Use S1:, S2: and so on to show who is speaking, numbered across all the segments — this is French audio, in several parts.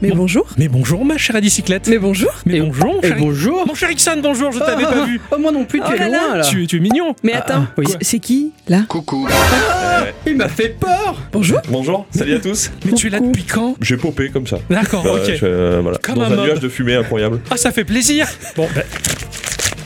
S1: Mais bonjour.
S2: Mais bonjour, ma chère à bicyclette.
S1: Mais bonjour.
S2: Mais bonjour,
S3: Et
S2: cher-
S3: bonjour
S2: Mon cher Ixon, bonjour, je Eh t'avais
S3: Ah,
S2: pas
S3: ah,
S2: vu.
S3: ah, moi non plus, tu
S1: Oh
S3: es
S1: là
S3: loin
S1: là.
S3: là
S2: Tu, es- tu es mignon.
S1: Mais attends,
S2: Ah, oui.
S1: c'est- c'est qui là
S4: Coucou.
S3: Il m'a fait peur
S1: Bonjour.
S5: Bonjour, salut à tous.
S2: Mais tu es là
S1: Coucou.
S2: depuis quand
S5: J'ai popé comme ça.
S2: D'accord,
S5: Euh,
S2: Ah, ok.
S5: je- euh, voilà.
S2: Comme
S5: Dans
S2: un
S5: un
S2: mob.
S5: nuage de fumée incroyable.
S2: Ah, ça fait plaisir. Bon, ben,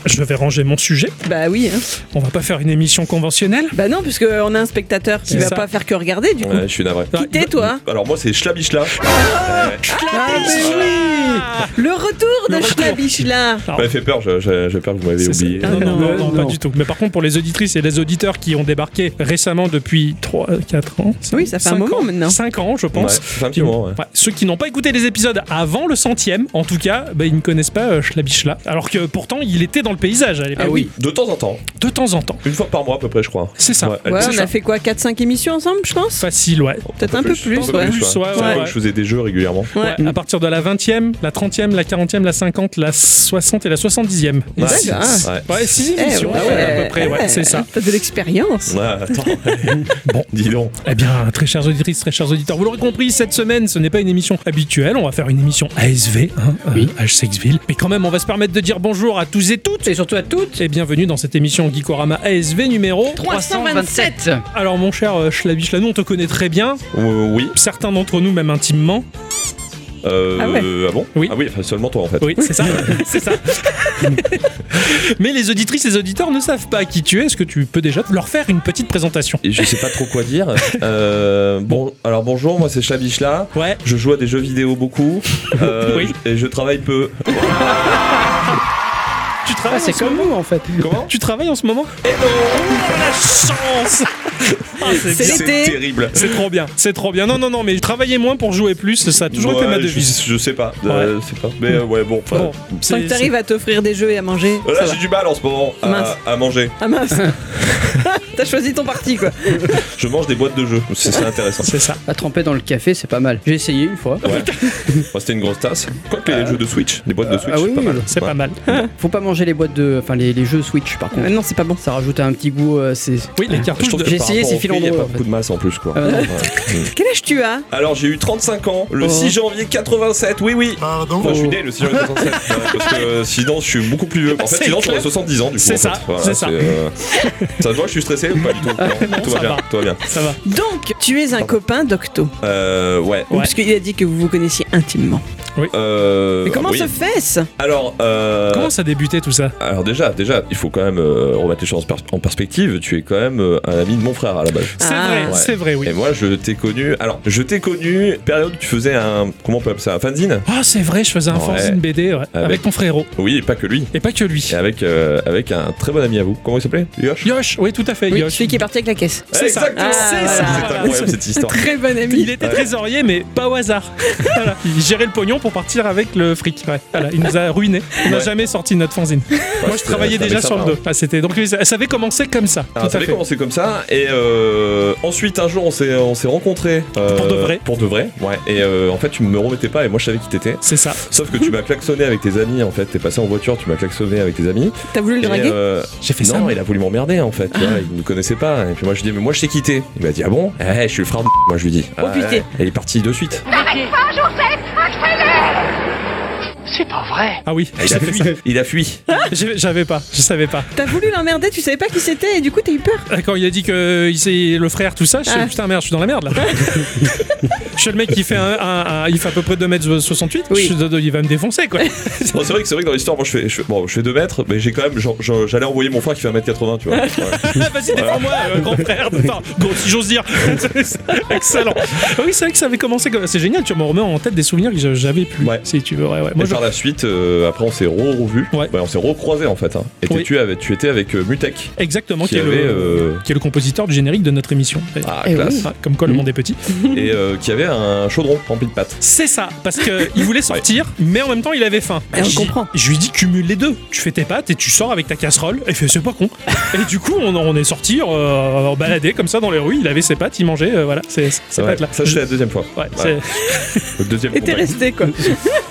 S2: je vais ranger mon sujet.
S1: Bah oui. hein.
S2: On va pas faire une émission conventionnelle.
S1: Bah non, puisque on a un spectateur qui
S2: C'est
S1: va
S2: ça.
S1: pas faire que regarder du coup.
S5: Ouais, je suis navré.
S2: Ah,
S1: Quittez-toi.
S5: Alors moi c'est Schlabichla.
S1: Ah mais oui. Le retour de
S2: Le retour.
S1: Schlabichla.
S2: Alors,
S5: Ça m'a fait peur, je- je- j'ai peur que vous m'avez
S2: c'est ça.
S5: oublié.
S2: Non, non, non,
S3: Euh,
S2: non,
S3: non.
S2: pas du tout. Mais par contre, pour les auditrices et les auditeurs qui ont débarqué récemment depuis 3, 4 ans.
S1: Oui, ça fait un
S2: cinq
S1: moment
S2: ans,
S1: maintenant.
S2: 5 ans, je
S5: Ouais,
S2: pense.
S5: c'est un petit moment, ouais.
S2: Ouais, ceux qui n'ont pas écouté les épisodes avant le centième, en tout cas, bah, ils ne connaissent pas euh, Schlabichla. Alors que pourtant, il était dans le paysage à l'époque.
S3: Ah oui,
S5: De temps en temps,
S2: De temps en temps.
S5: une fois par mois à peu près je crois.
S2: C'est ça.
S5: elle-
S1: Ouais,
S2: c'est
S1: on
S2: ça.
S1: a fait quoi 4-5 émissions ensemble, je pense
S2: Facile, ouais.
S1: Peut-être un peu plus,
S5: Un
S1: ouais.
S2: Plus, ouais,
S5: C'est
S2: ouais,
S5: vrai
S2: ouais.
S5: que je faisais des jeux régulièrement.
S1: Ouais.
S2: Ouais, à partir de la 20e, la 30e, la 40e, la 50e, la 60e et la 70e.
S5: Ouais.
S2: Six-
S5: Ouais.
S2: Ouais, 6
S1: Eh,
S2: émissions
S1: ouais,
S2: ouais, à peu près, ouais,
S1: eh,
S2: c'est ça.
S1: T'as de l'expérience.
S5: Ouais, Ah, attends.
S2: Bon.
S5: bon, dis donc.
S2: Eh bien, très chères auditrices, très chers auditeurs, vous l'aurez compris, cette semaine, ce n'est pas une émission habituelle, on va faire une émission ASV, hein, euh, H6ville, mais quand même, on va se permettre de dire bonjour à tous et toutes,
S3: Et surtout à toutes
S2: et bienvenue dans cette émission Geekorama ASV numéro...
S3: 327
S2: Alors mon cher euh, Schlabichla, nous on te connaît très bien,
S5: Euh, oui.
S2: certains d'entre nous même intimement.
S5: Euh,
S1: Ah ouais.
S5: ah bon
S2: Oui.
S5: Ah oui, enfin, seulement toi en fait.
S2: Oui, c'est ça, c'est ça. Mais les auditrices et les auditeurs ne savent pas qui tu es, est-ce que tu peux déjà leur faire une petite présentation
S5: Et je sais pas trop quoi dire. Euh, bon, alors bonjour, moi c'est Schlabichla.
S2: Ouais,
S5: Je joue à des jeux vidéo beaucoup. Euh,
S2: Oui.
S5: Et je travaille peu.
S2: tu
S3: Ah,
S2: travailles,
S3: c'est
S2: en ce
S3: comme
S2: moment
S3: nous en fait
S5: Comment
S2: Tu travailles en ce moment Oh la chance Ah, c'est
S1: C'est
S2: bien.
S1: l'été.
S5: terrible.
S2: C'est trop bien, c'est trop bien. Non, non, non, mais travailler moins pour jouer plus, ça a toujours été
S5: Ouais,
S2: ma
S5: je-
S2: devise.
S5: Je, sais pas. Euh, c'est pas. Mais euh, ouais, bon. enfin,
S2: Bon,
S1: Tant que t'arrives à t'offrir des jeux et à manger,
S5: euh,
S1: ça
S5: Là,
S1: va.
S5: j'ai du mal en ce moment
S1: Mince.
S5: à, à manger.
S1: Ah mince T'as choisi ton parti quoi.
S5: Je mange des boîtes de jeux. C'est c'est intéressant.
S2: c'est ça.
S3: À tremper dans le café, c'est pas mal. J'ai essayé une fois.
S5: Ouais. Moi, c'était une grosse tasse. Quoique les jeux de Switch, les boîtes de Switch,
S3: ah oui,
S5: c'est pas
S3: oui,
S5: mal.
S2: C'est
S5: Ouais.
S2: pas mal.
S3: Faut pas manger les boîtes de. Enfin, les, les jeux Switch par
S1: Euh,
S3: contre.
S1: non, c'est pas bon.
S3: Ça rajoute un petit goût. euh, c'est...
S2: Oui, les
S5: Je
S2: cartouches.
S5: trouve
S2: de-
S5: que
S3: J'ai
S5: par
S3: essayé,
S5: rapport
S3: c'est
S5: au prix, Il
S3: filandreux,
S5: n'y a pas
S3: en fait.
S5: beaucoup de masse en plus, quoi.
S3: Ah, non.
S5: Ouais.
S1: Quel âge tu as
S5: Alors, j'ai eu 35 ans le
S3: Oh.
S5: 6 janvier 87. Oui, oui.
S4: Pardon.
S5: Enfin, je suis né le 6 janvier 87. ouais, parce que euh, sinon, je suis beaucoup plus vieux. En fait,
S2: C'est
S5: sinon,
S2: clair.
S5: j'aurais 70 ans, du coup.
S2: C'est
S5: en fait.
S2: ça, c'est ça. Ah,
S5: euh, ça se voit que je suis stressé ou pas du tout Non, tout
S2: ça
S5: va bien.
S2: va.
S5: Tout va bien.
S2: Ça va.
S1: Donc, tu es un copain d'Octo.
S5: Euh, ouais.
S2: Ouais.
S1: Parce qu'il a dit que vous vous connaissiez intimement.
S5: Euh,
S1: Mais comment
S5: ah, oui.
S1: se fait-ce
S5: Alors, euh,
S2: Comment ça débutait tout ça
S5: alors déjà, déjà, il faut quand même euh, remettre les choses en pers- en perspective. Tu es quand même euh, un ami de mon frère à la base.
S2: C'est
S1: Ah.
S2: vrai,
S5: Ouais.
S2: c'est vrai, oui.
S5: Et moi, je t'ai connu. Alors, je t'ai connu période où tu faisais un comment on peut appeler ça un fanzine.
S2: Ah, c'est vrai, je faisais un
S5: Ouais.
S2: fanzine BD ouais, avec...
S5: Avec
S2: mon frérot.
S5: Oui, et pas que lui.
S2: Et pas que lui.
S5: Et avec euh, avec un très bon ami à vous. Comment il s'appelait Yosh.
S2: Yosh, oui, tout à fait,
S1: Oui,
S2: Yosh.
S1: celui qui est parti avec la caisse.
S2: C'est ça.
S5: Exactement.
S1: Ah,
S2: c'est
S1: voilà.
S2: ça.
S5: C'est incroyable cette histoire.
S1: Très bon
S2: Il
S1: ami.
S2: était
S5: Ouais.
S2: trésorier, mais pas au hasard. Voilà. Il gérait le pognon pour partir avec le fric. Ouais. Voilà, il nous a ruinés. On n'a
S5: Ouais.
S2: jamais sorti notre fanzine. Moi, je
S5: c'était-
S2: travaillais
S5: c'était
S2: déjà
S5: sympa,
S2: sur le
S5: hein.
S2: dos. Ah, c'était donc lui, ça, ça avait commencé comme ça.
S5: Alors,
S2: tout
S5: Ah, ça
S2: à
S5: avait
S2: fait.
S5: commencé comme ça et euh, ensuite un jour on s'est on s'est rencontrés euh,
S2: Pour de vrai.
S5: pour de vrai ouais et euh, en fait tu me remettais pas et moi je savais qui t'étais
S2: C'est ça.
S5: sauf que tu m'as klaxonné avec tes amis en fait t'es passé en voiture tu m'as klaxonné avec tes amis
S1: T'as voulu le
S5: Et,
S1: draguer
S5: euh,
S2: J'ai fait ça. Ah.
S5: non, il a voulu m'emmerder en fait, tu vois, il ne connaissait pas. Et puis moi je lui dis, mais moi je t'ai quitté. Il m'a dit, ah bon Eh, Je suis le frère de. Moi je lui dis. Ah,
S1: putain.
S5: ouais. Et il est parti de suite.
S2: Ah oui.
S5: Et Il a fui. Il a fui.
S2: J'ai- J'avais pas. Je savais pas.
S1: T'as voulu l'emmerder, tu savais pas qui c'était et du coup t'as eu peur.
S2: Ah, Quand il a dit que il- c'est le frère, tout ça, je suis
S1: Ah.
S2: putain merde, je suis dans la merde là. je suis le mec qui fait un, un- un- il fait à peu près 2m68,
S1: Oui.
S2: je suis- il va me défoncer quoi.
S5: Bon, c'est vrai que c'est vrai que dans l'histoire, moi je fais, je fais- bon, je fais 2 mètres, mais j'ai quand même, genre, genre, j'allais envoyer mon frère qui fait 1m80, tu vois. Ouais.
S2: Vas-y, défends-moi, euh, grand frère. Enfin, bon, si j'ose dire. Excellent. Ah Oui, c'est vrai que ça avait commencé comme C'est génial, tu me remets en tête des souvenirs que j'a- j'avais plus.
S5: Ouais.
S2: Si tu veux, ouais, ouais.
S5: Moi,
S2: Moi,
S5: et
S2: je-
S5: par la suite, euh, après on s'est re-revu,
S2: Ouais.
S5: on s'est recroisé en fait. Hein. Et t'es-
S2: Oui.
S5: tu, avais, tu étais avec euh, Mutek,
S2: Exactement,
S5: qui,
S2: qui, est
S5: avait,
S2: le,
S5: euh,
S2: qui est le compositeur du générique de notre émission.
S5: ah,
S3: Eh
S5: classe,
S3: oui.
S2: Ah, Comme quoi le
S3: Mhm.
S2: monde est petit.
S5: et euh, qui avait un chaudron rempli de pâtes.
S2: C'est ça, parce qu'il voulait sortir, mais en même temps il avait faim.
S1: Et on
S2: Je-
S1: comprend.
S2: Je lui dis cumule les deux. Tu fais tes pâtes et tu sors avec ta casserole. Et il fait c'est pas con. et du coup on, on est sorti euh, baladé comme ça dans les rues. Il avait ses pâtes, il mangeait. euh, voilà, c'est- c'est ces
S5: Ouais.
S2: pâtes là.
S5: Ça, c'est la deuxième fois.
S2: Ouais, c'est-
S5: Le deuxième
S1: Et t'es
S5: contact.
S1: resté quoi.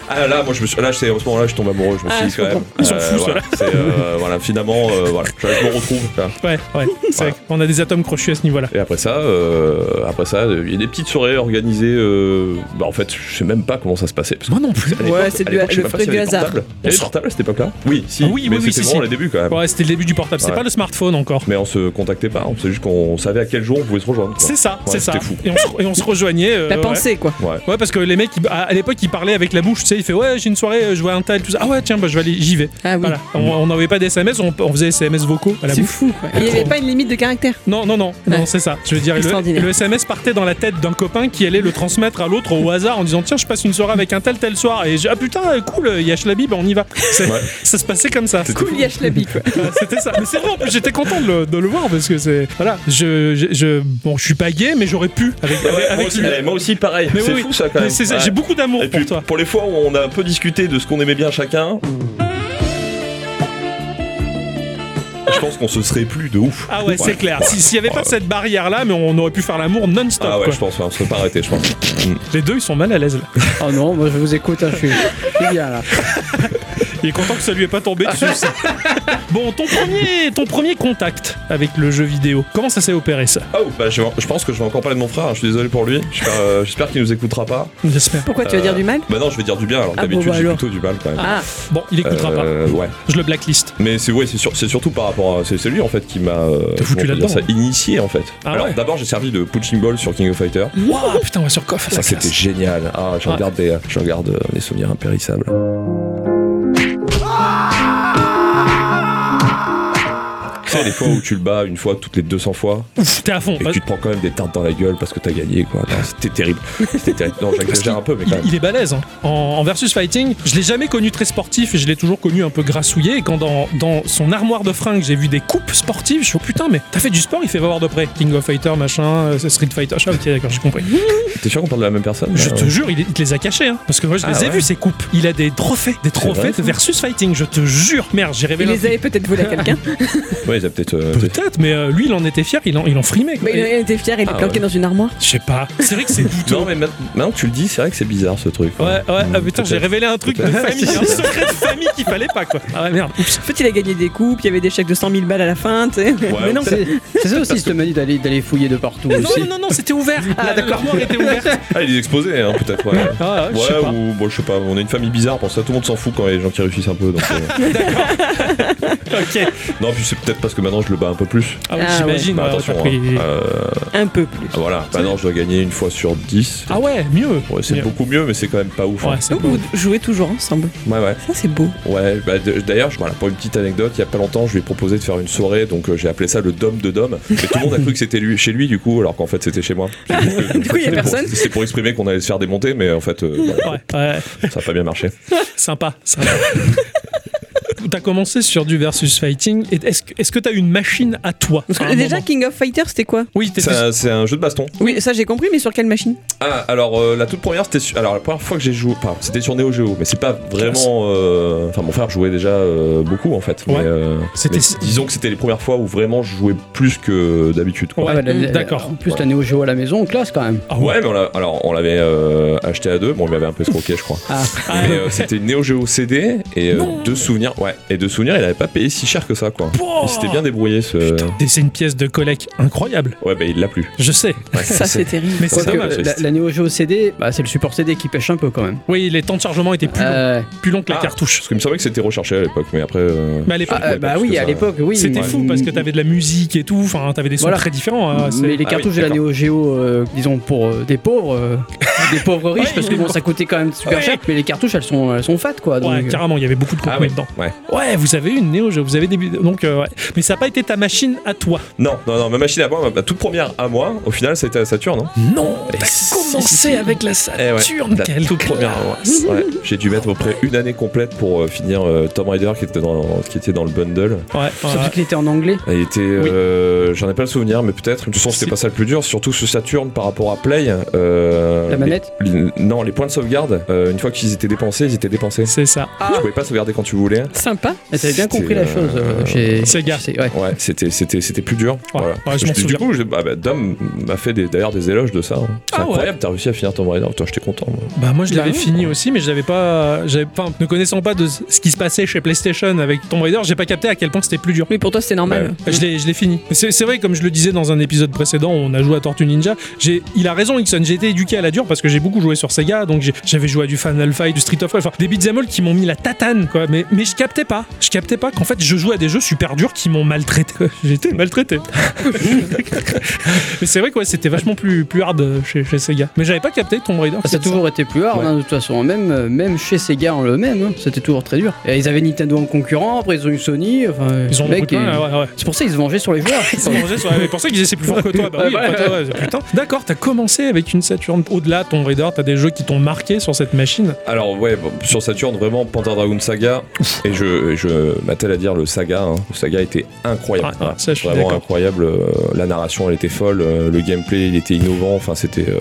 S5: Ah là, moi je me je- là, c'est- à ce moment-là, je tombe amoureux. Je me suis dit quand même.
S2: Ah, Ils sont fous,
S5: voilà, c'est, euh, voilà, finalement, euh, voilà, je, je me retrouve. là.
S2: Ouais, ouais, c'est vrai qu'on a des atomes crochus à ce niveau-là.
S5: Et après ça, euh, après ça, il y a des petites soirées organisées. euh, bah, en fait, je sais même pas comment ça se passait. parce que
S2: Moi non plus.
S5: à l'époque-
S4: Ouais, c'est
S5: à
S4: du-
S5: l'époque, je sais
S4: le
S5: pas
S4: fruit
S5: s'il y
S4: du
S5: avait des
S4: hasard.
S5: portables. Il y avait des
S2: On
S5: portables à cette époque-là Oui, si.
S2: Ah Oui, oui,
S5: mais
S2: oui,
S5: c'était
S2: si,
S5: vraiment
S2: si.
S5: les débuts quand même.
S2: Ouais, c'était le début du portable, c'était
S5: Ouais.
S2: pas le smartphone encore.
S5: Mais on se contactait pas, on faisait juste qu'on savait à quel jour on pouvait se rejoindre. quoi.
S2: C'est ça, c'est ça.
S5: c'était fou.
S2: Et on se, et on se rejoignait. euh,
S4: La
S2: ouais.
S4: pensée, quoi.
S5: Ouais.
S2: Ouais, parce que les mecs, ils- à à l'époque, ils parlaient avec la bouche, tu sais, il fait ouais, j'ai une soirée, euh, je vois un tel, tout ça. Ah ouais, tiens, bah je vais aller, j'y vais.
S4: Ah oui.
S2: Voilà, on- on n'envoyait pas des SMS, on, on faisait SMS vocaux à la
S4: C'est
S2: bouche.
S4: fou, quoi. Il n'y avait pas une limite de caractère.
S2: Non, non, non, non,
S4: Ouais.
S2: c'est ça. Je veux dire, le,
S4: Extraordinaire.
S2: le SMS partait dans la tête d'un copain qui allait le transmettre à l'autre au hasard en disant tiens, je passe une soirée avec un tel tel soir et j'ai- ah putain, cool, il y a Schlabi, bah on y va. C'est-
S5: Ouais.
S2: Ça se passait comme ça.
S4: Cool, Yash Labi, quoi.
S2: Ah, C'était ça. Mais c'est vrai, en plus, j'étais content de le, de le voir parce que c'est. Voilà. Je, je, je- Bon, je suis pas gay, mais j'aurais pu. Avec,
S5: Ouais,
S2: avec-
S5: moi,
S2: avec
S5: aussi,
S2: lui.
S5: mais moi aussi, pareil.
S2: Mais
S5: C'est
S2: oui,
S5: fou ça quand
S2: Mais
S5: même.
S2: c'est ça,
S5: Ouais.
S2: J'ai beaucoup d'amour
S5: Et
S2: pour
S5: puis
S2: toi.
S5: pour les fois où on a un peu discuté de ce qu'on aimait bien chacun. Je pense qu'on se serait plus de ouf.
S2: Ah ouais, c'est clair.
S5: Ouais.
S2: Si- S'il n'y avait pas cette barrière-là, mais on aurait pu faire l'amour non-stop.
S5: Ah ouais,
S2: quoi.
S5: je pense, ouais, on serait pas arrêté, je pense.
S2: Les deux, ils sont mal à l'aise. là.
S3: Oh non, moi je vous écoute, hein, je suis je suis bien là.
S2: Il est content que ça lui ait pas tombé dessus. ça. Bon, ton premier, ton premier contact avec le jeu vidéo, comment ça s'est opéré ça
S5: Oh, bah je, vais- je pense que je vais encore parler de mon frère, hein, je suis désolé pour lui. J'espère euh, j'espère qu'il nous écoutera pas.
S2: J'espère.
S4: Pourquoi tu vas dire du mal
S5: Bah non, je vais dire du bien, alors que
S4: Ah bon,
S5: d'habitude
S4: bah
S5: j'ai
S4: alors.
S5: plutôt du mal quand même.
S4: Ah,
S2: Bon, il écoutera pas.
S5: Euh, ouais.
S2: Je le blacklist.
S5: Mais c'est ouais, c'est sur- c'est surtout par rapport à c'est c'est lui en fait qui m'a euh,
S2: T'as foutu
S5: comment
S2: là-dedans.
S5: dire ça initié en fait.
S2: Ah
S5: Alors
S2: ouais.
S5: d'abord j'ai servi de punching ball sur King of Fighter.
S2: Waouh, putain, on va sur coffre.
S5: Ça c'était génial. Ah, j'en
S2: Ouais.
S5: garde des j'en garde euh, des souvenirs impérissables. Tu sais, les fois où tu le bats une fois toutes les 200 fois
S2: T'es à fond.
S5: et que tu te prends quand même des tartes dans la gueule parce que t'as gagné quoi. Non, C'était terrible. C'était terrible. Non, j'exagère un peu, mais quand
S2: Il,
S5: même.
S2: il est balèze. hein. En, en versus fighting, je l'ai jamais connu très sportif et je l'ai toujours connu un peu grassouillé. Et quand dans, dans son armoire de fringues, j'ai vu des coupes sportives, je suis oh putain, mais t'as fait du sport, il fait voir de près. King of Fighter, machin, euh, Street Fighter. Ah, ok, d'accord, j'ai compris.
S5: T'es sûr qu'on parle de la même personne euh,
S2: Je
S5: là,
S2: te
S5: ouais.
S2: jure, il, il te les a cachés, hein, parce que moi je
S5: Ah
S2: les ai
S5: ouais
S2: vus ces coupes. Il a des trophées, des trophées
S5: vrai,
S2: de versus fighting. Je te jure, merde, j'ai
S4: il
S2: révélé. un
S4: les
S2: truc.
S4: avait peut-être volés à quelqu'un.
S5: Ouais, ils a peut-être. euh,
S2: Peut-être, mais euh, lui, il en était fier, il en, il en frimait. quoi.
S4: Mais il en était fier, il est
S5: Ah,
S4: planqué
S5: ouais.
S4: dans une armoire.
S2: Je sais pas. C'est vrai que c'est douteux.
S5: Non, mais ma- maintenant que tu le dis, c'est vrai que c'est bizarre ce truc.
S2: Ouais, ouais, ah putain,
S5: peut-être.
S2: j'ai révélé un truc de
S5: Peut-être.
S2: famille, un secret de famille qu'il fallait pas, quoi. Ah ouais, merde, oups.
S4: En fait, il a gagné des coupes, il y avait des chèques de 100 000 balles à la fin, tu sais. Mais non,
S3: C'est c'est ça aussi cette manie d'aller d'aller fouiller de partout
S2: Non,
S3: aussi.
S2: non, non, non, c'était ouvert.
S3: Ah,
S2: La- L'armoire était ouverte.
S5: Ah, il est exposé, hein, peut-être. Ouais.
S2: Ah, ouais, je sais
S5: Ouais,
S2: pas.
S5: ou bon, je sais pas, on est une famille bizarre pour ça, tout le monde s'en fout quand il y a des gens qui réussissent un peu. Donc, euh,
S3: Ah
S2: Ok.
S5: non, puis c'est peut-être parce que maintenant je le bats un peu plus.
S2: Ah oui,
S4: Ah,
S2: j'imagine.
S5: Bah,
S2: ouais,
S5: attention,
S2: t'as pris-
S5: hein, euh,
S4: un peu plus.
S5: voilà, maintenant je dois gagner une fois sur 10.
S2: Ah ouais, mieux.
S5: Ouais, c'est
S2: Mieux.
S5: beaucoup mieux, mais c'est quand même pas ouf. hein.
S2: Ouais, c'est
S4: Donc,
S2: bon.
S4: vous jouez toujours ensemble.
S5: Ouais, ouais.
S4: Ça, c'est beau.
S5: ouais bah, d- D'ailleurs, je- voilà, pour une petite anecdote, il y a pas longtemps, je lui ai proposé de faire une soirée, donc euh, j'ai appelé ça le Dom de Dom. Mais tout le monde a cru que c'était lui, chez lui, du coup, alors qu'en fait c'était chez moi.
S4: Du coup, il y a
S5: C'était pour-
S4: personne.
S5: C'était pour exprimer qu'on allait se faire démonter, mais en fait, euh, voilà,
S2: Ouais, ouais.
S5: ça a pas bien marché.
S2: Sympa, sympa. T'as commencé sur du versus fighting. Et Est-ce que- est-ce que t'as une machine à toi
S4: Parce
S2: à
S4: que
S2: un
S4: déjà,
S2: moment
S4: King of Fighters, c'était quoi
S2: Oui, t'étais-
S5: C'est un- c'est un jeu de baston.
S4: Oui, ça, j'ai compris, mais sur quelle machine
S5: Ah, alors euh, la toute première, c'était sur- alors la première fois que j'ai joué, enfin, c'était sur Neo Geo, mais c'est pas
S2: Ah,
S5: vraiment. euh, Enfin, mon frère jouait déjà euh, beaucoup en fait.
S2: Ouais.
S5: Mais, euh,
S2: C'était-
S5: mais disons que c'était les premières fois où vraiment je jouais plus que d'habitude. quoi.
S2: Ouais,
S3: Ah bah, la- la-
S2: d'accord.
S3: En plus, la Neo Geo à la maison, on classe quand même.
S2: Ah
S5: Ouais, mais on l'a- alors on l'avait euh, acheté à deux, bon, on l'avait un peu escroqué, je crois.
S3: Ah.
S2: Ah,
S5: mais euh, c'était une Neo Geo CD et euh, de souvenirs, ouais, et de souvenirs, il avait pas payé si cher que ça, quoi.
S2: Pouah
S5: Il s'était bien débrouillé ce.
S2: Et C'est une pièce de collecte incroyable.
S5: Ouais, bah il l'a plus.
S2: Je sais.
S5: Ouais,
S4: Ça, c'est terrible.
S2: Mais c'est
S5: ça
S3: Quoique,
S5: m'a
S2: dommage.
S5: triste.
S3: la, la Neo Geo CD, bah, c'est le support CD qui pêche un peu quand même.
S2: Oui, les temps de chargement étaient plus, longs,
S3: Euh,
S2: plus longs que la
S5: Ah.
S2: cartouche.
S5: Parce qu'il me semblait que c'était recherché à l'époque, mais après. euh,
S2: Mais à l'époque,
S3: ah, euh, bah
S5: parce que
S3: oui, à
S5: ça-
S3: l'époque, oui.
S2: c'était
S3: mais-
S2: fou parce que t'avais de la musique et tout. Enfin, t'avais des sons
S3: Voilà.
S2: très différents. hein, c'est-
S3: Mais les
S5: Ah
S3: cartouches
S5: oui,
S3: de la
S5: d'accord.
S3: Neo Geo, euh, disons pour euh, des pauvres, euh, des pauvres riches,
S2: Ouais,
S3: parce que
S2: mais
S3: bon,
S2: bon.
S3: ça coûtait quand même super
S2: Ouais.
S3: cher. Mais les cartouches, elles sont, elles sont fat quoi. Donc,
S2: Ouais,
S3: euh,
S2: carrément, il y avait beaucoup de contenu
S5: Ah ouais.
S2: dedans.
S5: Ouais.
S2: Ouais, vous avez une Neo Geo, vous avez des donc euh, ouais. Mais ça n'a pas été ta machine à toi.
S5: Non, non, non, ma machine à moi, ma- ma toute première à moi, au final, ça a été la Saturn, non
S2: Non,
S3: Bah,
S5: t'as
S2: commencé Bah, avec la
S5: Eh ouais, la toute première,
S2: classe.
S5: ouais. J'ai dû mettre à peu près une année complète pour euh, finir euh, Tomb Raider qui était, dans, qui était dans le bundle.
S2: Ouais, ouais,
S3: Surtout
S2: ouais.
S3: qu'il était en anglais.
S5: Et il était, euh, j'en ai pas le souvenir, mais peut-être. De toute façon,
S2: Si.
S5: c'était pas ça le plus dur, surtout ce Saturn par rapport à Play. euh,
S3: La manette
S5: les- les- Non, les points de sauvegarde, euh, une fois qu'ils étaient dépensés, ils étaient dépensés.
S2: C'est ça.
S5: Tu pouvais pas sauvegarder quand tu voulais.
S4: Sympa.
S3: Ah, T'avais bien
S5: C'était,
S3: compris la chose
S5: euh,
S3: euh, chez
S2: Sega.
S3: chez- ouais.
S5: Ouais, c'était, c'était, c'était plus dur.
S2: Ouais,
S5: voilà.
S2: ouais, je m'en
S5: du
S2: souviens.
S5: coup, je- ah bah, Dom m'a fait des- d'ailleurs des éloges de ça. hein. C'est
S2: Ah ouais.
S5: incroyable t'as réussi à finir Tomb Raider. Putain, j'étais content. moi.
S2: Bah moi je
S3: Bah
S2: l'avais
S3: non.
S2: fini aussi mais je l'avais pas j'avais enfin ne connaissant pas de ce qui se passait chez PlayStation avec Tomb Raider, j'ai pas capté à quel point c'était plus dur.
S4: Mais pour toi, c'est normal.
S2: Je l'ai, je l'ai fini. C'est, c'est vrai, comme je le disais dans un épisode précédent, on a joué à Tortue Ninja. J'ai, il a raison, Ixon. J'ai été éduqué à la dure parce que j'ai beaucoup joué sur Sega. Donc j'ai- j'avais joué à du Final Fight, du Street of Rage, enfin, des beat'em all qui m'ont mis la tatane, quoi. Mais, mais je captais pas. Je captais pas qu'en fait, je jouais à des jeux super durs qui m'ont maltraité. J'ai été maltraité. mais c'est vrai, quoi. C'était vachement plus, plus hard euh, chez, chez Sega. Mais j'avais pas capté Tomb Raider.
S3: Ça a
S2: c'était
S3: Ah, toujours été plus hard,
S5: Ouais.
S3: hein, de toute façon. Même, euh, même chez Sega en le même, hein, c'était toujours très dur. Et ils avaient Nintendo en concurrent, après ils ont eu Sony. Enfin,
S2: Ils ont
S3: mec,
S2: repris plein,
S3: et-
S2: ouais, ouais.
S3: C'est pour ça qu'ils se vengeaient sur les joueurs.
S2: Ils sont mangés sur la- C'est pour ça qu'ils étaient plus forts que toi. Bah oui,
S3: Ouais,
S2: enfin, toi, ouais, putain. D'accord, t'as commencé avec une Saturn. Au-delà, ton Raider, t'as des jeux qui t'ont marqué sur cette machine.
S5: Alors ouais, bon, sur Saturn, vraiment Panther Dragon Saga, et je, et je m'attelle à dire le saga, hein. le saga était incroyable,
S2: Ah,
S5: Ouais,
S2: ça, je suis
S5: vraiment
S2: d'accord.
S5: incroyable, euh, la narration elle était folle, euh, le gameplay il était innovant, enfin c'était... euh,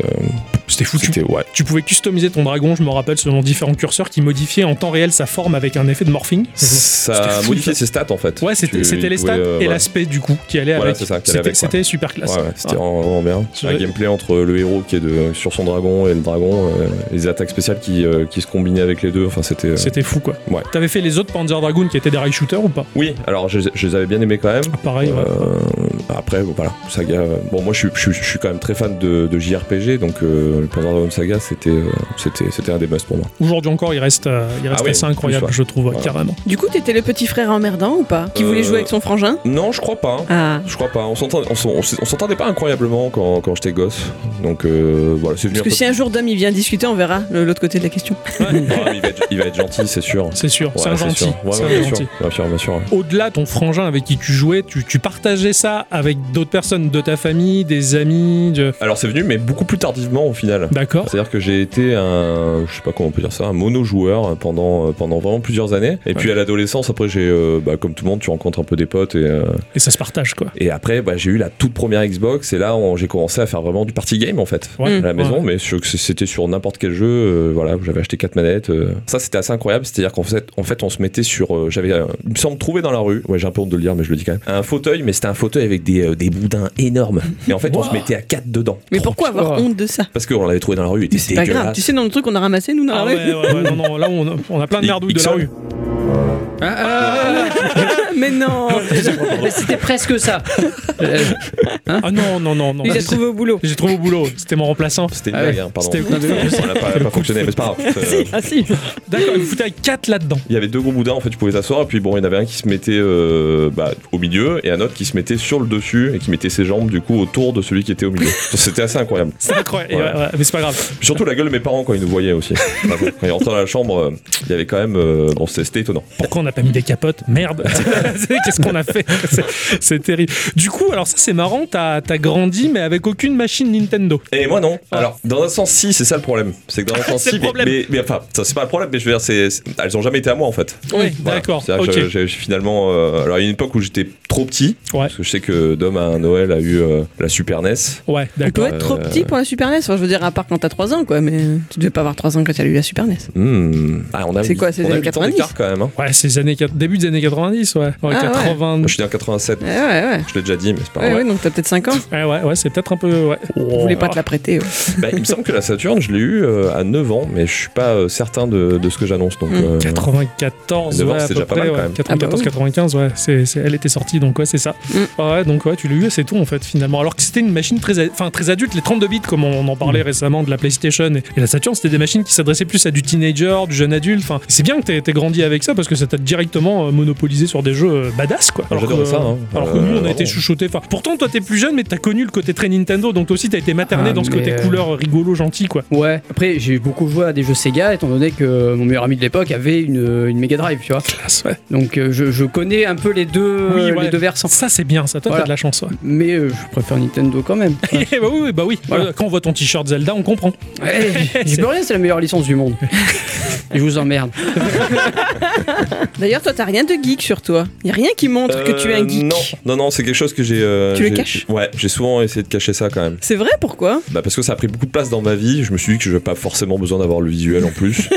S2: C'était foutu.
S5: c'était- ouais.
S2: Tu pouvais customiser ton dragon, je me rappelle, selon différents curseurs qui modifiaient en temps réel sa forme avec un effet de morphing.
S5: Ça
S2: C'était
S5: a
S2: fou,
S5: modifié
S2: ça.
S5: ses stats en fait.
S2: Ouais, c'était
S5: Mhm. Tu-
S2: c'était les
S5: tu
S2: stats
S5: pouvais, euh,
S2: et
S5: ouais.
S2: l'aspect du coup qui allait
S5: Voilà,
S2: avec.
S5: c'est ça, qui
S2: C'était-
S5: allait avec, ouais.
S2: C'était super classe.
S5: Ouais, ouais, c'était
S2: Ah.
S5: vraiment- vraiment bien.
S2: Ouais.
S5: Un gameplay entre le héros qui est de, sur son dragon et le dragon, euh, les attaques spéciales qui, euh, qui se combinaient avec les deux, enfin c'était... euh,
S2: C'était fou quoi.
S5: Ouais.
S2: T'avais fait les autres Panzer Dragoon qui étaient des rail shooters ou pas Ah,
S5: Oui, alors je, je les avais bien aimés quand même.
S2: Pareil, ouais.
S5: Euh, après, bon, voilà, Saga. euh, Bon, moi, je suis, je, suis- je suis quand même très fan de, de JRPG, donc euh, le Panzer Dragon Saga, c'était, euh, c'était, c'était un des must pour moi.
S2: Aujourd'hui encore, il reste, euh, il reste
S5: Ah ouais,
S2: assez
S5: plus,
S2: incroyable,
S5: ouais.
S2: je trouve, ouais,
S5: Voilà.
S2: carrément.
S4: Du coup, t'étais le petit frère emmerdant ou pas Qui voulait
S5: Euh,
S4: jouer avec son frangin
S5: Non, je crois pas. hein.
S4: Ah.
S5: Je crois pas. On s'entend- on s'en- on s'entendait, pas incroyablement quand, quand j'étais gosse. Donc euh, voilà, c'est venu
S4: Parce que si un jour Dom il vient discuter, on verra le- l'autre côté de la question.
S5: un peu- Ah, mais il, va être, il va être gentil, c'est sûr.
S2: C'est sûr,
S5: Ouais,
S2: c'est un gentil.
S5: sûr. Ouais,
S2: c'est
S5: ouais,
S2: un
S5: bien,
S2: gentil.
S5: sûr. bien sûr, bien sûr.
S2: au-delà de ton frangin avec qui tu jouais, tu, tu partageais ça avec d'autres personnes de ta famille, des amis, de-
S5: Alors, c'est venu, mais beaucoup plus tardivement au final.
S2: d'accord
S5: C'est-à-dire que j'ai été un, je sais pas comment on peut dire ça, un mono-joueur pendant, euh, pendant vraiment plusieurs années. Et puis à l'adolescence, après, j'ai, euh, bah, comme tout le monde, tu rencontres un peu des potes et, euh,
S2: Et ça se partage quoi.
S5: et après, bah, j'ai eu la toute première Xbox et là, on- j'ai commencé à faire vraiment du party game en fait.
S2: Ouais,
S5: À la maison,
S2: Mmh. ouais.
S5: mais sur- c'était sur n'importe quel jeu. euh, voilà, j'avais acheté quatre manettes. euh. Ça, c'était assez incroyable. C'est-à-dire qu'en fait, en fait, on se mettait sur. euh, j'avais, euh, il me semble, trouvé dans la rue. Ouais, j'ai un peu honte de le dire, mais je le dis quand même. Un fauteuil, mais c'était un fauteuil avec des, euh, des boudins énormes. Et en fait, on se mettait à quatre dedans.
S4: Mais pourquoi avoir honte de ça
S5: Parce qu'on l'avait trouvé dans la rue. Il était
S4: C'est pas grave.
S5: dégueulasse.
S4: Tu sais, dans le truc qu'on a ramassé, nous, dans la
S2: Ah
S4: rue.
S2: ouais, ouais, ouais, non, non, là on, on a plein de
S5: Et-
S2: merdouilles de la
S5: Ixon.
S2: rue.
S4: Mais non
S3: Mais Ah, c'était presque ça. Euh,
S2: Ah non, non, non, non.
S4: Il a trouvé au boulot.
S2: J'ai trouvé au boulot, c'était mon remplaçant.
S5: C'était une
S3: Ah ouais.
S5: blague, hein, pardon.
S2: C'était-
S5: Ça n'a pas, pas fonctionné, mais c'est pas grave. Euh,
S4: Ah si
S2: D'accord, il me foutait avec 4 là-dedans.
S5: Il y avait deux gros boudins, en fait, tu pouvais t'asseoir, et puis bon, il y en avait un qui se mettait euh, bah, au milieu, et un autre qui se mettait sur le dessus, et qui mettait ses jambes, du coup, autour de celui qui était au milieu. C'était assez incroyable.
S2: C'est incroyable, Et ouais, ouais, mais c'est pas grave.
S5: Puis surtout la gueule de mes parents quand ils nous voyaient aussi. Enfin, bon, quand ils rentraient dans la chambre, euh, il y avait quand même. euh, bon, c'était c'était étonnant.
S2: Pourquoi on n'a pas mis des capotes Merde Qu'est-ce qu'on a fait C'est- C'est terrible. Du coup, alors ça c'est marrant, t'as t'as grandi mais avec aucune machine Nintendo.
S5: Et moi, non. Alors, dans un sens, si, c'est ça le problème. C'est que dans un sens,
S2: Ah. C'est le
S5: si. mais-
S2: problème.
S5: Mais, mais enfin, ça, c'est pas le problème, mais je veux dire, c'est c'est- elles ont jamais été à moi en fait.
S2: Oui,
S5: Voilà.
S2: d'accord.
S5: C'est-à-dire
S2: Ok.
S5: que j'ai- j'ai finalement. euh, alors, il y a une époque où j'étais trop petit,
S2: Ouais,
S5: parce que je sais que Dom à Noël a eu euh, la Super NES.
S2: ouais,
S4: Tu
S2: d'accord.
S4: dois être trop petit pour la Super NES. Enfin, je veux dire, à part quand t'as 3 ans, quoi. Mais tu devais pas avoir 3 ans quand t'as eu la Super E NES.
S5: Hmm. Ah, on a
S4: C'est quoi, c'est
S5: c'est
S4: les années 90?
S5: quand même. hein.
S2: Ouais, c'est les années, quat- début des années 90, ouais. Ouais,
S4: Ah,
S2: 80.
S5: Je suis né en 87.
S4: Eh Ouais, ouais,
S2: Bah
S4: ouais.
S5: Je l'ai déjà dit, mais c'est pas
S4: Ouais,
S5: grave.
S4: ouais, donc t'as peut-être 5 ans.
S2: Ouais, ouais, ouais, c'est peut-être un peu. Ouais.
S4: Je voulais pas te la prêter. ouais.
S5: Bah, il me semble que la Saturne, je l'ai eu euh, à 9 ans, mais je suis pas euh, certain de, de ce que j'annonce. Donc,
S4: Hmm.
S5: euh,
S2: 94,
S5: Mais
S2: ouais,
S5: d'abord,
S2: à
S5: c'est
S2: peu
S5: déjà pas
S2: près,
S5: mal, quand
S2: ouais.
S5: même.
S2: 94,
S4: Ah bah oui.
S2: 95, ouais, c'est- c'est- elle était sortie, donc ouais, c'est ça.
S4: Mm.
S2: Ouais, donc ouais, tu l'as eu, c'est tout en fait, finalement. Alors que c'était une machine très, a- enfin, très adulte, les 32 bits, comme on en
S5: Mm.
S2: parlait récemment de la PlayStation et, et la Saturn, c'était des machines qui s'adressaient plus à du teenager, du jeune adulte. Enfin, c'est bien que t'aies t'aies grandi avec ça parce que ça t'a directement euh, monopolisé sur des jeux euh, badass, quoi.
S5: Ah,
S2: Alors
S5: j'adorais
S2: que-
S5: ça, hein.
S2: Alors que
S5: Euh,
S2: nous, on a
S5: vraiment.
S2: été chouchoutés. Enfin, pourtant, toi, t'es plus jeune, mais t'as connu le côté très Nintendo, donc toi aussi, t'as été materné
S3: Ah,
S2: dans ce
S3: mais
S2: côté
S3: euh,
S2: couleur rigolo, gentil, quoi.
S3: ouais. Après, j'ai beaucoup joué à des jeux Sega, étant donné que mon meilleur ami de l'époque avait une, euh, une Mega Drive, tu vois.
S2: ouais.
S3: Donc euh, je, je connais un peu les deux,
S2: Oui,
S3: euh,
S2: ouais.
S3: les deux versants.
S2: Ça, c'est bien, ça, toi,
S3: Voilà.
S2: t'as de la chance, ouais.
S3: Mais euh, je préfère Nintendo quand même.
S2: Eh bah oui, oui, bah oui.
S3: Voilà.
S2: Euh, Quand on voit ton t-shirt Zelda, on comprend.
S3: Ouais, je peux rien, c'est la meilleure licence du monde. Je vous emmerde.
S4: D'ailleurs, toi, t'as rien de geek sur toi. Y a rien qui montre que tu es un
S5: Euh,
S4: geek.
S5: Non, non, non, c'est quelque chose que j'ai. euh,
S4: Tu le
S5: j'ai-
S4: caches
S5: Ouais, j'ai souvent essayé de cacher ça quand même.
S4: C'est vrai, pourquoi
S5: Bah parce que ça a pris beaucoup de place dans ma vie, je me suis dit que je n'avais pas forcément besoin d'avoir le visuel en plus.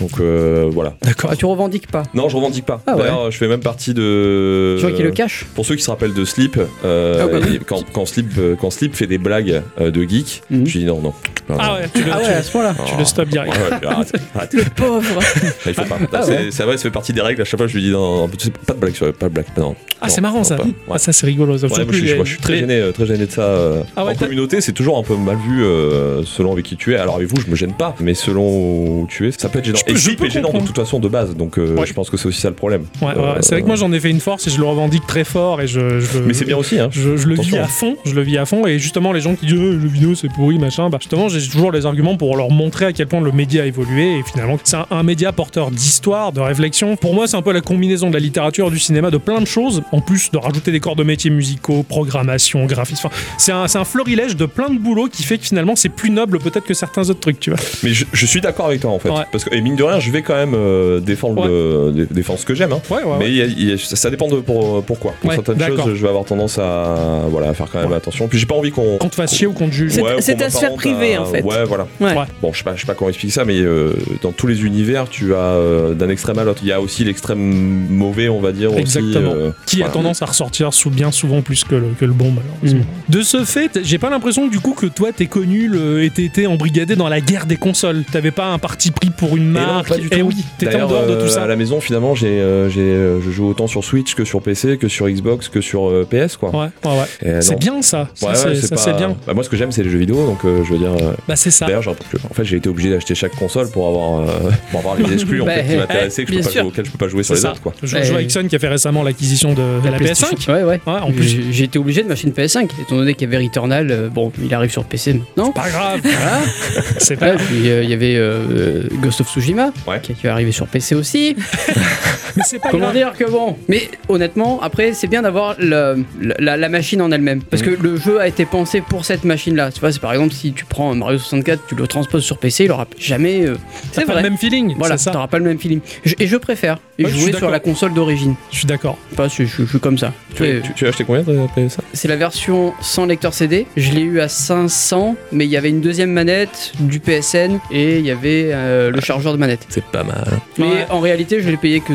S5: Donc euh, voilà.
S2: D'accord.
S3: Ah, tu revendiques pas.
S5: Non, je revendique pas.
S3: Ah ouais.
S5: D'ailleurs, je fais même partie de.
S3: Tu vois qu'il le cache
S5: Pour ceux qui se rappellent de Slip, euh,
S4: Ah bah oui.
S5: et quand, quand Slip, euh, quand Slip fait des blagues euh, de geek,
S3: Mhm.
S5: je dis non, non. Non,
S2: Ah
S5: non. Oh. Ah
S2: ouais, tu le,
S3: Ah ouais, à ce point-là.
S2: tu le stops direct.
S5: Ouais, ouais, arrête, arrête.
S4: Le pauvre.
S5: Il faut pas.
S3: Ah
S5: c'est,
S3: ouais.
S5: c'est vrai, ça fait partie des règles. À chaque fois, je lui dis non, non, non, tu sais, pas de blague sur pas de blague. Non.
S2: Ah,
S5: Non,
S2: c'est marrant
S5: non,
S2: ça.
S5: pas. Ouais.
S2: Ah, ça c'est rigolo. Ça,
S5: Ouais,
S2: surtout,
S5: moi, je, suis-
S2: les-
S5: moi, je suis très
S2: les-
S5: gêné, euh, très gêné de ça. euh.
S2: Ah ouais,
S5: en
S2: t'as-
S5: communauté, c'est toujours un peu mal vu euh, selon avec qui tu es. Alors avec vous, je me gêne pas, mais selon où tu es, ça peut être gênant.
S2: Je peux-
S5: et
S2: je
S5: Jeep
S2: peux
S5: est gênant de
S2: comprendre.
S5: toute façon de base, donc euh,
S2: Ouais.
S5: je pense que c'est aussi ça le problème.
S2: Ouais, ouais,
S5: Euh,
S2: c'est vrai que moi j'en ai fait une force et je le revendique très fort et je. je-
S5: Mais c'est bien aussi, hein.
S2: Je, je le vis
S5: Attention.
S2: à fond, je le vis à fond, et justement, les gens qui disent euh, le vidéo c'est pourri, machin, bah justement, j'ai toujours les arguments pour leur montrer à quel point le média a évolué, et finalement, c'est un, un média porteur d'histoire, de réflexion. Pour moi, c'est un peu la combinaison de la littérature, du cinéma, de plein de choses, en plus de rajouter des corps de métiers musicaux, programmation, graphisme. Enfin, c'est un, c'est un florilège de plein de boulot qui fait que finalement, c'est plus noble peut-être que certains autres trucs, tu vois.
S5: Mais je, je suis d'accord avec toi en fait,
S2: Ouais.
S5: parce que et mine de rien, je vais quand même euh, défendre,
S2: Ouais.
S5: le- dé- défendre ce que j'aime. hein.
S2: Ouais, ouais,
S5: Mais il y a- il y a- ça ça dépend de pour, euh, pourquoi. Pour
S2: Ouais,
S5: certaines
S2: d'accord.
S5: choses, je vais avoir tendance à voilà à faire quand même
S2: Ouais.
S5: attention. Puis j'ai pas envie qu'on
S2: Qu'on te fasse chier ou qu'on te juge.
S4: C'est-
S5: Ouais, ou qu'on
S4: ta sphère
S5: m'apparente
S4: privée,
S5: à-
S4: en fait.
S5: Ouais, voilà.
S4: Ouais.
S2: Ouais.
S5: Bon, je sais pas, je sais pas comment expliquer ça, mais euh, dans tous les univers, tu as euh, d'un extrême à l'autre. Il y a aussi l'extrême mauvais, on va dire
S2: Exactement.
S5: aussi. euh,
S2: qui a
S5: voilà. Mm.
S2: tendance à ressortir sous bien souvent plus que le, que le bon malheureusement. De ce fait, j'ai pas l'impression du coup que toi t'es connu le, et t'es été embrigadé dans la guerre des consoles. T'avais pas un parti pris pour une
S5: Et non,
S2: marque.
S5: pas du
S2: Eh
S5: tout.
S2: oui, t'étais en
S5: D'ailleurs,
S2: dehors de tout
S5: euh,
S2: ça.
S5: À la maison, finalement, j'ai, euh, j'ai, euh, je joue autant sur Switch que sur PC, que sur Xbox, que sur euh, PS, quoi.
S2: Ouais, ouais, ouais.
S5: Et, euh,
S2: C'est
S5: non.
S2: bien ça. Ça,
S5: Ouais,
S2: c'est,
S5: ouais,
S2: ça,
S5: pas-
S2: c'est bien.
S5: Bah, moi, ce que j'aime, c'est les jeux vidéo, donc euh, je veux dire. euh,
S2: Bah c'est ça.
S5: D'ailleurs, j'ai un truc que- en fait, j'ai été obligé d'acheter chaque console pour avoir, euh, pour avoir les exclus en
S3: Bah,
S5: fait, qui
S3: eh,
S5: m'intéressaient, que je peux
S3: bien
S5: pas
S3: sûr.
S5: jouer- auxquelles je peux pas jouer sur
S2: C'est
S5: les
S2: ça.
S5: autres, quoi.
S2: Je,
S3: Ouais.
S2: je vois Ixon qui a fait récemment l'acquisition de, de la, PS5.
S3: Eh. PlayStation. Ouais, ouais.
S2: Ouais, en plus.
S3: J'ai j'ai été obligé de machine PS5, étant donné qu'il y avait Returnal, euh, bon, il arrive sur PC maintenant.
S2: Pas grave.
S3: Voilà.
S2: c'est pas.
S3: Ouais, puis euh, il y avait euh, euh, Ghost of Tsushima
S5: Ouais.
S3: qui qui est arrivé sur PC aussi.
S2: Mais c'est pas
S3: Comment
S2: grave.
S3: dire que bon Mais honnêtement, après, c'est bien d'avoir la, la- la machine en elle-même. Parce que le jeu a été pensé pour cette machine-là. Tu vois, c'est par exemple, si tu prends Mario 64, tu le transposes sur PC, il aura jamais. euh,
S2: T'as
S3: c'est
S2: pas
S3: vrai.
S2: le même feeling.
S3: Voilà,
S2: c'est ça.
S3: t'auras pas le même feeling. Je- et je préfère
S2: Ouais, je suis
S3: jouer
S2: d'accord.
S3: sur la console d'origine.
S2: Je suis d'accord.
S3: Enfin, je, je- je suis comme ça.
S5: Tu,
S3: Ouais,
S5: tu- tu as acheté combien
S3: Euh,
S5: de PS5
S3: C'est la version sans lecteur CD. Je l'ai eu à 500, mais il y avait une deuxième manette du PSN et il y avait euh, le chargeur de manette.
S5: C'est pas mal.
S3: Mais
S2: Ouais.
S3: en réalité, je l'ai payé que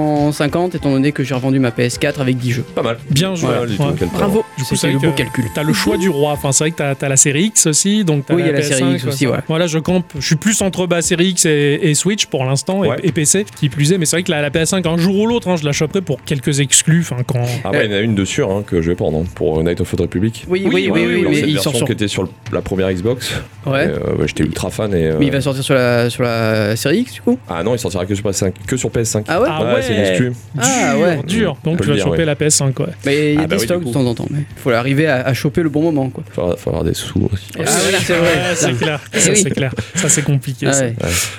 S3: 250 étant donné que j'ai revendu ma PS4 avec 10 jeux.
S5: Pas mal.
S2: Bien joué.
S5: Voilà, du tout,
S2: Ouais.
S5: quel talent.
S3: Bravo,
S2: Du coup, c'est
S3: c'était
S2: vrai
S3: le beau
S2: que-
S3: calcul.
S2: T'as le choix du roi. Enfin, c'est vrai que t'as, t'as la série X aussi, donc t'as
S3: Oui, il y a la
S2: PS5,
S3: série X aussi, ouais.
S2: Voilà, je campe. Je suis plus entre bah, série X et, et Switch pour l'instant et-
S5: Ouais.
S2: et, PC qui plus est. Mais c'est vrai que la, la PS5, un jour ou l'autre, hein, je la choperai pour quelques exclus. Enfin, quand.
S5: Ah bah, il y en a une de sûre hein, que je vais prendre hein, pour Night of the Republic.
S3: Oui,
S2: Oui,
S3: oui, oui,
S2: ouais,
S3: oui,
S2: ouais,
S5: Alors,
S3: mais
S5: cette
S3: il
S5: version
S3: sort sur.
S5: qui était sur le- la première Xbox.
S3: Ouais.
S5: Et, euh, ouais, J'étais ultra fan et. euh,
S3: Mais il va sortir sur la, sur la euh, série X du coup
S5: Ah non, il sortira que sur PS5. Que sur PS5.
S3: Ah ouais
S2: Ah ouais.
S5: c'est une exclu.
S2: Dur,
S3: Ah, ouais.
S2: dur.
S5: On
S2: Donc
S5: peut
S2: tu
S5: le
S2: vas
S5: dire,
S2: choper
S5: ouais.
S2: la PS5, ouais.
S3: Mais il y a
S5: Ah bah
S3: des
S5: oui,
S3: stocks
S5: du
S3: de
S5: coup.
S3: temps en temps. Mais faut arriver à, à choper le bon moment quoi.
S5: Faut avoir- faut avoir des sous aussi.
S3: Ah ouais, c'est vrai.
S2: Ouais, c'est clair. Ça,
S3: oui.
S2: c'est clair. Ça, c'est compliqué.
S3: Ah
S2: ça.
S3: ouais.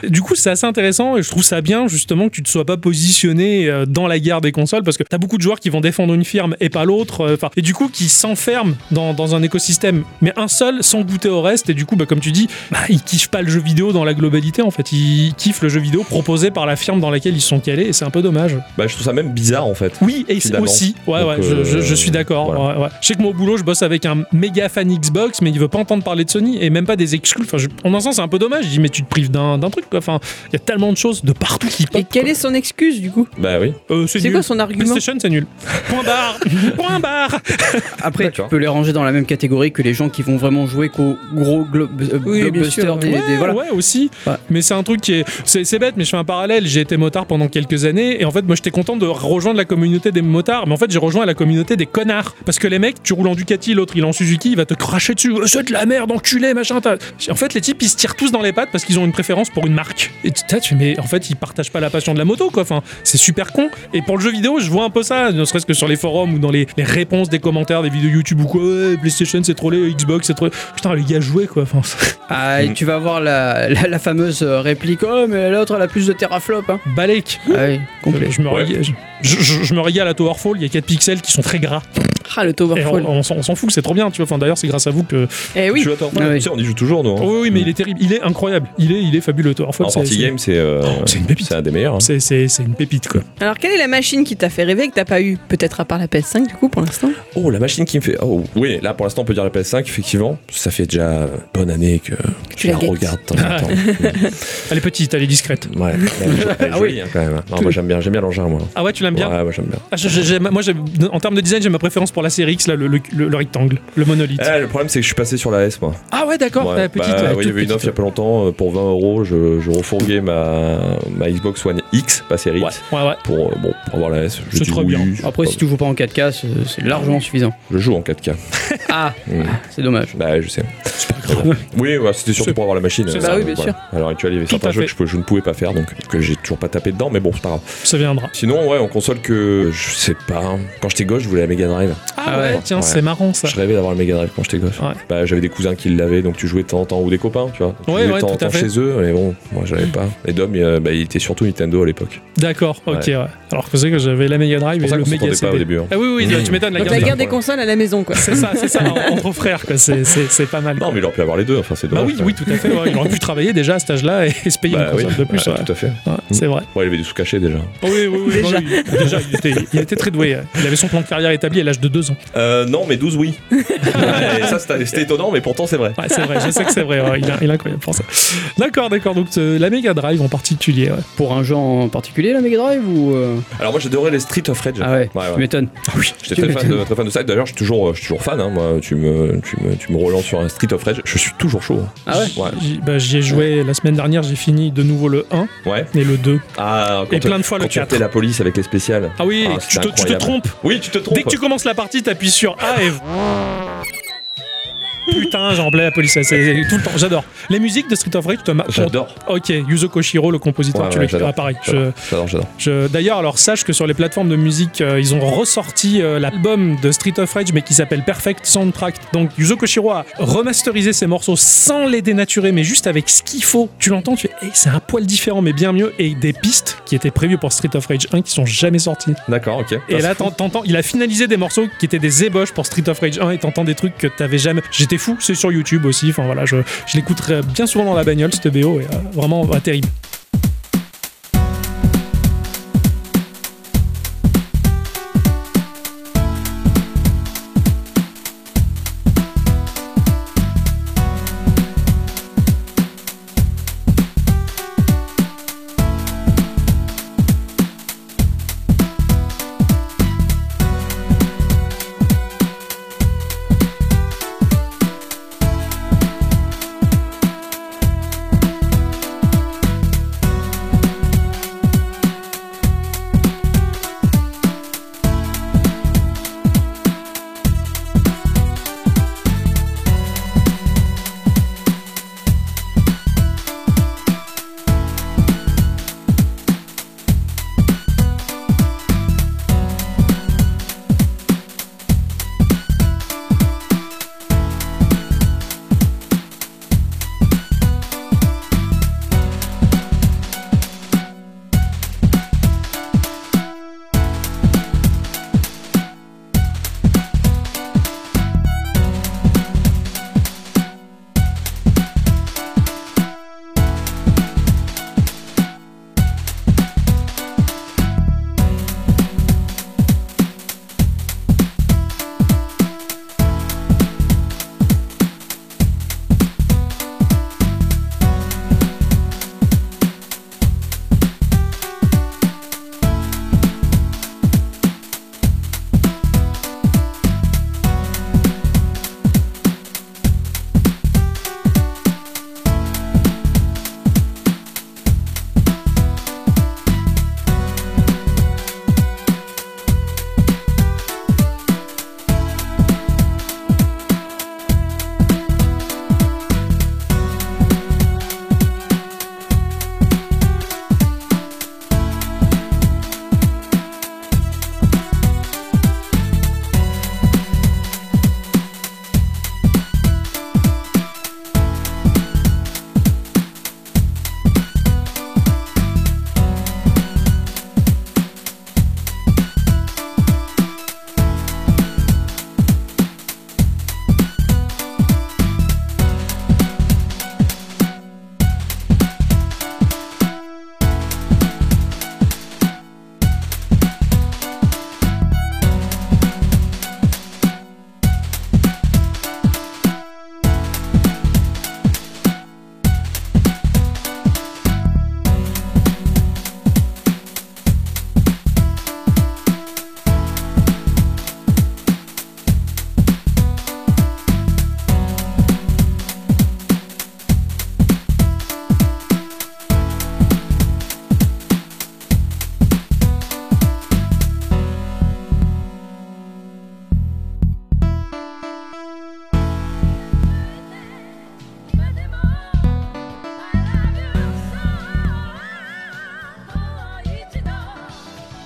S2: Du coup, c'est assez intéressant et je trouve ça bien justement que tu ne sois pas positionné euh, dans la guerre des consoles parce que tu as beaucoup de joueurs qui vont défendre une firme et pas l'autre, euh, enfin, et du coup qui s'enferment dans, dans un écosystème, mais un seul sans goûter au reste. Et du coup, bah, comme tu dis, bah, ils kiffent pas le jeu vidéo dans la globalité en fait, ils kiffent le jeu vidéo proposé par la firme dans laquelle ils sont calés et c'est un peu dommage.
S5: Bah, je trouve ça même bizarre en fait.
S2: Oui, et
S5: Finalement.
S2: aussi. Ouais,
S5: Donc,
S2: ouais, je, je- je suis
S5: euh,
S2: d'accord.
S5: voilà.
S2: ouais, ouais. Je sais que moi au boulot, je bosse avec un méga fan Xbox, mais il veut pas entendre parler de Sony et même pas des exclus. Enfin, je- en un sens, c'est un peu dommage. Je dis, mais tu te prives d'un d'un truc, quoi. Enfin, il y a tellement de choses de partout qui
S4: Et
S2: pop.
S4: quelle est son excuse du coup
S5: Bah oui.
S2: Euh, c'est
S4: C'est
S2: nul.
S4: quoi son argument
S2: PlayStation, c'est nul. Point barre. Point barre.
S3: Après, tu
S5: D'accord.
S3: peux les ranger dans la même catégorie que les gens qui vont vraiment jouer qu'au gros glo- euh,
S4: Oui, bien
S3: blockbuster
S4: sûr,
S3: des,
S2: Ouais,
S3: des- voilà.
S2: ouais, aussi.
S3: Ouais.
S2: Mais c'est un truc qui est. C'est c'est bête, mais je fais un parallèle. J'ai été motard pendant quelques années et en fait, moi, j'étais content de rejoindre la communauté des motards. Mais en fait, j'ai rejoint la communauté des connards. Parce que les mecs, tu roules en Ducati, l'autre il est en Suzuki, il va te cracher dessus. Oh, C'est de la merde, enculé, machin. t'as- En fait, les types, ils se tirent tous dans les pattes parce qu'ils ont une préférence pour une marque. Et tu t'as- tu fais, mais en fait, ils partagent pas la passion de la moto, quoi. Enfin, c'est super con. Et pour le jeu vidéo, je vois un peu ça, ne serait-ce que sur les forums ou dans les, les réponses des commentaires des vidéos YouTube ou quoi. Ouais, PlayStation, c'est trollé, Xbox, c'est trollé. Putain, les gars, jouez, quoi. Enfin,
S3: Ah, et tu vas voir la, la, la fameuse réplique Oh, mais l'autre elle a plus de teraflop. Hein.
S2: balèque.
S3: Ah oui, complet.
S2: Je me,
S5: Ouais.
S2: régale, je, je- je me régale à Towerfall, il y a 4 pixels qui sont très gras.
S4: Ah, le
S2: Et on,
S4: Towerfall.
S2: on s'en on s'en fout, c'est trop bien, tu vois. Enfin, d'ailleurs, c'est grâce à vous que.
S4: Eh oui.
S5: Tu attends,
S3: Ah oui.
S5: tu sais, on y joue toujours, nous. hein.
S2: Oh, oui, mais il est terrible, il est incroyable, il est, il est fabuleux. Towerfall,
S5: En
S2: c'est-
S5: party
S2: c'est-
S5: game, c'est euh,
S2: Oh, c'est une pépite.
S5: c'est un des meilleurs. hein.
S2: c'est c'est- c'est une pépite, quoi.
S4: Alors, quelle est la machine qui t'a fait rêver et que t'as pas eu Peut-être à part la PS5 du coup pour l'instant
S5: Oh, la machine qui me fait. Oh, oui, là pour l'instant, on peut dire la PS5, effectivement. Ça fait déjà une bonne année que,
S4: tu
S5: je
S4: la guettes.
S5: regarde de temps en temps.
S2: Elle est petite, elle est discrète.
S5: ouais, elle est jo- elle est
S2: Ah
S5: jolie, hein, quand même. hein. Non, moi, j'aime bien, j'aime bien l'engin, moi.
S2: Ah ouais, tu l'aimes bien
S5: Ouais, moi, j'aime bien.
S2: Ah, je- je- j'aime- Moi, j'aime- en termes de design, j'ai ma préférence pour la série X, là, le, le- le- le rectangle, le monolithe.
S5: Ah, le problème, c'est que je suis passé sur la S, moi.
S2: ah ouais, d'accord,
S5: Ouais,
S2: la petite.
S5: bah,
S2: la
S5: oui, il y
S2: toute
S5: avait une offre
S2: petite.
S5: il y a pas longtemps euh, pour 20 euros. Je, je refourguais ma, ma Xbox One X, pas série X,
S2: Ouais, ouais, ouais.
S5: pour, euh, bon, pour avoir la S. Je
S2: C'est
S5: dis
S2: très
S5: oui,
S2: bien.
S5: je-
S3: Après, si tu joues pas en 4K, c'est- c'est largement suffisant.
S5: Je joue en 4K.
S3: Ah,
S5: Mm.
S3: c'est dommage.
S5: Bah, je sais. Oui, ouais, c'était surtout
S2: C'est-
S5: pour avoir la machine.
S2: c'est
S5: euh,
S2: ça.
S4: Bah oui, bien
S5: voilà. À l'heure actuelle, il y avait
S2: Tout à
S5: certains jeux
S2: fait.
S5: que je, peux- je ne pouvais pas faire, donc que j'ai toujours pas tapé dedans, mais bon, c'est pas grave.
S2: Ça viendra.
S5: Sinon, ouais, en console que je sais pas. hein. Quand j'étais gosse, je voulais la Mega Drive.
S2: Ah,
S3: Ah
S2: ouais,
S5: ouais.
S2: tiens,
S5: Ouais.
S2: c'est marrant ça.
S5: Je rêvais d'avoir la Mega Drive quand j'étais gosse.
S2: Ouais.
S5: Bah, j'avais des cousins qui l'avaient, donc tu jouais de temps en temps ou des copains, tu vois. Tu
S2: Ouais,
S5: jouais de
S2: ouais,
S5: temps en
S2: tout à
S5: temps
S2: fait.
S5: chez eux, mais bon, moi j'avais pas. Et Dom, il, euh, bah, il était surtout Nintendo à l'époque.
S2: D'accord, ok, ouais.
S5: Ouais.
S2: Alors que c'est que j'avais la Mega Drive
S5: C'est pour
S2: et
S5: ça
S2: le
S5: qu'on
S2: Mega
S5: s'entendait pas au
S2: CD.
S5: début. hein.
S2: Ah oui, oui,
S5: Mmh.
S2: tu m'étonnes, la
S4: Donc
S2: guerre
S4: la
S2: des-
S4: guerre des consoles à la maison quoi.
S2: C'est ça, c'est ça, entre frères, quoi. C'est- C'est c'est pas mal. quoi.
S5: Non, mais il aurait pu avoir les deux, enfin c'est
S2: Bah
S5: dommage.
S2: oui, oui, tout à fait. ouais. Il aurait pu travailler déjà à cet âge-là et, et se payer
S5: Bah
S2: une
S5: oui,
S2: console de plus.
S5: ouais,
S2: ouais.
S5: tout à fait.
S2: Ouais, c'est vrai.
S5: Ouais, il avait des sous cachés déjà.
S2: Ah Oui, oui, oui.
S4: Déjà.
S2: oui, oui. Déjà, il, était, il était très doué. Il avait son plan de carrière établi à l'âge de 2 ans.
S5: Euh, non, mais 12 oui. Et ça, c'était c'était étonnant, mais pourtant c'est vrai.
S2: Ouais, c'est vrai, je sais que c'est vrai. ouais, il, est, il est incroyable pour ça. D'accord, d'accord. Donc, euh, la Mega Drive en particulier. ouais.
S3: Pour un jeu en particulier, la Mega Drive ou. euh,
S5: Alors moi j'adorais les Street of Rage.
S3: Ah ouais,
S5: Ouais, ouais.
S3: tu m'étonnes. Tu
S5: J'étais très
S3: m'étonnes.
S5: fan, de, très fan de ça. D'ailleurs, je suis toujours, euh, je suis toujours fan. Hein, moi, tu me, tu me, tu me relances sur un Street of Rage. Je suis toujours chaud. hein.
S3: Ah ouais
S2: J'y bah, j'y ai joué la semaine dernière. J'ai fini de nouveau le 1
S5: ouais. Ouais.
S2: et le 2.
S5: Ah, quand
S2: Et plein de fois
S5: quand
S2: le
S5: tu
S2: 4.
S5: appelais la police avec les spéciales.
S2: Ah oui,
S5: Ah,
S2: tu, te, tu
S5: c'était
S2: te
S5: incroyable.
S2: trompes.
S5: Oui, tu te trompes.
S2: Dès que tu commences la partie, t'appuies sur A et. Putain, j'en plais la police. c'est- c'est tout le temps. J'adore. Les musiques de Street of Rage, tu m'as-
S5: J'adore.
S2: Ok, Yuzo Koshiro, le compositeur,
S5: Ouais,
S2: tu
S5: ouais,
S2: l'écris.
S5: j'adore.
S2: Ah, pareil. Je,
S5: J'adore, j'adore, j'adore.
S2: Je- D'ailleurs, alors sache que sur les plateformes de musique, euh, ils ont ressorti euh, l'album de Street of Rage, mais qui s'appelle Perfect Soundtrack. Donc Yuzo Koshiro a remasterisé ses morceaux sans les dénaturer, mais juste avec ce qu'il faut. Tu l'entends, tu fais, Eh, c'est un poil différent, mais bien mieux. Et des pistes qui étaient prévues pour Street of Rage 1 qui sont jamais sorties.
S5: D'accord, ok.
S2: Et
S5: Ça,
S2: là, t'en- t'entends, il a finalisé des morceaux qui étaient des ébauches pour Street of Rage 1 et t'entends des trucs que t'avais jamais. J'étais fou, c'est sur YouTube aussi. Enfin voilà, je, je l'écouterai bien souvent dans la bagnole, cette BO, et euh, vraiment euh, terrible.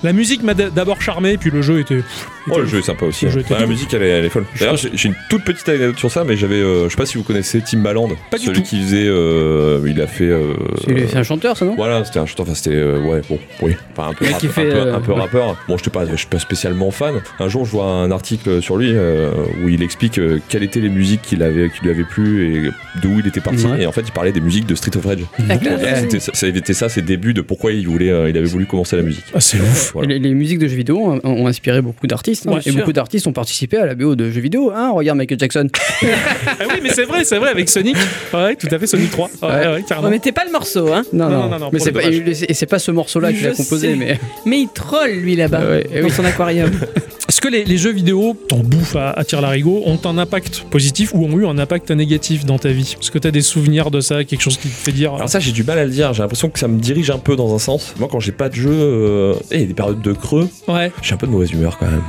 S2: La musique m'a d- d'abord charmé, puis le jeu était. pff,
S5: Oh,
S2: était-
S5: le jeu est sympa aussi.
S2: Le jeu
S5: hein.
S2: était
S5: Ah, la
S2: top.
S5: musique, elle est, elle est folle. D'ailleurs, j'ai j'ai une toute petite anecdote sur ça, mais j'avais, euh, je sais pas si vous connaissez Tim Maland,
S2: Pas du
S5: celui
S2: tout.
S5: qui faisait, euh, il a fait. euh,
S3: C'est c'est un chanteur, ça, non
S5: Voilà, c'était un chanteur, enfin c'était. euh, ouais, bon, oui. Enfin, un peu,
S3: Le mec
S5: rap-
S3: qui
S5: un
S3: fait,
S5: peu-
S3: euh,
S5: un peu
S3: ouais.
S5: rappeur. Bon, je ne pas, je suis pas spécialement fan. Un jour, je vois un article sur lui euh, où il explique euh, quelles étaient les musiques qu'il avait, qui lui avaient plu et de où il était parti.
S3: Ouais.
S5: Et en fait, il parlait des musiques de Street of Rage.
S4: La
S5: Et
S4: classe.
S5: C'était ça, ça- c'était ça ses débuts de pourquoi il voulait, euh, il avait voulu commencer la musique.
S2: Ah, c'est ouf.
S5: Voilà.
S3: Les, les musiques de jeux vidéo ont, ont inspiré beaucoup d'artistes. hein,
S2: Ouais,
S3: et
S2: sûr.
S3: beaucoup d'artistes ont participé à la BO de jeux vidéo. Hein, regarde Michael Jackson.
S2: Ah oui, mais c'est vrai, c'est vrai, avec Sonic. Ouais, tout à fait, Sonic 3. Ouais, ouais, carrément.
S4: Remettez pas le morceau, hein.
S2: Non,
S3: Non, non,
S2: non, non, non,
S3: mais
S2: pour le
S3: c'est pas,
S2: dommage.
S3: et c'est- et c'est pas ce morceau-là qu'il
S4: Je
S3: a composé.
S4: sais.
S3: Mais
S4: Mais il troll, lui, là-bas.
S3: Ah ouais, eh
S4: dans
S3: oui.
S4: son aquarium.
S2: Est-ce que les, les jeux vidéo, t'en bouffes à, à tire-larigot, ont un impact positif ou ont eu un impact négatif dans ta vie Est-ce que t'as des souvenirs de ça, quelque chose qui te fait dire euh,
S5: Alors ça j'ai du mal à le dire, j'ai l'impression que ça me dirige un peu dans un sens. Moi quand j'ai pas de jeu, euh, et des périodes de creux,
S2: Ouais,
S5: j'ai un peu de mauvaise humeur quand même.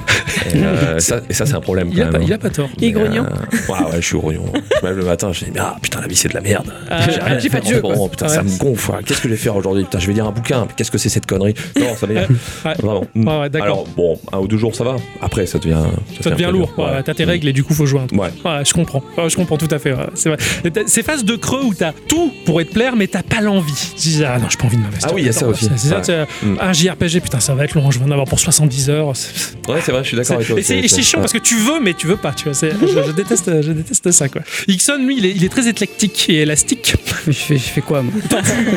S5: Et, euh, ça, et ça c'est un problème
S2: il a,
S5: quand
S2: pas,
S5: même. hein.
S2: il a pas tort.
S4: Il est
S5: Mais,
S4: grognon.
S5: euh, ouais, ouais, je suis grognon. Je me lève le matin, je dis, mais ah putain, la vie c'est de la merde.
S2: Ah,
S5: J'ai rien à
S2: j'ai pas
S5: faire
S2: de
S5: en
S2: jeu,
S5: ce moment,
S2: quoi.
S5: Putain,
S2: Ouais.
S5: ça me gonfle. hein. Qu'est-ce que je vais faire aujourd'hui Putain, je vais lire un bouquin. Qu'est-ce que c'est cette connerie Non, ça m'énerve.
S2: Ouais.
S5: Vraiment.
S2: Ouais, ouais, d'accord.
S5: Alors, bon, un ou deux jours ça va. Après, ça devient.
S2: Ça
S5: un
S2: devient
S5: peu
S2: lourd,
S5: dur.
S2: quoi. t'as tes règles et du coup faut jouer un truc.
S5: Ouais.
S2: Ouais, je comprends, Ouais, je comprends tout à fait. ouais. C'est vrai. Et t'as- Ces phases de creux où t'as tout pour être plaire, mais t'as pas l'envie. Tu dis, ah non, j'ai pas envie de m'investir.
S5: Ah oui, il y a ça
S2: Attends,
S5: aussi.
S2: C'est ça,
S5: Ouais.
S2: c'est-
S5: Mm.
S2: un JRPG, putain, ça va être long, hein, je vais en avoir pour 70 heures. C'est-
S5: Ouais, c'est vrai, je suis d'accord avec toi.
S2: Et c'est, et c'est chiant
S5: Ouais.
S2: parce que tu veux, mais tu veux pas. Tu vois, c'est- je, je déteste, je déteste ça. Quoi. Ixon, lui, il est, il est très éclectique et élastique.
S3: je fais, je fais quoi moi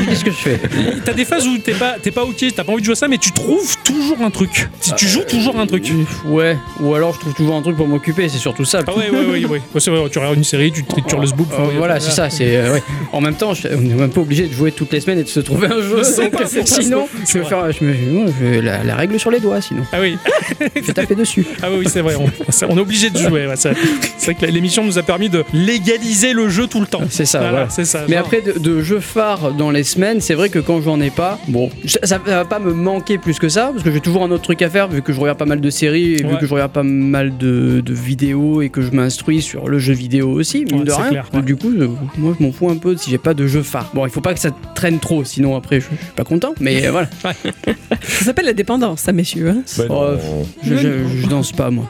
S3: Qu'est-ce que je fais
S2: T'as des phases où t'es pas, t'es pas ok, t'as pas envie de jouer à ça, mais tu trouves toujours un truc. Si
S5: Ah,
S2: tu
S5: euh,
S2: joues toujours un truc.
S3: Ouais, ou alors je trouve toujours un truc pour m'occuper, c'est surtout ça.
S2: Ah ouais, ouais, ouais, ouais. Ouais, c'est vrai, tu regardes une série, tu tritures le Ah zboub.
S3: Euh, voilà, c'est ça. C'est euh, ouais. En même temps, je- on n'est même pas obligé de jouer toutes les semaines et de se trouver un jeu.
S2: C'est pas- c'est pas-
S3: sinon,
S2: c'est
S3: je vais
S2: vrai.
S3: faire, je me, je vais la, la règle sur les doigts. Sinon,
S2: Ah oui,
S3: je vais taper dessus.
S2: ah oui, oui, c'est vrai, on, on est obligé de jouer. ouais, c'est, c'est vrai que l'émission nous a permis de légaliser le jeu tout le temps.
S3: C'est ça.
S2: Voilà,
S3: voilà.
S2: c'est ça.
S3: Mais
S2: genre.
S3: après, de, de jeux phares dans les semaines, c'est vrai que quand j'en ai pas, bon, je- ça, ça va pas me manquer plus que ça, parce que j'ai toujours un autre truc à faire, vu que je regarde pas mal de séries, et
S2: Ouais.
S3: vu que je regarde pas mal de, de vidéos, et que je m'instruis sur le jeu vidéo aussi, mine
S2: Ouais,
S3: de
S2: c'est
S3: rien.
S2: clair, ouais.
S3: Du coup, je- moi, je m'en fous un peu si j'ai pas de jeu phare. Bon, il faut pas que ça traîne trop, sinon après, je, je suis pas content, mais euh, voilà,
S4: Ça s'appelle la dépendance, ça, messieurs. hein.
S5: Ouais, Ben non, euh,
S3: Oh, je, je- je danse pas, moi.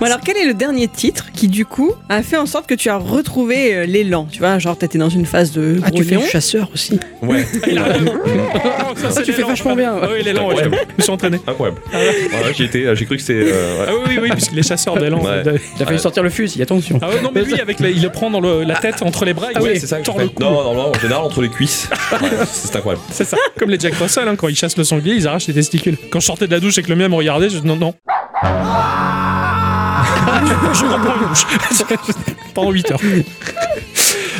S4: Bon, alors, quel est le dernier titre qui, du coup, a fait en sorte que tu as retrouvé euh, l'élan Tu vois, genre, t'étais dans une phase de.
S3: Ah, tu fais
S4: grognon.
S3: le chasseur aussi.
S5: Ouais,
S2: Il a- Oh, ça, c'est
S3: Ah, tu fais
S2: l'élan,
S3: vachement
S2: ouais.
S3: bien, ouais.
S2: Ah oui, l'élan, ouais, je me suis entraîné.
S5: incroyable. Voilà, j'y étais, j'ai cru que c'était. euh, ouais.
S2: Ah oui, oui, oui, puisqu'il est chasseur d'élan.
S5: Ouais.
S2: de-
S3: T'as failli
S5: Ouais.
S3: sortir le fusil, attention.
S2: Ah ouais, non, mais lui, avec la- il le prend dans le- la tête entre les bras, il
S5: Ouais,
S2: se
S5: c'est ça que je
S2: Ah tord le
S5: fais.
S2: cou.
S5: Non, normalement, en général, entre les cuisses. Ouais, c'est incroyable.
S2: C'est ça. Comme les Jack Russell, hein, quand ils chassent le sanglier, ils arrachent les testicules. Quand je sortais de la douche et que le mien me regardait, je dis non, non. Ah. je reprends une douche. Pendant 8 heures.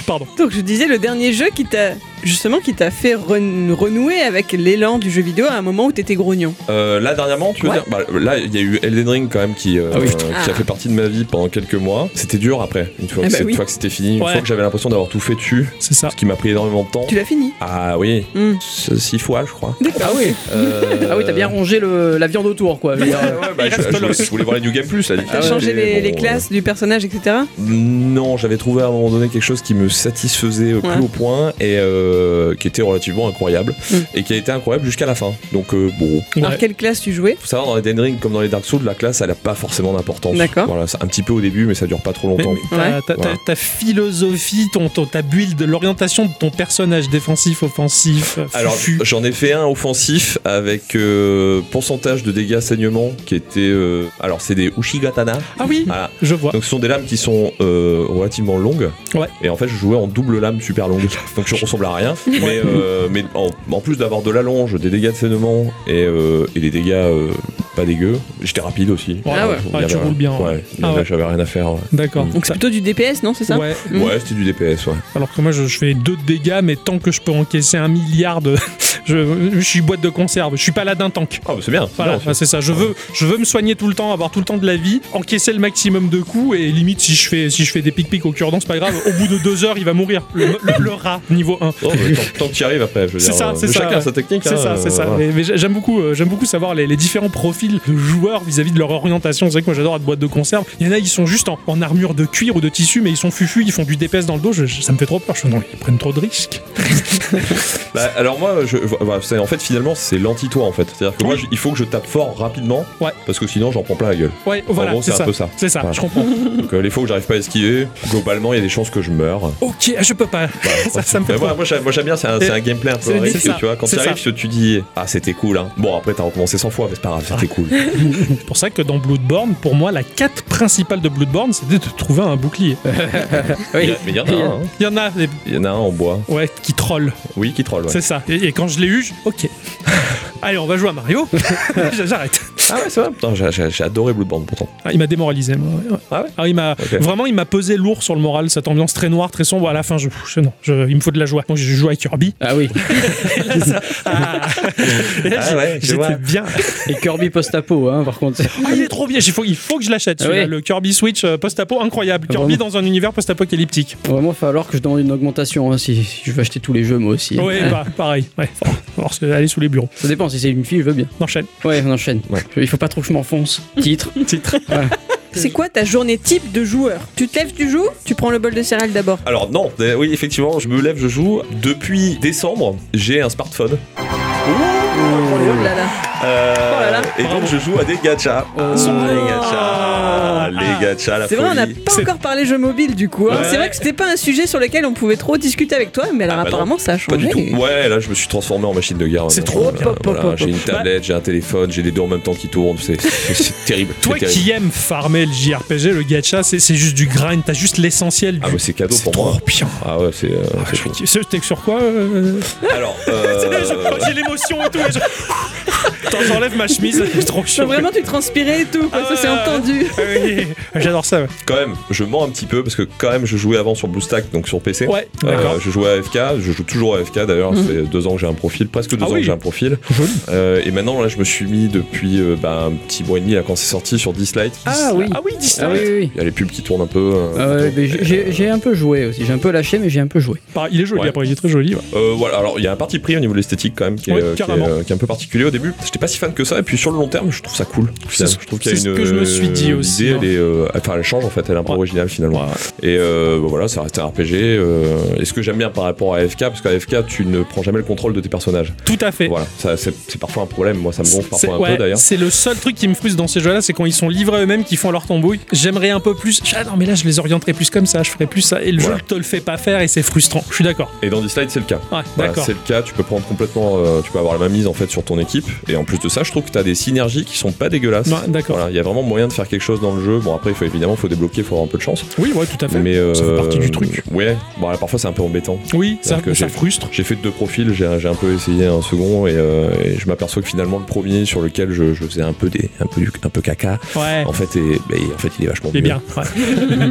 S2: Pardon.
S4: Donc, je disais, le dernier jeu qui t'a. Justement, qui t'a fait ren- renouer avec l'élan du jeu vidéo à un moment où t'étais grognon.
S5: Euh, là dernièrement, tu veux
S4: Ouais.
S5: dire Bah, Là, il y a eu Elden Ring quand même qui, euh,
S3: Ah oui.
S5: qui a fait partie de ma vie pendant quelques mois. C'était dur après, une fois,
S4: Ah
S5: que,
S4: bah
S5: c'est- une
S4: oui.
S5: fois que c'était fini, une
S2: Ouais.
S5: fois que j'avais l'impression d'avoir tout fait dessus,
S2: C'est ça.
S5: ce qui m'a pris énormément de temps.
S4: Tu l'as fini
S5: Ah oui,
S4: Hmm.
S5: ce- six fois je crois.
S3: Ah oui,
S5: Euh,
S3: ah oui, t'as bien rongé le- la viande autour, quoi. je veux dire.
S5: Ouais, ouais, bah,
S2: Il
S5: je,
S2: reste
S5: je
S2: le-
S5: voulais, je voulais voir les New Game Plus là.
S4: T'as changé les, les classes du personnage, etc.
S5: Non, j'avais trouvé à un moment donné quelque chose qui me satisfaisait euh, plus
S4: Ouais.
S5: au point et euh, qui était relativement incroyable
S4: Hmm.
S5: et qui a été incroyable jusqu'à la fin. Donc euh, bon,
S2: Ah,
S4: Alors, quelle classe tu jouais
S5: faut savoir dans les Den Ring comme dans les Dark Souls, la classe elle a pas forcément d'importance.
S4: D'accord.
S5: Voilà, c'est un petit peu au début, mais ça dure pas trop
S2: Mais-
S5: longtemps.
S2: mais ta-
S4: Ouais.
S2: ta, ta-
S5: Voilà.
S2: ta philosophie, ton, ton- ta build, l'orientation de ton personnage défensif, offensif, euh,
S5: Alors
S2: fufu.
S5: j'en ai fait un offensif avec euh, pourcentage de dégâts saignement qui était euh, alors c'est des ushigatana.
S2: Ah oui,
S5: Voilà.
S2: je vois.
S5: Donc ce sont des lames qui sont euh, relativement longues.
S2: Ouais.
S5: Et en fait, je jouais en double lame super longue. Donc je ressemble à rien. Mais, euh, mais en, en plus d'avoir de la longe, des dégâts de saignement et, euh, et des dégâts euh, pas dégueux, j'étais rapide aussi.
S2: Ouais,
S4: Ah ouais. Mm.
S5: Il y
S2: Ouais, tu
S5: avait-
S2: roules bien, ouais.
S5: Ouais, il y
S2: Ah
S5: avait-
S2: ouais.
S5: j'avais rien à faire. ouais.
S2: D'accord.
S4: Donc, c'est plutôt du DPS, non C'est ça
S2: Ouais,
S4: Mm.
S5: Ouais, c'était du DPS, ouais.
S2: alors que moi je, je fais deux de dégâts, mais tant que je peux encaisser un milliard de. Je, je suis boîte de conserve, je suis paladin tank.
S5: Ah, bah c'est bien. c'est
S2: Voilà,
S5: bien,
S2: enfin, c'est ça. Je veux, je veux me soigner tout le temps, avoir tout le temps de la vie, encaisser le maximum de coups et limite si je fais, si je fais des pic pics au cure-dent, c'est pas grave. Au bout de deux heures, il va mourir. Le, le- le rat niveau 1.
S5: c'est- Non, mais tant, tant que tu arrives après, je veux
S2: C'est
S5: dire,
S2: ça,
S5: euh,
S2: c'est ça,
S5: chacun
S2: ouais.
S5: sa technique.
S2: C'est
S5: hein,
S2: ça, c'est
S5: euh,
S2: ça.
S5: voilà.
S2: Mais, mais j'a- j'aime beaucoup, euh, j'aime beaucoup savoir les, les différents profils de joueurs vis-à-vis de leur orientation. C'est vrai que moi j'adore la boîte de conserve. Il y en a, ils sont juste en, en armure de cuir ou de tissu, mais ils sont fufu, ils font du DPS dans le dos. Je- je- ça me fait trop peur. Je fais, non, ils prennent trop de risques.
S5: Bah, alors moi, je, bah, c'est- en fait, finalement, c'est l'anti-toi en fait. C'est-à-dire que moi, je- il faut que je tape fort rapidement,
S2: Ouais.
S5: parce que sinon, j'en prends plein la gueule.
S2: Ouais, voilà,
S5: gros,
S2: c'est
S5: c'est un
S2: ça.
S5: peu ça.
S2: C'est ça,
S5: Voilà.
S2: je comprends.
S5: Donc euh, les fois où j'arrive pas à esquiver, globalement, il y a des chances que je meure.
S2: ok, ah, je peux pas. ça, ça me fait
S5: Bah, Mais
S2: trop.
S5: moi, moi, j'aime moi, j'aime bien, c'est un, c'est un gameplay un
S2: c'est
S5: peu
S2: le
S5: risqué,
S2: défi.
S5: tu vois. Quand
S2: C'est
S5: tu
S2: ça.
S5: arrives, tu dis Ah, c'était cool, hein. Bon, après, t'as recommencé 100 fois, mais c'est pas grave,
S2: Ah.
S5: c'était cool.
S2: C'est pour ça que dans Bloodborne, pour moi, la quête principale de Bloodborne, c'était de trouver un bouclier.
S5: Il y a- mais il y en a un, hein.
S2: Il y en a des-
S5: Il y en a un en bois.
S2: ouais, qui trollent.
S5: Oui, qui troll, ouais.
S2: C'est ça. Et, et quand je l'ai eu, je- ok. Allez, on va jouer à Mario. J'arrête.
S5: Ah, ouais, c'est vrai. Putain, j'ai- j'ai j'ai adoré Bloodborne pourtant.
S2: Ah, il m'a démoralisé, moi. ouais, ouais.
S5: Ah ouais
S2: il m'a
S5: Ok.
S2: vraiment, il m'a pesé lourd sur le moral. Cette ambiance très noire, très sombre. À la fin, je, je- non, je- il me faut de la joie. Donc, je joue avec Kirby.
S3: Ah oui,
S2: Ah. Et là,
S5: Ah
S2: j'ai-
S5: ouais, je vois.
S2: j'étais bien.
S3: et Kirby post-apo, hein, par contre.
S2: Ah, il est trop bien. Il faut, il faut que je l'achète.
S3: Ah
S2: celui-là.
S3: oui.
S2: Le Kirby Switch euh, post-apo,
S5: Ah
S2: incroyable. Kirby
S3: Vraiment.
S2: dans un univers post-apocalyptique.
S3: Il va Vraiment falloir que je demande une augmentation hein, si, si je veux acheter tous les jeux moi aussi. hein.
S2: Ouais,
S5: Ah.
S2: bah, pareil. Ouais. Faut- faut voir ce- aller sous les bureaux.
S3: Ça dépend, si c'est une fille, je veux bien.
S2: On Enchaîne.
S3: Ouais, on enchaîne.
S5: Ouais.
S3: Il faut pas trop que je m'enfonce. Titre.
S2: Titre.
S4: C'est quoi ta journée type de joueur Tu te lèves, tu joues, tu prends le bol de céréales d'abord.
S5: Alors non, euh, oui effectivement, je me lève, je joue. Depuis décembre, j'ai un smartphone.
S4: Oh là là.
S5: Euh,
S4: Oh là là.
S5: Et donc je joue à des gachas. Ah, les gachas, les gachas, la
S4: C'est vrai, on n'a
S5: folie.
S4: pas
S2: Oh. Ah. C'est-
S4: encore parlé jeux mobiles du coup. hein.
S5: Ouais.
S4: C'est vrai que c'était pas un sujet sur lequel on pouvait trop discuter avec toi, mais alors
S5: Ah bah non,
S4: apparemment ça a
S5: Pas
S4: changé.
S5: du tout. Ouais, là je me suis transformé en machine de guerre.
S2: C'est
S5: maintenant.
S2: trop
S5: Voilà,
S2: pop, pop,
S5: voilà,
S2: pop,
S5: J'ai une
S2: pop.
S5: tablette, j'ai un téléphone, j'ai les deux en même temps qui tournent. C'est c'est- c'est terrible. c'est
S2: Toi
S5: terrible.
S2: qui aimes farmer le JRPG, le gacha, c'est c'est juste du grind. T'as juste l'essentiel du.
S5: Ah mais c'est cadeau pour
S2: trop
S5: moi.
S2: bien.
S5: Ah ouais, c'est. euh,
S2: Ah,
S5: c'est
S2: je
S5: fou.
S2: suis- Ce texte sur quoi euh,
S5: Alors. euh,
S2: J'ai l'émotion et tout. et je- Attends, j'enlève ma chemise. C'est trop
S4: Non,
S2: chaud.
S4: vraiment, tu transpirais et tout, quoi. ça c'est
S2: Ah.
S4: entendu.
S2: Ah oui, J'adore ça. Ouais,
S5: quand même, je mens un petit peu parce que quand même, je jouais avant sur BlueStack, donc sur PC.
S2: Ouais,
S5: Euh,
S2: d'accord. Mhm.
S5: je jouais à FK, je joue toujours à FK d'ailleurs, ça fait deux ans que j'ai un profil, presque deux
S2: Ah
S5: ans
S2: oui.
S5: que j'ai un profil.
S2: Joli.
S5: Euh, et maintenant là je me suis mis depuis euh, bah, un petit mois et demi là, quand c'est sorti sur Dislight.
S3: Ah oui.
S2: Ah oui,
S3: Ah
S2: Disney.
S3: oui, oui, oui.
S5: Il y a les pubs qui tournent un peu. euh,
S3: Ah ouais, mais j'ai- j'ai j'ai un peu joué aussi. J'ai un peu lâché, mais j'ai un peu joué.
S2: Pareil, Bah, Il est joli
S5: Ouais.
S2: après, il est très joli. ouais.
S5: Euh, voilà, alors il y a un parti pris au niveau de l'esthétique quand même qui est,
S2: Oui,
S5: euh, qui est,
S2: carrément.
S5: euh, qui est un peu particulier au début. J'étais pas si fan que ça, et puis sur le long terme, je trouve ça cool. au final.
S2: ce-
S5: Je trouve qu'il y a
S2: c'est ce
S5: une,
S2: que je me suis dit
S5: euh,
S2: aussi,
S5: l'idée,
S2: hein.
S5: elle, est, euh, enfin, elle change en fait, elle est un peu
S2: Ouais.
S5: originale finalement. Et euh, bah, voilà, ça reste un RPG. euh, et ce que j'aime bien par rapport à FK, parce qu'à FK, tu ne prends jamais le contrôle de tes personnages.
S2: Tout à fait.
S5: Voilà, ça, c'est c'est parfois un problème. Moi, ça me gonfle
S2: C'est-
S5: parfois un
S2: ouais,
S5: peu d'ailleurs.
S2: c'est le seul truc qui me frustre dans ces jeux-là, c'est quand ils sont livrés eux-mêmes, qu'ils font leur tambouille. J'aimerais un peu plus. Ah non, mais là, je les orienterai plus comme ça, je ferai plus ça. Et le
S5: Voilà.
S2: jeu te le fait pas faire et c'est frustrant. Je suis d'accord.
S5: Et dans Dislight, c'est le cas.
S2: Ouais,
S5: Voilà,
S2: d'accord.
S5: Bah, c'est le cas, tu peux prendre complètement, euh, tu peux avoir la même mise en fait sur ton équipe. Et en plus de ça, je trouve que tu as des synergies qui sont pas dégueulasses.
S2: Ouais, d'accord.
S5: Voilà, il y a vraiment moyen de faire quelque chose dans le jeu. Bon, après, il faut évidemment, faut débloquer, faut avoir un peu de chance.
S2: Oui, ouais, tout à fait.
S5: Mais
S2: Ça fait
S5: euh,
S2: partie du truc.
S5: Ouais, bon, alors, parfois c'est un peu embêtant.
S2: Oui, ça,
S5: C'est-à-dire que
S2: ça
S5: j'ai-
S2: frustre.
S5: J'ai fait deux profils, j'ai j'ai un peu essayé un second et, euh, et je m'aperçois que finalement le premier sur lequel je, je faisais un peu des, un peu du, un peu caca,
S2: Ouais.
S5: en fait, est- ben, en fait il est vachement
S2: Il est
S5: mieux.
S2: bien. ouais.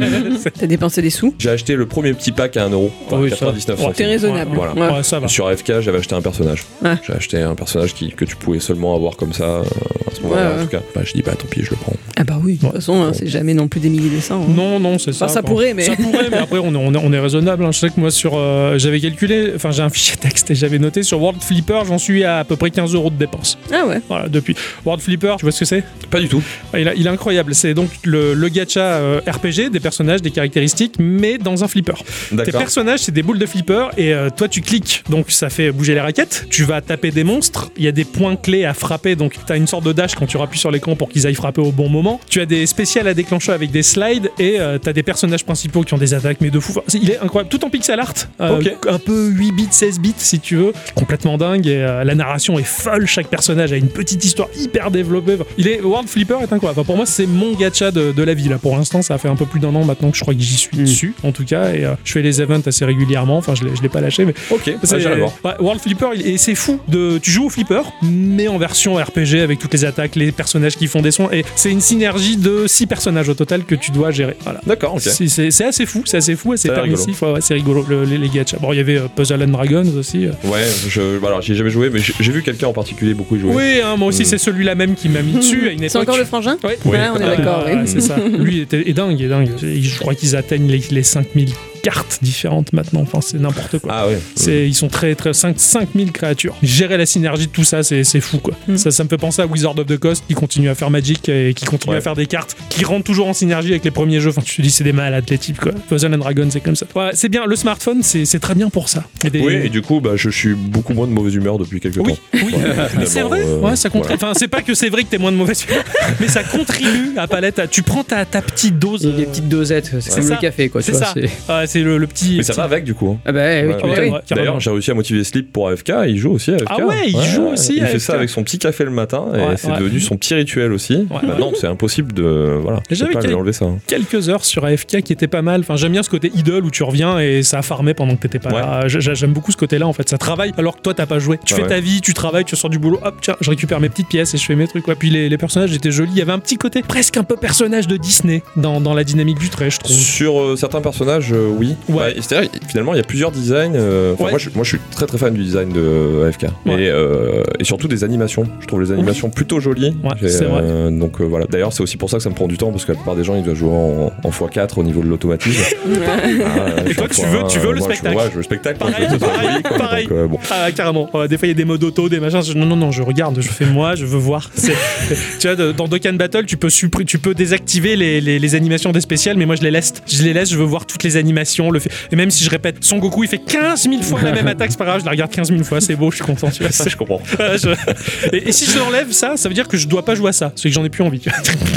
S4: T'as dépensé des sous
S5: J'ai acheté le premier petit pack à 1€ euro, enfin,
S2: Ah Oui, ça.
S5: 99
S2: Ouais,
S5: centimes.
S4: T'es raisonnable.
S5: Voilà.
S4: Ouais.
S2: Ouais, ça va.
S5: Sur AFK, j'avais acheté un personnage.
S4: Ouais.
S5: J'ai acheté un personnage qui, que tu pouvais seulement avoir comme ça, euh, à ce moment-là
S4: Ouais, ouais.
S5: en tout cas. Bah, je dis, bah tant pis, je le prends.
S4: Ah bah oui, de toute façon, hein, c'est jamais non plus des milliers de cents. hein.
S2: Non, non, c'est ça.
S4: Enfin, ça
S2: quoi.
S4: pourrait, mais-
S2: Ça pourrait, mais après, on est, on est- on est raisonnable. hein. Je sais que moi, sur, euh, j'avais calculé, enfin, j'ai un fichier texte et j'avais noté sur World Flipper, j'en suis à à peu près 15 euros de dépenses.
S4: Ah ouais.
S2: Voilà, depuis. World Flipper, tu vois ce que c'est
S5: Pas du tout.
S2: Ah, il, a- il est incroyable. C'est donc le, le gacha euh, RPG, des personnages, des caractéristiques, mais dans un flipper. Tes
S5: D'accord.
S2: personnages, c'est des boules de flipper et euh, toi, tu cliques. Donc, ça fait bouger les raquettes. Tu vas taper des monstres. Il y a des points clés à frapper. Donc, tu as une sorte de dash quand tu rappuies sur l'écran pour qu'ils aillent frapper au bon moment. Tu as des spéciales à déclencher avec des slides et tu as des personnages principaux qui ont des attaques, mais de fou. Enfin, c'est- il est incroyable. Tout en pixel art. Euh,
S5: Ok.
S2: Un peu 8 bits, 16 bits si tu veux. Complètement dingue. Et euh, la narration est folle. Chaque personnage a une petite histoire hyper développée. Enfin, il est, World Flipper est incroyable. Enfin, pour moi, c'est mon gacha de, de la vie. Là. Pour l'instant, ça fait un peu plus d'un an maintenant que je crois que j'y
S5: Hmm.
S2: suis
S3: Mm.
S2: dessus, en tout cas. Et euh, je fais les events assez régulièrement. Enfin, je ne l'ai pas lâché, mais
S5: Ok, ah,
S2: c'est-
S5: j'irai voir.
S2: ouais, World Flipper, il- et c'est fou. De, tu joues au Flipper, mais en version RPG avec toutes les attaques, les personnages qui font des sons. Et c'est une synergie de 6 personnages au total que tu dois gérer. Voilà.
S5: D'accord, ok.
S2: C'est- C'est c'est assez fou, c'est assez fou et c'est
S5: Ça a l'air
S2: permissif. Ouais, ouais, c'est rigolo, le- les, les gachas. Bon, il y avait euh, Puzzle and Dragons aussi. euh.
S5: Ouais, je, voilà, j'y ai jamais joué, mais j'ai j'ai vu quelqu'un en particulier beaucoup y jouer.
S2: Oui, hein, moi aussi,
S5: Mm.
S2: c'est celui-là même qui m'a mis dessus à une époque.
S4: C'est encore le frangin
S2: Ouais.
S4: Ouais, on est
S2: Ah,
S4: d'accord. oui.
S2: ouais, C'est ça. Lui était, est dingue, est dingue. Je crois qu'ils atteignent les, les 5000 cartes différentes maintenant. Enfin, c'est n'importe quoi.
S5: Ah ouais.
S2: C'est, ils sont très, très 5, 5000 créatures. Gérer la synergie de tout ça, c'est, c'est fou quoi.
S4: Mm.
S2: Ça, ça me fait penser à Wizard of the Coast qui continue à faire Magic et qui continue
S5: Ouais.
S2: à faire des cartes qui rentrent toujours en synergie avec les premiers jeux. Enfin, tu te dis, c'est des malades les types quoi. Puzzle and Dragon, c'est comme ça. Ouais, c'est bien, le smartphone, c'est, c'est très bien pour ça. Et des-
S5: Oui, et du coup, bah, je suis beaucoup moins de mauvaise humeur depuis quelques
S2: oui,
S5: temps.
S2: oui. Mais c'est
S5: finalement,
S2: vrai,
S5: euh,
S2: ouais, ça contribue.
S5: voilà.
S2: Enfin, c'est pas que c'est vrai que t'es moins de mauvaise humeur, mais ça contribue à palette. à- Tu prends ta, ta petite dose.
S3: Et des
S2: euh,
S3: petites dosettes, c'est
S2: C'est
S3: comme
S2: ça.
S3: le café quoi. tu
S2: C'est
S3: vois,
S2: ça.
S3: c'est-
S2: ah, c'est le, le petit.
S5: Mais ça
S2: petit-
S5: va avec du coup. hein.
S3: Ah bah oui,
S5: Ouais,
S3: tu
S5: ouais.
S3: m'étonnes.
S2: ouais, carrément.
S5: D'ailleurs, j'ai réussi à motiver Sleep pour AFK. et Il joue aussi à AFK.
S2: Ah ouais, il joue aussi
S5: Il
S2: AFK.
S5: fait ça avec son petit café le matin et
S2: Ouais,
S5: c'est
S2: ouais.
S5: devenu son petit rituel aussi.
S2: Ouais.
S5: Maintenant, c'est impossible de. Voilà.
S2: Et
S5: Je peux
S2: j'avais
S5: pas
S2: quel-
S5: lui enlever ça. hein.
S2: quelques heures sur AFK qui était pas mal. Enfin, j'aime bien ce côté idle où tu reviens et ça a farmé pendant que t'étais pas
S5: Ouais.
S2: là. J'a- j'a- J'aime beaucoup ce côté-là en fait. Ça travaille alors que toi t'as pas joué. Tu
S5: Ah
S2: fais
S5: ouais.
S2: ta vie, tu travailles, tu sors du boulot. Hop, tiens, je récupère mes petites pièces et je fais mes trucs. Ouais. Puis les, les personnages étaient jolis. Il y avait un petit côté presque un peu personnage de Disney dans, dans la dynamique du trait, je trouve.
S5: Sur euh, certains personnages, euh, oui.
S2: Ouais.
S5: Bah, C'est-à-dire, finalement, il y a plusieurs designs. euh, enfin,
S2: Ouais.
S5: moi, je, moi, je suis très très fan du design de euh, AFK.
S2: Ouais.
S5: Et, euh, et surtout des animations. Je trouve les animations plutôt jolies.
S2: Ouais,
S5: J'ai,
S2: c'est vrai.
S5: euh, donc euh, voilà. D'ailleurs, c'est aussi pour ça que ça me prend du temps parce que la plupart des gens, ils doivent jouer en, en x4 au niveau de l'automatisme. Ah,
S2: Et
S5: je
S2: toi,
S5: suis
S2: tu
S5: en
S2: veux-
S5: x1,
S2: tu veux le
S5: moi, je-
S2: spectacle.
S5: ouais, je veux le spectacle. quoi.
S2: Pareil,
S5: Je veux que ce soit
S2: pareil,
S5: joli, quoi.
S2: pareil.
S5: Donc, euh, bon.
S2: Ah, carrément. Ouais, des fois, il y a des modes auto, des machins. Je- non, non, non, je regarde, je fais moi, je veux voir. C'est- tu vois, de- dans Dokkan Battle, tu peux, suppri- tu peux désactiver les, les- les animations des spéciales, mais moi, je les laisse. Je les laisse, je veux voir toutes les animations. Le fait- Et même si je répète, Son Goku, il fait 15 000 fois la même attaque, c'est pas grave, je la regarde 15 000 fois, c'est beau, je suis content. Tu vois,
S5: Ça, je comprends.
S2: Ah, je- et, et si je l'enlève, ça, ça veut dire que je dois pas jouer à ça. C'est que j'en ai plus envie.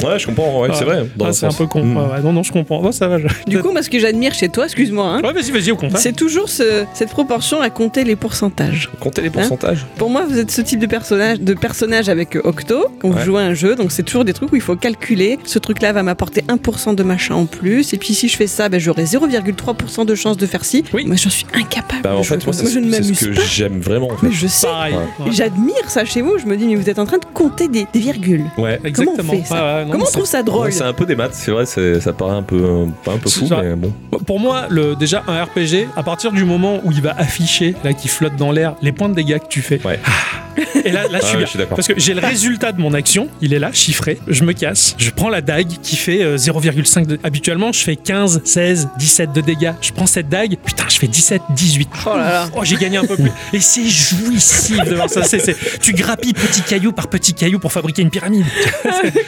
S5: Ouais, je comprends. Ouais,
S2: Ah.
S5: c'est vrai. dans
S2: Ah,
S5: un
S2: c'est un
S5: sens.
S2: peu con.
S5: Mm.
S2: Ouais, ouais, non, non, je comprends. Oh, ça va. je-
S4: Du coup, moi, ce que j'admire chez toi, excuse-moi, hein,
S2: Ouais, vas-y, vas-y, au contraire.
S4: c'est toujours ce- cette proportion à compter les pourcentages.
S5: Comptez
S2: Hein
S5: les pourcentages.
S4: Pour moi, vous êtes ce type de personnage, de personnage avec euh, Octo, quand
S5: Ouais.
S4: vous jouez à un jeu, donc c'est toujours des trucs où il faut calculer, ce truc-là va m'apporter 1% de machin en plus, et puis si je fais ça, ben, j'aurai 0,3% de chance de faire ci.
S2: Oui.
S4: Moi, j'en suis incapable.
S5: Bah, en
S4: Je-
S5: fait, moi, c'est
S4: je ne
S5: c'est ce
S4: m'amuse
S5: que Ah.
S4: pas.
S5: j'aime vraiment. en fait.
S4: Mais je sais.
S2: pareil.
S5: Ouais.
S2: Ouais.
S4: J'admire ça chez vous, je me dis, mais vous êtes en train de compter des, des virgules.
S5: Ouais.
S4: Comment on
S2: Exactement.
S4: fait ça
S2: Ouais, ouais, non,
S4: Comment on
S2: c'est-
S4: trouve ça drôle
S5: Ouais, C'est un peu des maths, c'est vrai, c'est- ça paraît un peu, pas un peu fou,
S2: C'est ça.
S5: mais bon.
S2: Pour moi, le, déjà un RPG, à partir du moment où il va afficher, là, qui flotte dans l'air, les points de dégâts que tu fais.
S5: Ouais.
S2: Ah. Et là, là, je
S5: Ah
S2: suis
S5: ouais,
S2: bien.
S5: je suis d'accord.
S2: Parce que j'ai le résultat de mon action, il est là, chiffré. Je me casse, je prends la dague qui fait euh, 0,5. de- Habituellement, je fais 15, 16, 17 de dégâts. Je prends cette dague, putain, je fais 17, 18.
S4: Oh là là.
S2: Oh, j'ai gagné un peu plus. Et c'est jouissif de voir ça. C'est- c'est- Tu grappilles petit caillou par petit caillou pour fabriquer une pyramide.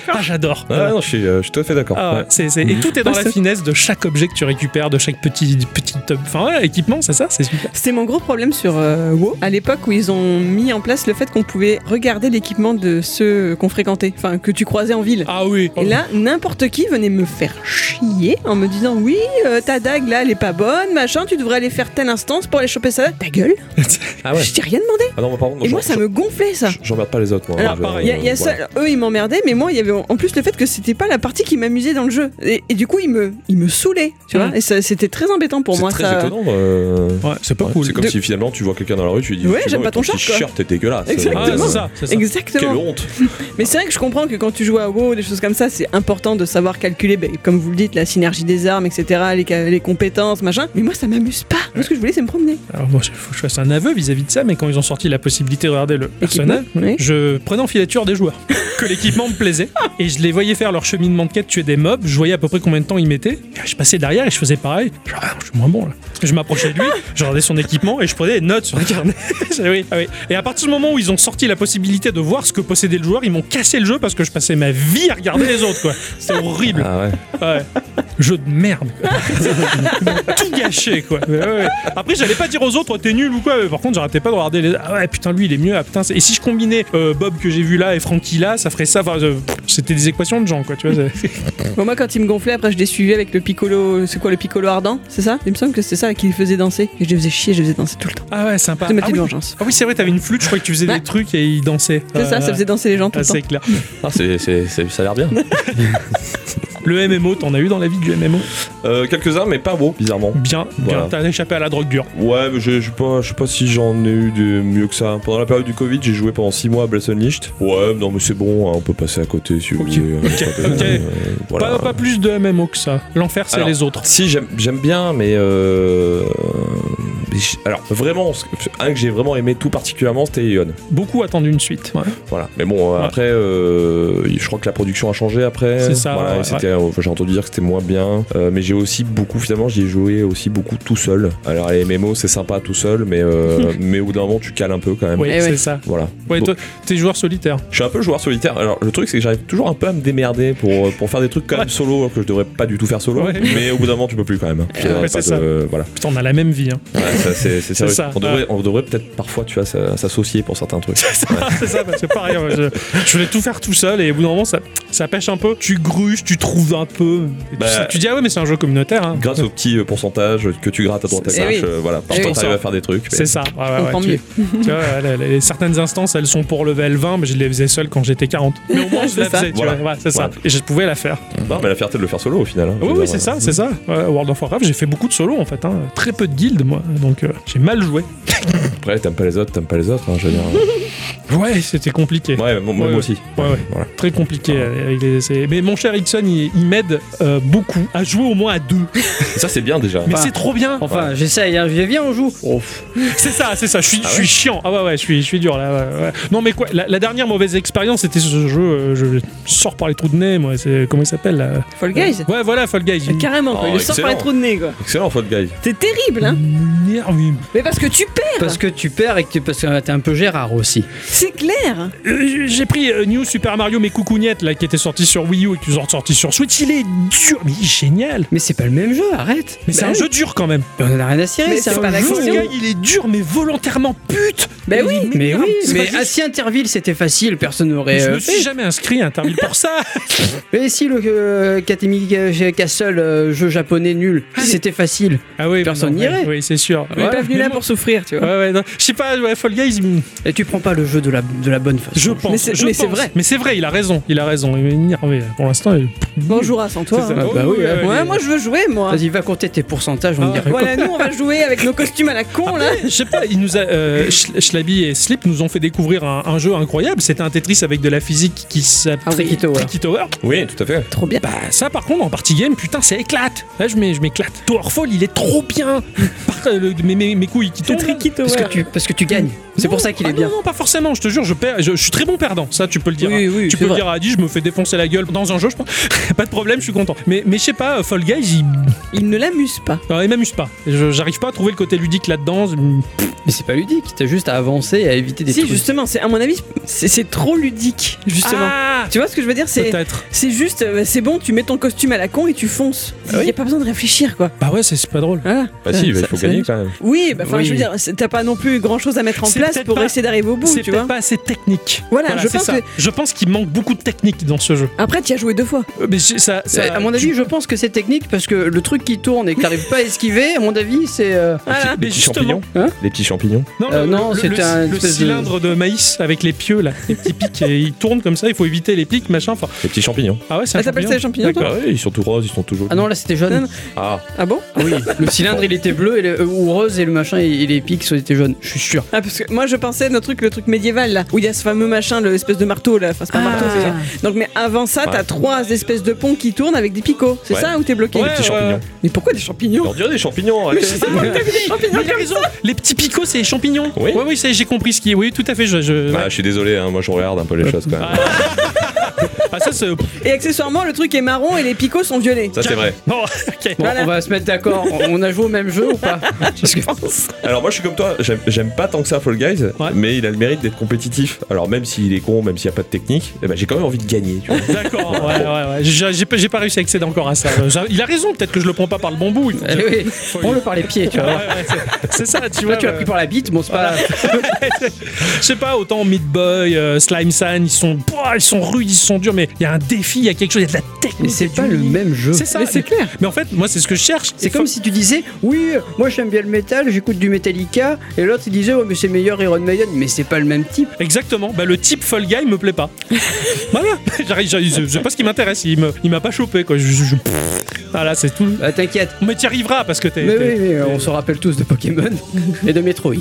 S2: ah, j'adore.
S5: Ah, non, je suis, euh, je suis tout à fait d'accord.
S2: Ah ouais,
S5: Ouais.
S2: c'est- c'est- Et tout est dans la finesse de chaque objet que tu récupères, de chaque petit, petit euh, enfin, ouais, équipement, c'est ça, c'est super.
S4: C'était mon gros problème sur euh, WoW, à l'époque où ils ont mis en place le fait qu'on pouvait regarder l'équipement de ceux qu'on fréquentait, enfin, que tu croisais en ville.
S2: Ah oui.
S4: Et là, n'importe qui venait me faire chier en me disant Oui, euh, ta dague là, elle est pas bonne, machin, tu devrais aller faire telle instance pour aller choper ça. Ta gueule
S5: Ah ouais.
S4: Je t'ai rien demandé.
S5: Ah non, mais par contre,
S4: Et
S5: j'en-
S4: moi, ça me gonflait ça.
S5: j'en- J'emmerde pas les autres, moi.
S4: Alors,
S5: Je-
S2: pareil,
S4: Il y a, il y a ça,
S5: euh, voilà.
S4: alors, eux ils m'emmerdaient, mais moi il y avait en plus le fait que c'était pas la partie qui m'amusait dans le jeu. Et, et du coup, ils me, ils me saoulaient, tu vois. Et ça- c'était très embêtant pour
S5: C'est
S4: moi
S5: très
S4: ça.
S5: étonnant. euh,
S2: Ouais, c'est pas
S5: ouais,
S2: cool.
S5: C'est comme
S4: De-
S5: si finalement tu vois quelqu'un dans la rue, tu lui dis
S4: Ouais,
S5: Excuse-moi,
S4: j'aime
S5: mais
S4: pas ton shirt, quoi.
S5: t-shirt est dégueulasse.
S4: Exactement.
S2: Ah,
S5: Euh,
S2: c'est ça, c'est ça.
S5: Quelle
S4: Exactement.
S5: honte.
S4: Mais c'est vrai que je comprends que quand tu joues à WoW, des choses comme ça, c'est important de savoir calculer, ben, comme vous le dites, la synergie des armes, etc., les, ca- les compétences, machin. Mais moi ça m'amuse pas. Moi ce que je voulais, c'est me promener.
S2: Alors moi, il faut que je fasse un aveu vis-à-vis de ça, mais quand ils ont sorti la possibilité de regarder le personnage,
S4: Oui.
S2: je prenais en filature des joueurs, que l'équipement me plaisait, et je les voyais faire leur cheminement de quête, tuer des mobs, je voyais à peu près combien de temps ils mettaient, je passais derrière et je faisais pareil, genre, ah, je suis moins bon là. Je m'approchais de lui, je regardais son équipement et je prenais des notes sur le carnet. J'ai dit, oui, ah oui. Et à partir du moment où ils ont sorti la possibilité de voir ce que possédait le joueur, ils m'ont cassé le jeu parce que je passais ma vie à regarder les autres, quoi. C'était horrible.
S5: Ah ouais.
S2: Ouais. Jeu de merde. quoi. Tout gâché quoi. Ouais, ouais. Après j'allais pas dire aux autres oh, t'es nul ou quoi. mais Par contre j'arrêtais pas de regarder les. Ah ouais putain lui il est mieux. Ah, putain, c'est- et si je combinais euh, Bob que j'ai vu là et Frankie là, ça ferait ça. Enfin, euh, pff, c'était des équations de gens quoi. Tu vois. c'est-
S4: Bon, moi, quand il me gonflait, après, je les suivais avec le piccolo. C'est quoi le piccolo ardent C'est ça Il me semble que c'est ça qui les faisait danser. Et je les faisais chier, je les faisais danser tout le temps.
S2: Ah ouais sympa.
S4: C'était ma
S2: Ah
S4: petite
S2: oui,
S4: vengeance.
S2: Ah oui, c'est vrai t'avais une flûte. Je crois que tu faisais
S4: Ouais.
S2: des trucs et il dansait.
S4: C'est ça, ça faisait danser les gens tout
S2: Bah, Ah,
S4: le
S2: c'est
S4: temps.
S2: clair.
S5: Ah, c'est- c'est- c'est- ça a l'air bien.
S2: Le MMO, t'en as eu dans la vie du MMO
S5: Euh, Quelques-uns, mais pas beaux, bizarrement.
S2: Bien, bien.
S5: Voilà.
S2: T'as échappé à la drogue dure.
S5: Ouais, mais je je sais pas, je sais pas si j'en ai eu de mieux que ça. Pendant la période du Covid, j'ai joué pendant 6 mois à Blessenlicht. Ouais, non, mais c'est bon, hein, on peut passer à côté si vous
S2: Ok,
S5: voulez. hein, c'est pas
S2: ok.
S5: grave, euh, voilà.
S2: Pas, pas plus de MMO que ça. L'enfer, c'est
S5: Alors,
S2: les autres.
S5: Si, j'aime j'aime bien, mais euh, mais j- alors vraiment, ce- un que j'ai vraiment aimé tout particulièrement, c'était Ion.
S2: Beaucoup attendu une suite.
S5: Voilà. Mais bon, euh,
S2: Ouais.
S5: après, euh, je crois que la production a changé après.
S2: C'est ça,
S5: Voilà,
S2: ouais,
S5: et
S2: ouais.
S5: c'était- enfin, j'ai entendu dire que c'était moins bien. Euh, mais j'ai aussi beaucoup, finalement, j'y ai joué aussi beaucoup tout seul. Alors, les MMO, c'est sympa tout seul, mais, euh, mais au bout d'un moment, tu cales un peu quand même.
S2: Oui,
S3: Eh ouais.
S2: c'est ça.
S5: Voilà.
S2: Ouais,
S5: Bon,
S2: toi, t'es joueur solitaire.
S5: je suis un peu joueur solitaire. Alors, le truc, c'est que j'arrive toujours un peu à me démerder pour, euh, pour faire des trucs quand même solo, alors que je devrais pas du tout faire solo.
S2: Ouais.
S5: Mais au bout d'un moment, tu peux plus quand même.
S2: Ouais,
S5: Pas
S2: c'est
S5: de-
S2: ça.
S5: Voilà.
S2: Putain, on a la même vie. Hein.
S5: Ouais, ça, c'est- c'est sérieux.
S2: ça.
S5: On devrait, on devrait peut-être parfois, tu vois, s'a- s'associer pour certains trucs.
S2: c'est ça, parce que pareil, moi, je, je voulais tout faire tout seul et au bout d'un moment, ça, ça pêche un peu. Tu gruges, tu trouves un peu. et tu
S5: Bah,
S2: sais- tu, dis, ah ouais, mais c'est un jeu communautaire. hein.
S5: grâce au petit euh, pourcentage que tu grattes à droite à
S3: C'est-
S5: gauche,
S3: eh oui.
S5: euh, voilà,
S3: Eh
S5: parfois
S3: oui.
S5: t'arrives à faire des trucs. mais-
S2: C'est ça. Ouais, ouais,
S3: On
S2: ouais,
S3: prend
S2: tu-
S3: mieux.
S2: tu vois, les, les- certaines instances, elles sont pour level 20, mais je les faisais seul quand j'étais 40. Mais au moins, je la
S4: C'est ça.
S2: faisais, tu
S5: Voilà.
S2: vois. Ouais, c'est ça.
S5: Voilà.
S2: Et je pouvais la faire.
S5: Non, mais la fierté de le faire solo au final. hein. Je
S2: Oui,
S5: veux
S2: oui,
S5: dire,
S2: c'est ça, c'est ça. Ouais, World of Warcraft, j'ai fait beaucoup de solos en fait. hein. Très peu de guildes, moi. Donc, euh, j'ai mal joué.
S5: Après, t'aimes pas les autres, t'aimes pas les autres, hein, je veux dire. Ouais,
S2: Ouais, c'était compliqué.
S5: mais moi, moi
S2: Ouais,
S5: aussi.
S2: Ouais, ouais.
S5: Voilà.
S2: Très compliqué. euh, avec les essais. Mais mon cher Ixon, il, il m'aide euh, beaucoup à jouer au moins à deux.
S5: Et Ça, c'est bien déjà.
S2: Mais
S3: Ah.
S2: c'est trop bien.
S3: Enfin, j'essaye, hein. Je- viens, on joue.
S5: Oh.
S2: C'est ça, c'est ça. Je suis, je suis
S5: ouais
S2: chiant. Ah ouais, ouais, je suis, je suis dur là. ouais, ouais. Non, mais quoi, la, la dernière mauvaise expérience, c'était ce jeu. euh, je sors par les trous de nez, moi. C'est comment il s'appelle là
S4: Fall Guys
S2: Ouais, voilà, Fall Guys. Il
S4: Carrément, quoi.
S5: Oh,
S4: il le sort par les
S5: excellent.
S4: trous de nez, quoi.
S5: Excellent, Fall Guy.
S4: C'est terrible, hein
S2: m'énerve, il-
S4: Mais parce que tu perds,
S3: Parce que tu perds et que tu- parce que t'es un peu Gérard aussi.
S4: c'est clair
S2: Euh, J'ai pris euh, New Super Mario mais coucougnettes là qui était sorti sur Wii U et qui est sorti sur Switch. Il est dur, mais il est génial.
S3: Mais c'est pas le même jeu, arrête.
S2: Mais c'est
S4: Bah
S2: un
S4: oui. Ah bah,
S2: jeu dur quand même.
S3: Mais on en a rien à cirer,
S4: Mais
S3: c'est
S4: c'est
S3: un
S4: pas la
S3: jeu.
S4: question.
S2: Le gars, il est dur mais volontaèrement pute.
S4: Bah
S2: Il
S4: oui.
S2: m'énerve.
S3: Mais oui,
S2: C'est
S3: mais
S2: pas
S3: à
S2: juste.
S3: Interville c'était facile, personne
S2: Mais
S3: n'aurait.
S2: je
S3: euh,
S2: me suis
S3: fait.
S2: jamais inscrit hein, à Interville pour ça.
S3: Mais si le euh, Katemi euh, Castle, euh, jeu japonais nul, c'était facile.
S2: Ah oui,
S3: Personne
S2: non,
S3: n'irait.
S2: oui, Oui, c'est sûr.
S4: On est pas venu là pour souffrir, tu
S2: Ouais,
S4: vois.
S2: ouais, non. je sais pas, ouais, Fall Guys, il-
S3: Et tu prends pas le jeu de la, de la bonne façon.
S2: je pense.
S4: Mais c'est-
S2: je
S4: mais c'est
S2: pense.
S4: vrai.
S2: Mais c'est vrai, il a raison, il a raison. Il m'a énervé. hein, Pour l'instant, il-
S4: Bonjour à sans toi.
S2: C'est
S4: hein.
S2: ça.
S3: Ah bah oui,
S2: ouais,
S4: Mmh. Ouais,
S2: ouais.
S4: moi je veux jouer, moi.
S3: Vas-y, va compter tes pourcentages, on
S2: Ah.
S3: dirait.
S4: Voilà, nous on va jouer avec nos costumes à la con, là.
S2: Je sais pas, il nous a, euh, Sch- Schlabi et Slip nous ont fait découvrir un, un jeu incroyable. C'était un Tetris avec de la physique qui s'appelle
S3: Ah oui. Tricky Tower.
S2: Tricky Tower.
S5: Oui, tout à fait.
S4: Trop bien.
S2: Bah ça par contre en party game putain ça éclate Là je m'é- je m'éclate Towerfall il est trop bien Par- euh, le- mes, mes- mes couilles qui
S4: C'est
S2: tombent là.
S4: tricky, toi.
S3: Parce que, tu, parce que tu gagnes. C'est
S2: Non,
S3: pour ça qu'il
S2: ah
S3: est bien.
S2: Non, non pas forcément je te jure je perds je, je suis très bon perdant ça tu peux le dire
S4: Oui,
S2: hein.
S4: oui,
S2: tu
S4: c'est
S2: peux le
S4: vrai.
S2: dire à Adi je me fais défoncer la gueule dans un jeu je pense pas de problème je suis content mais, mais je sais pas euh, Fall Guys il,
S4: Il ne l'amuse pas.
S2: euh, il m'amuse pas Je- j'arrive pas à trouver le côté ludique là-dedans
S3: Mais c'est pas ludique, t'as juste à avancer et à éviter des
S4: si,
S3: trucs.
S4: justement, c'est à mon avis, c'est c'est trop ludique, justement.
S2: ah
S4: Tu vois ce que je veux dire C'est
S2: peut-être
S4: c'est juste, euh, c'est bon, tu mets ton costume à la con et tu fonces. Il
S2: Ah oui.
S4: n'y a pas besoin de réfléchir, quoi.
S2: bah ouais c'est c'est pas drôle
S4: Voilà.
S5: Bah si,
S4: Ça-
S5: bah, il
S4: ça-
S5: faut
S4: ça-
S5: gagner quand même.
S4: Oui, bah, enfin,
S3: Oui.
S4: je veux dire, c'est- t'as pas non plus grand chose à mettre en
S2: C'est
S4: place
S2: peut-être
S4: pour
S2: pas-
S4: essayer d'arriver au bout,
S2: c'est
S4: tu vois.
S2: peut-être pas assez technique
S4: Voilà, je
S2: c'est
S4: pense
S2: ça.
S4: que-
S2: je pense qu'il manque beaucoup de technique dans ce jeu
S4: Après, t'y as joué deux fois.
S2: Euh, mais j'ai- ça, ça-
S3: Mais à mon
S2: tu-
S3: avis, je pense que c'est technique parce que le truc qui tourne et que t'arrives pas à esquiver, à mon avis, c'est. euh,
S2: Voilà.
S5: Les
S2: Ah, Mais
S5: petits
S2: justement,
S5: champignons.
S3: Hein
S5: les petits champignons.
S2: non,
S3: Euh,
S2: le-
S3: non,
S2: le-
S3: c'était
S2: le-
S3: un
S2: le
S3: espèce de-
S2: cylindre de... maïs avec les pieux là, les petits pics et ils tournent comme ça. Il faut éviter les pics, machin. Enfin,
S5: Les petits champignons.
S2: ah ouais, c'est un
S4: Ah, t'appelles
S2: champignon.
S4: ça les champignons, toi
S5: Ah ouais, ils sont tout roses, ils sont toujours.
S3: Ah non, là c'était
S4: Non,
S3: jaune.
S4: non.
S5: Ah,
S4: Ah bon
S3: Oui, le cylindre il était bleu et le, euh, ou rose et le machin et, et les pics étaient jaunes, je suis sûr.
S4: Ah, parce que moi je pensais notre truc, le truc médiéval là, où il y a ce fameux machin, l'espèce de marteau là, enfin c'est pas
S2: Ah,
S4: un marteau, c'est ça. Donc, mais avant ça,
S5: Ouais.
S4: t'as trois espèces de ponts qui tournent avec des picots, c'est
S5: Ouais.
S4: ça où t'es bloqué
S2: Ouais,
S5: les petits
S2: ouais.
S5: champignons.
S4: Mais pourquoi des champignons
S5: On dirait des champignons. arrêtez.
S2: Mais il a raison, les petits picots, c'est les champignons.
S5: Oui.
S2: ouais, oui, ça y est, j'ai compris ce qui est. Oui, tout à fait. Je, je-
S5: Bah, je suis désolé, hein, moi je regarde un peu les choses quand même.
S2: Ah, ça, c'est.
S4: Et accessoirement, le truc est marron et les picots sont violets.
S5: Ça c'est vrai.
S2: Bon, ok.
S3: Bon,
S4: Voilà.
S3: on va se mettre d'accord, on, on a joué au même jeu ou pas Parce que-
S5: Alors moi je suis comme toi, j'aime- j'aime pas tant que ça Fall Guys,
S2: Ouais.
S5: mais il a le mérite d'être compétitif. Alors même s'il est con, même s'il n'y a pas de technique, eh ben, j'ai quand même envie de gagner. Tu vois.
S2: D'accord, ouais, ouais, ouais. J'ai j'ai pas j'ai pas réussi à accéder encore à ça. Euh, j'ai- Il a raison, peut-être que je le prends pas par le bon bout. il faut que
S3: Eh
S2: je-
S3: oui, prends-le par les pieds, tu
S2: Ouais,
S3: vois.
S2: ouais, c'est- c'est ça, tu vois. euh,
S3: Là, tu l'as
S2: ouais.
S3: pris par la bite, bon, c'est pas.
S2: Je sais pas, autant Meat Boy, euh, Slime San, ils sont, Pouah, ils sont rudes, ils sont durs, mais il y a un défi, il y a quelque chose, il y a de la technique.
S3: Mais c'est
S2: du
S3: pas le
S2: mime.
S3: même jeu.
S2: C'est ça.
S4: Mais c'est clair.
S2: Mais en fait, moi, c'est ce que je cherche.
S3: C'est
S2: Et
S3: comme
S2: fa-
S3: si tu disais, oui, moi j'aime bien le métal, j'écoute du Metallica, et l'autre il disait, ouais, mais c'est meilleur Iron Maiden, mais c'est pas le même type.
S2: Exactement. Bah, le type Fall Guy me plaît pas. voilà. J'arrive, j'arrive- je je sais pas ce qui m'intéresse. Il me, il m'a pas chopé quoi. Je, je- je- Voilà, c'est tout.
S3: Bah, T'inquiète.
S2: Mais t'y arriveras parce que t'es.
S3: Mais
S2: t'es-
S3: oui, mais on se rappelle tous de Pokémon et de Metroid.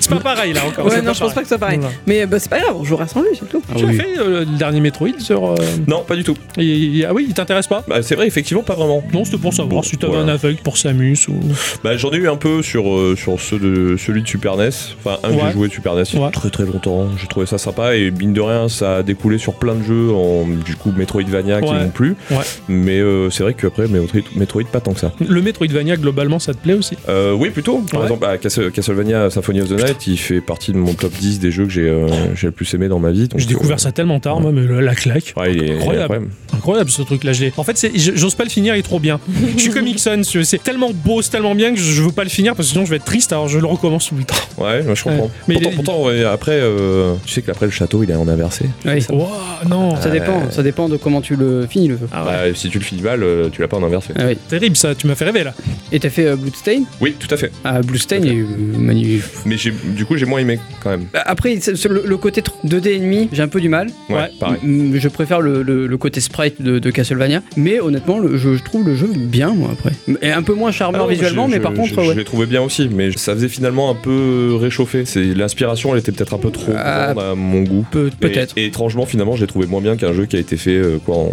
S2: C'est pas pareil là encore.
S4: Ouais,
S2: c'est
S4: non, je pense
S2: pareil.
S4: pas que ce soit pareil.
S2: Voilà.
S4: Mais bah, c'est pas grave, on jouera sans lui, c'est tout.
S5: Ah
S2: Tu as fait euh, le dernier Metroid sur. euh,
S5: Non, pas du tout.
S2: il- il- Ah oui, il t'intéresse pas
S5: Bah, c'est vrai, effectivement, pas vraiment.
S2: Non, c'était pour savoir
S5: Bon,
S2: si t'avais
S5: voilà.
S2: un aveugle pour Samus ou.
S5: Bah, j'en ai eu un peu sur, euh, sur ceux de, celui de Super NES. Enfin, un que
S2: Ouais.
S5: j'ai joué de Super NES il y a
S2: Ouais.
S5: très très longtemps. hein. J'ai trouvé ça sympa et mine de rien, ça a découlé sur plein de jeux, en, du coup Metroidvania qui
S2: Ouais.
S5: n'ont plus.
S2: Ouais.
S5: Mais euh, c'est vrai qu'après, Metroid, Metroid, pas tant que ça.
S2: Le Metroidvania, globalement, ça te plaît aussi
S5: Euh, oui, plutôt. Par
S2: Ouais.
S5: exemple, bah, Castle- Castlevania Symphony of the Night, il fait partie de mon top 10 des jeux que j'ai euh, j'ai le plus aimé dans ma vie. donc,
S2: J'ai découvert ça tellement tard, moi, mais la, la claque.
S5: euh, ouais, il est- il est
S2: Incroyable.
S5: incroyable.
S2: Incroyable ce truc là. Je l'ai- en fait, c'est- je- j'ose pas le finir, il est trop bien. Je suis comme Ixon, je- c'est tellement beau, c'est tellement bien que je, je veux pas le finir parce que sinon je vais être triste, alors je le recommence tout le temps.
S5: Ouais, moi, je comprends.
S2: Ouais. Mais
S5: pourtant,
S2: il est-
S5: pourtant, ouais, après, euh, tu sais qu'après le château, il est en inversé.
S3: Oui.
S2: Wouah, non,
S3: Ça
S2: c'est
S3: dépend, ça dépend de comment tu le finis le jeu.
S2: Ah
S5: Bah, si tu le finis mal, euh, tu l'as pas en inversé.
S3: Ah oui.
S2: terrible ça, tu m'as fait rêver là.
S3: Et t'as fait euh, Bloodstain
S5: Oui, tout à fait.
S3: Ah, Bloodstain
S5: Ok.
S3: est euh, magnifique.
S5: Mais j'ai- du coup, j'ai moins aimé quand même.
S3: Bah, Après, c'est- c'est le, le côté tr- 2D ennemi, j'ai un peu du mal.
S5: Ouais,
S2: Ouais.
S5: pareil.
S3: Mm, Je préfère le, le- le côté sprite de, de Castlevania. Mais honnêtement, le- je, je trouve le jeu bien, moi, après. Et un peu moins
S5: Ah
S3: charmeur
S5: non,
S3: visuellement,
S5: je-
S3: mais
S5: je-
S3: par
S5: je-
S3: contre,
S5: je,
S3: ouais.
S5: l'ai trouvé bien aussi, mais ça faisait finalement un peu réchauffé. C'est l'inspiration, elle était peut-être un peu trop
S3: Ah,
S5: grande à mon goût.
S3: Peut-
S5: Et-
S3: Peut-être.
S5: Et, étrangement, finalement, je l'ai trouvé moins bien qu'un jeu qui a été fait euh, quoi en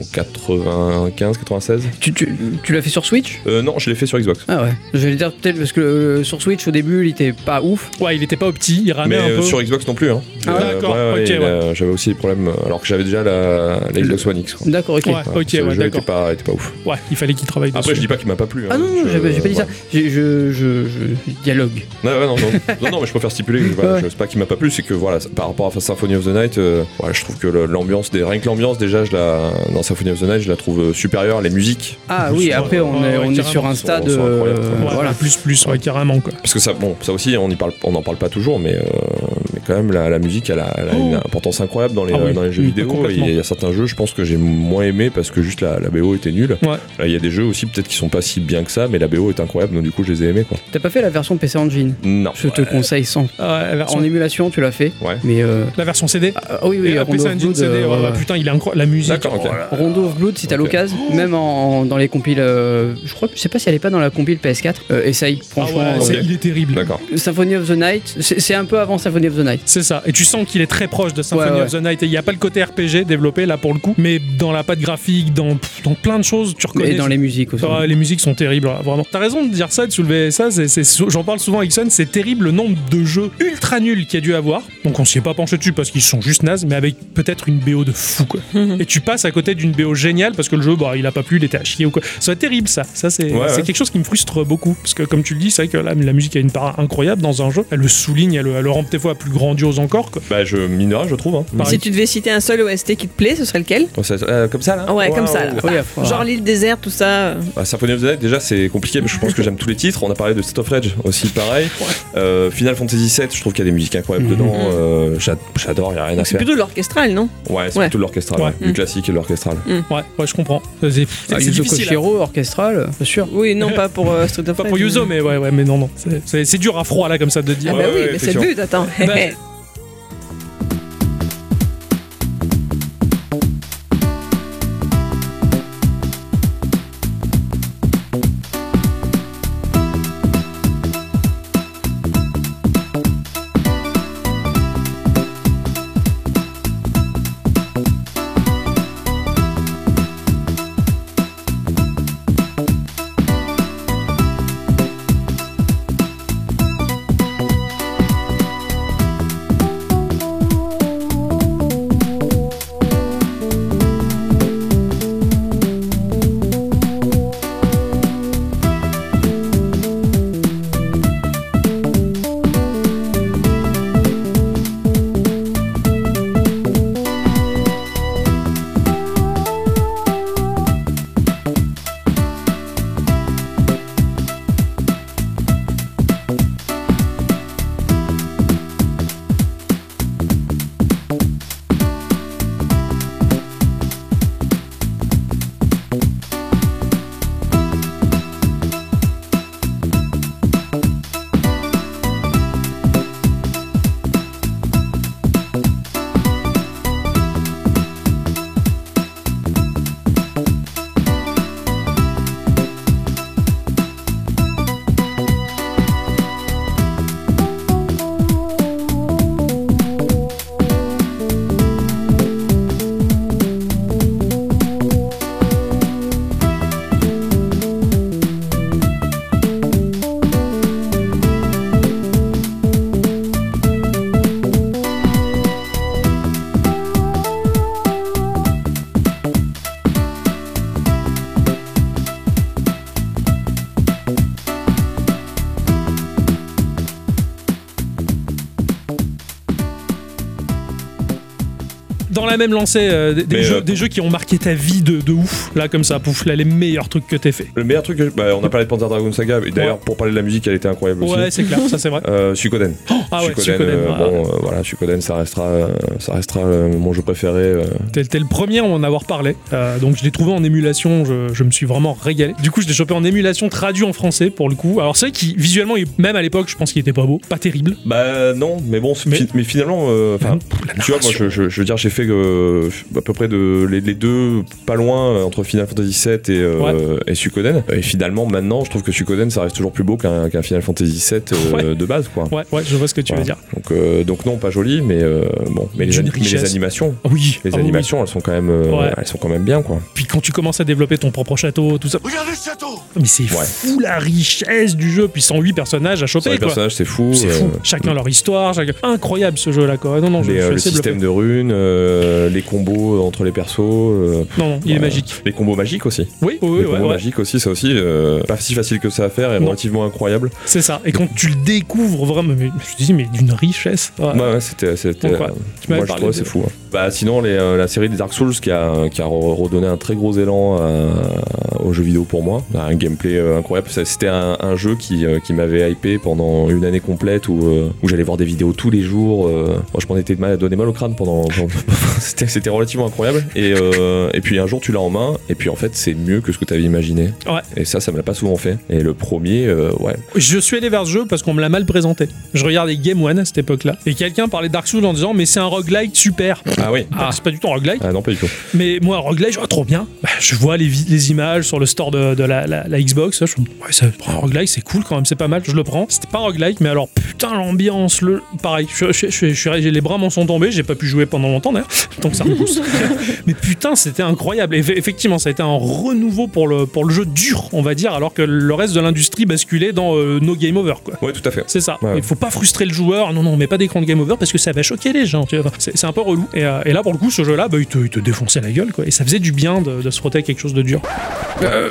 S5: 95, 96.
S3: Tu, tu- tu l'as fait sur Switch
S5: Euh, non, je l'ai fait sur Xbox.
S3: Ah ouais. Je vais dire peut-être parce que euh, sur Switch, au début, il était pas ouf.
S2: Ouais, il était pas au petit, il ramait
S5: mais
S2: Ah, un
S5: euh,
S2: peu.
S5: sur Xbox non plus. Hein.
S2: Ah, d'accord, ok,
S5: et, euh, J'avais aussi des problèmes, euh, alors que j'avais déjà la, la Xbox One X. Quoi.
S3: D'accord, ok.
S2: Ouais,
S5: Voilà,
S2: ok,
S5: ce
S2: ouais,
S5: hein, jeu était
S2: d'accord.
S5: pas, était pas ouf.
S2: Ouais, il fallait qu'il travaille dessus.
S5: Après, je dis pas qu'il m'a pas plu.
S3: Ah
S5: hein,
S3: non, non,
S5: je-
S3: j'ai pas- j'ai pas dit
S5: voilà.
S3: ça. J'ai- Je, je, je dialogue.
S5: Ouais, ouais, non, non. non, non, mais je préfère stipuler. que, voilà,
S3: Ouais.
S5: Je sais pas qui m'a pas plu, c'est que voilà, par rapport à Symphony of the Night, euh, voilà, je trouve que le- l'ambiance, des, rien que l'ambiance, déjà, je la, dans Symphony of the Night, je la trouve euh, supérieure. Les musiques,
S3: Ah oui,
S2: Ouais,
S3: après, on
S2: ouais,
S3: est,
S2: ouais,
S3: on est sur
S2: carrément,
S3: un
S5: ils
S3: stade.
S5: sont- sont
S3: euh,
S5: incroyables.
S2: Ouais,
S3: voilà.
S2: Plus, plus, ouais, carrément quoi.
S5: parce que ça, bon, ça aussi, on y parle, on en parle pas toujours, mais, euh, mais quand même, la, la musique, elle a, elle a une
S2: Oh.
S5: importance incroyable dans les,
S2: Ah oui.
S5: dans les jeux
S2: Mm,
S5: vidéo. Et
S2: complètement.
S5: il y a certains jeux, je pense que j'ai moins aimé parce que juste la, la BO était nulle.
S2: Ouais.
S5: Là, il y a des jeux aussi, peut-être qui sont pas si bien que ça, mais la BO est incroyable, donc du coup, je les ai aimés, quoi.
S3: T'as pas fait la version PC Engine
S5: Non.
S3: Je te conseille sans.
S2: Ah, la, version,
S3: En émulation, tu l'as fait.
S5: Ouais.
S3: Mais. euh,
S2: la version CD.
S3: ah, ah oui, oui,
S2: Et la
S3: Rondo
S2: PC
S3: of
S2: Engine
S3: Blood,
S2: CD,
S3: euh,
S2: ouais,
S3: ouais.
S2: ouais, putain, il est incroyable. La musique.
S5: D'accord, ok.
S3: Rondo of Blood, si t'as
S5: Ok.
S3: l'occasion, même en, dans les compiles, euh, je crois, je sais pas si elle est pas dans la compile PS4. euh, essaye,
S2: Ah ouais,
S3: franchement.
S2: c'est-
S5: ok.
S2: il est terrible.
S5: D'accord.
S3: euh, Symphony of the Night, c'est c'est un peu avant Symphony of the Night.
S2: C'est ça. Et tu sens qu'il est très proche de Symphony
S3: Ouais, ouais.
S2: of the Night. Et il n'y a pas le côté RPG développé là pour le coup, mais dans la patte graphique, dans, pff, dans plein de choses, tu reconnais.
S3: Et dans les musiques aussi.
S2: Ah, les musiques sont terribles, ouais, vraiment. T'as raison de dire ça, de soulever ça. c'est- c'est sou- J'en parle souvent à Ixon, c'est terrible le nombre de jeux ultra nuls qu'il y a dû avoir. Donc on s'y est pas penché dessus parce qu'ils sont juste nazes, mais avec peut-être une BO de fou quoi. Et tu passes à côté d'une BO géniale parce que le jeu, bah, il a pas plu, il était à chier ou quoi. C'est terrible ça. Ça, c'est
S5: Ouais,
S2: c'est
S5: ouais.
S2: quelque chose qui me frustre beaucoup. Parce que, comme tu le dis, c'est vrai que la, la musique a une part incroyable dans un jeu. Elle le souligne, elle, le- elle le rend des fois plus grandiose encore. Quoi.
S5: Bah, je minera, je trouve. hein.
S2: Pareil.
S4: Si tu devais citer un seul OST qui te plaît, ce serait lequel
S5: Comme ça, euh, comme ça, là
S4: Ouais, comme
S5: Waouh.
S4: ça. là.
S3: Oui, après,
S4: Genre l'île désert, tout ça. euh.
S5: Bah, Symphony of the Night, déjà, c'est compliqué, mais je pense que j'aime tous les titres. On a parlé de State of Rage aussi, pareil. Euh, Final Fantasy VII, je trouve qu'il y a des musiques incroyables
S2: Mm-hmm.
S3: Mhm.
S5: dedans. Euh, j'a- J'adore, il n'y a rien à
S4: C'est
S5: faire.
S4: plutôt de l'orchestral, non
S5: Ouais, c'est
S4: Ouais.
S5: plutôt de l'orchestral,
S2: Ouais.
S5: ouais. du classique et de l'orchestral.
S2: Ouais, ouais, je comprends. C'est- C'est
S3: ah,
S2: c'est
S3: Yuzo
S2: difficile. hein.
S3: Koshiro, orchestral, bien sûr.
S4: Oui, non, pas pour euh, Street of
S2: Pas
S4: Rage,
S2: pour
S4: mais-
S2: Yuzo, mais ouais, ouais, mais non, non. C'est- C'est c'est dur à froid là comme ça de
S4: Ah
S2: dire.
S4: bah
S5: Ouais,
S4: oui,
S5: Ah ouais,
S4: mais c'est le but, attends.
S2: Bah- dans la même lancée, euh, des, des
S5: Mais,
S2: jeux,
S5: euh,
S2: des jeux qui ont marqué ta vie de, de ouf, là, comme ça, pouf, là, les meilleurs trucs que t'aies fait.
S5: Le meilleur truc, que je- bah, on a parlé de Panzer Dragon Saga, et d'ailleurs, pour parler de la musique, elle était incroyable aussi.
S2: Ouais, c'est clair, ça c'est vrai.
S5: Euh, Suikoden.
S2: Ah ouais,
S5: Suikoden,
S2: Suikoden,
S5: euh,
S2: ouais.
S5: bon, euh, voilà, Suikoden, ça restera, euh, ça restera euh, mon jeu préféré. euh.
S2: T'es t'es le premier à en avoir parlé. Euh, donc je l'ai trouvé en émulation, je, je me suis vraiment régalé. Du coup, je l'ai chopé en émulation traduit en français pour le coup. Alors c'est vrai qu'il visuellement, il- même à l'époque, je pense qu'il était pas beau, pas terrible. Mmh.
S5: Bah non, mais bon, c'est-
S2: Mais-
S5: fi- mais, finalement, euh, enfin, tu vois, moi, je, je- je veux dire, j'ai fait euh, à peu près de, les, les deux, pas loin, euh, entre Final Fantasy VII et, euh, et Suikoden. Et finalement, maintenant, je trouve que Suikoden, ça reste toujours plus beau qu'un qu'un Final Fantasy VII euh, de base, quoi.
S2: Ouais, ouais, je vois ce que tu
S5: Voilà.
S2: veux dire.
S5: Donc, euh, donc non, pas joli, mais euh, bon, mais les,
S2: D'une
S5: ani- mais les
S2: richesse.
S5: animations,
S2: Ah oui,
S5: les
S2: ah oui,
S5: animations, elles sont quand même, euh,
S2: Ouais.
S5: elles sont quand même bien, quoi.
S2: oui. Puis quand tu commences à développer ton propre château, tout ça. Ah,
S6: Regardez ce château
S2: Mais c'est
S5: Ouais.
S2: fou la richesse du jeu. Puis 108 personnages à
S5: Sur
S2: choper,
S5: les
S2: quoi.
S5: personnages, c'est fou.
S2: C'est fou.
S5: euh,
S2: Chacun leur histoire. chacun- Incroyable ce jeu-là, quoi. Non, non, je,
S5: les,
S2: je
S5: euh,
S2: suis
S5: le
S2: assez bluffé.
S5: système de runes, euh, les combos entre les persos, euh,
S2: Non, non, il est
S5: Ouais.
S2: magique.
S5: les combos magiques aussi.
S2: Oui, oui,
S5: les
S2: oui, ouais,
S5: combos
S2: ouais.
S5: magiques aussi, ça aussi, euh, pas si facile que ça à faire et
S2: Non.
S5: relativement incroyable.
S2: c'est ça. Et quand tu le découvres vraiment, mais, je te dis, mais d'une richesse. Ouais.
S5: Ouais, ouais, c'était. c'était,
S2: Donc, ouais.
S5: euh,
S2: Tu m'avais
S5: Moi, je
S2: parlé
S5: trouve
S2: de-
S5: c'est fou. hein. Bah, sinon, les, euh, la série des Dark Souls qui a, euh, qui a re- redonné un très gros élan à- aux jeux vidéo pour moi. Un gameplay euh, incroyable. Ça, C'était un, un jeu qui, euh, qui m'avait hypé pendant une année complète où, euh, où j'allais voir des vidéos tous les jours. euh. Moi, je m'en étais mal, donné mal au crâne pendant. pendant- C'était c'était relativement incroyable. Et, euh, et puis un jour, tu l'as en main. Et puis en fait, c'est mieux que ce que tu avais imaginé.
S2: Ouais.
S5: Et ça, ça me l'a pas souvent fait. Et le premier, euh, ouais.
S2: Je suis allé vers ce jeu parce qu'on me l'a mal présenté. Je regardais Game One à cette époque-là. Et quelqu'un parlait de Dark Souls en disant Mais c'est un roguelite super.
S5: Ah oui.
S2: Ah, c'est pas du tout un roguelite.
S5: Ah non, pas du tout.
S2: Mais moi, un roguelite, je vois trop bien. Bah, je vois les, vi- les images sur le store de, de la, la- la Xbox. Je me dis, ouais, ça, un roguelite, c'est cool quand même, c'est pas mal. Je le prends. C'était pas un roguelite, mais alors, putain, l'ambiance, le. Pareil, je, je- je- je- je- les bras m'en sont tombés. J'ai pas pu jouer pendant longtemps d'ailleurs. Donc ça repousse. mais putain, c'était incroyable. Et eff- effectivement, ça a été un renouveau pour le, pour le jeu dur, on va dire, alors que le reste de l'industrie basculait dans euh, no game over, quoi.
S5: Ouais, tout à fait.
S2: C'est ça.
S5: Ouais.
S2: Il faut pas frustrer le joueur. Non, non, mais pas d'écran de game over parce que ça va choquer les gens. tu vois. C'est c'est un peu relou. Et, euh, et là, pour le coup, ce jeu-là, bah, il, te, il te défonçait la gueule, quoi. Et ça faisait du bien de, de se frotter à quelque chose de dur.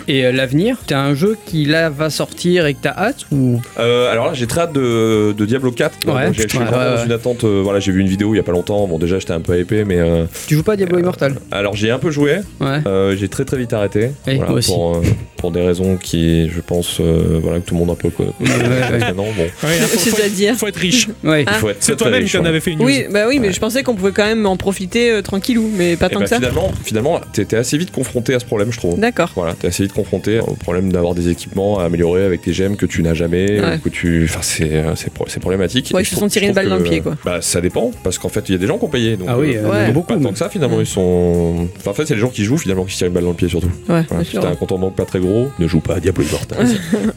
S3: Et euh, l'avenir, t'as un jeu qui là va sortir et que t'as hâte ou
S5: Euh, alors là, j'ai très hâte de, de Diablo 4.
S3: Ouais,
S5: Donc, j'ai- je suis
S3: ouais,
S5: vraiment
S3: ouais,
S5: dans
S3: ouais.
S5: une attente. euh, voilà, j'ai vu une vidéo il y a pas longtemps. Bon, déjà, j'étais un peu épais, mais euh,
S3: tu joues pas à Diablo Immortal
S5: alors j'ai un peu joué.
S3: Ouais.
S5: euh, j'ai très très vite arrêté.
S3: Et moi aussi.
S5: pour, euh, pour des raisons qui, je pense, euh, voilà, que tout le monde un peu connaît. Maintenant, bon,
S2: il faut, faut-
S4: C'est-à-dire.
S2: faut être riche.
S3: Ouais.
S4: Ah.
S5: il faut être
S2: C'est
S5: très, très
S2: toi-même
S5: riche,
S2: qui
S5: hein.
S2: en
S5: ouais.
S2: avais fait une news.
S4: Oui, bah oui, mais
S5: Ouais.
S4: je pensais qu'on pouvait quand même en profiter euh, tranquillou, mais pas
S5: Et
S4: tant
S5: bah,
S4: que ça.
S5: finalement, finalement, t'étais assez vite confronté à ce problème, je trouve.
S4: D'accord.
S5: Voilà, t'es assez vite confronté au problème d'avoir des équipements à améliorer avec tes gemmes que tu n'as jamais,
S4: Ouais.
S5: ou que tu. Enfin, c'est, euh, c'est, pro- c'est problématique.
S4: Ouais,
S5: Et
S4: ils se
S5: je
S4: sont
S5: trouve-
S4: tirés
S5: je
S4: une balle
S5: trouve
S4: dans le
S5: que-
S4: pied, quoi.
S5: Bah, ça dépend, parce qu'en fait, il y a des gens qui ont payé. Donc,
S3: Ah oui,
S5: euh,
S3: euh, il
S4: ouais.
S3: y en a
S5: Pas
S3: beaucoup.
S5: tant que ça finalement ils sont. Enfin, en fait c'est les gens qui jouent finalement qui se tirent une balle dans le pied surtout.
S4: Ouais,
S5: Voilà,
S4: bien
S5: si
S4: sûr.
S5: t'as un compte en banque pas très gros, ne joue pas à Diablo Immortal.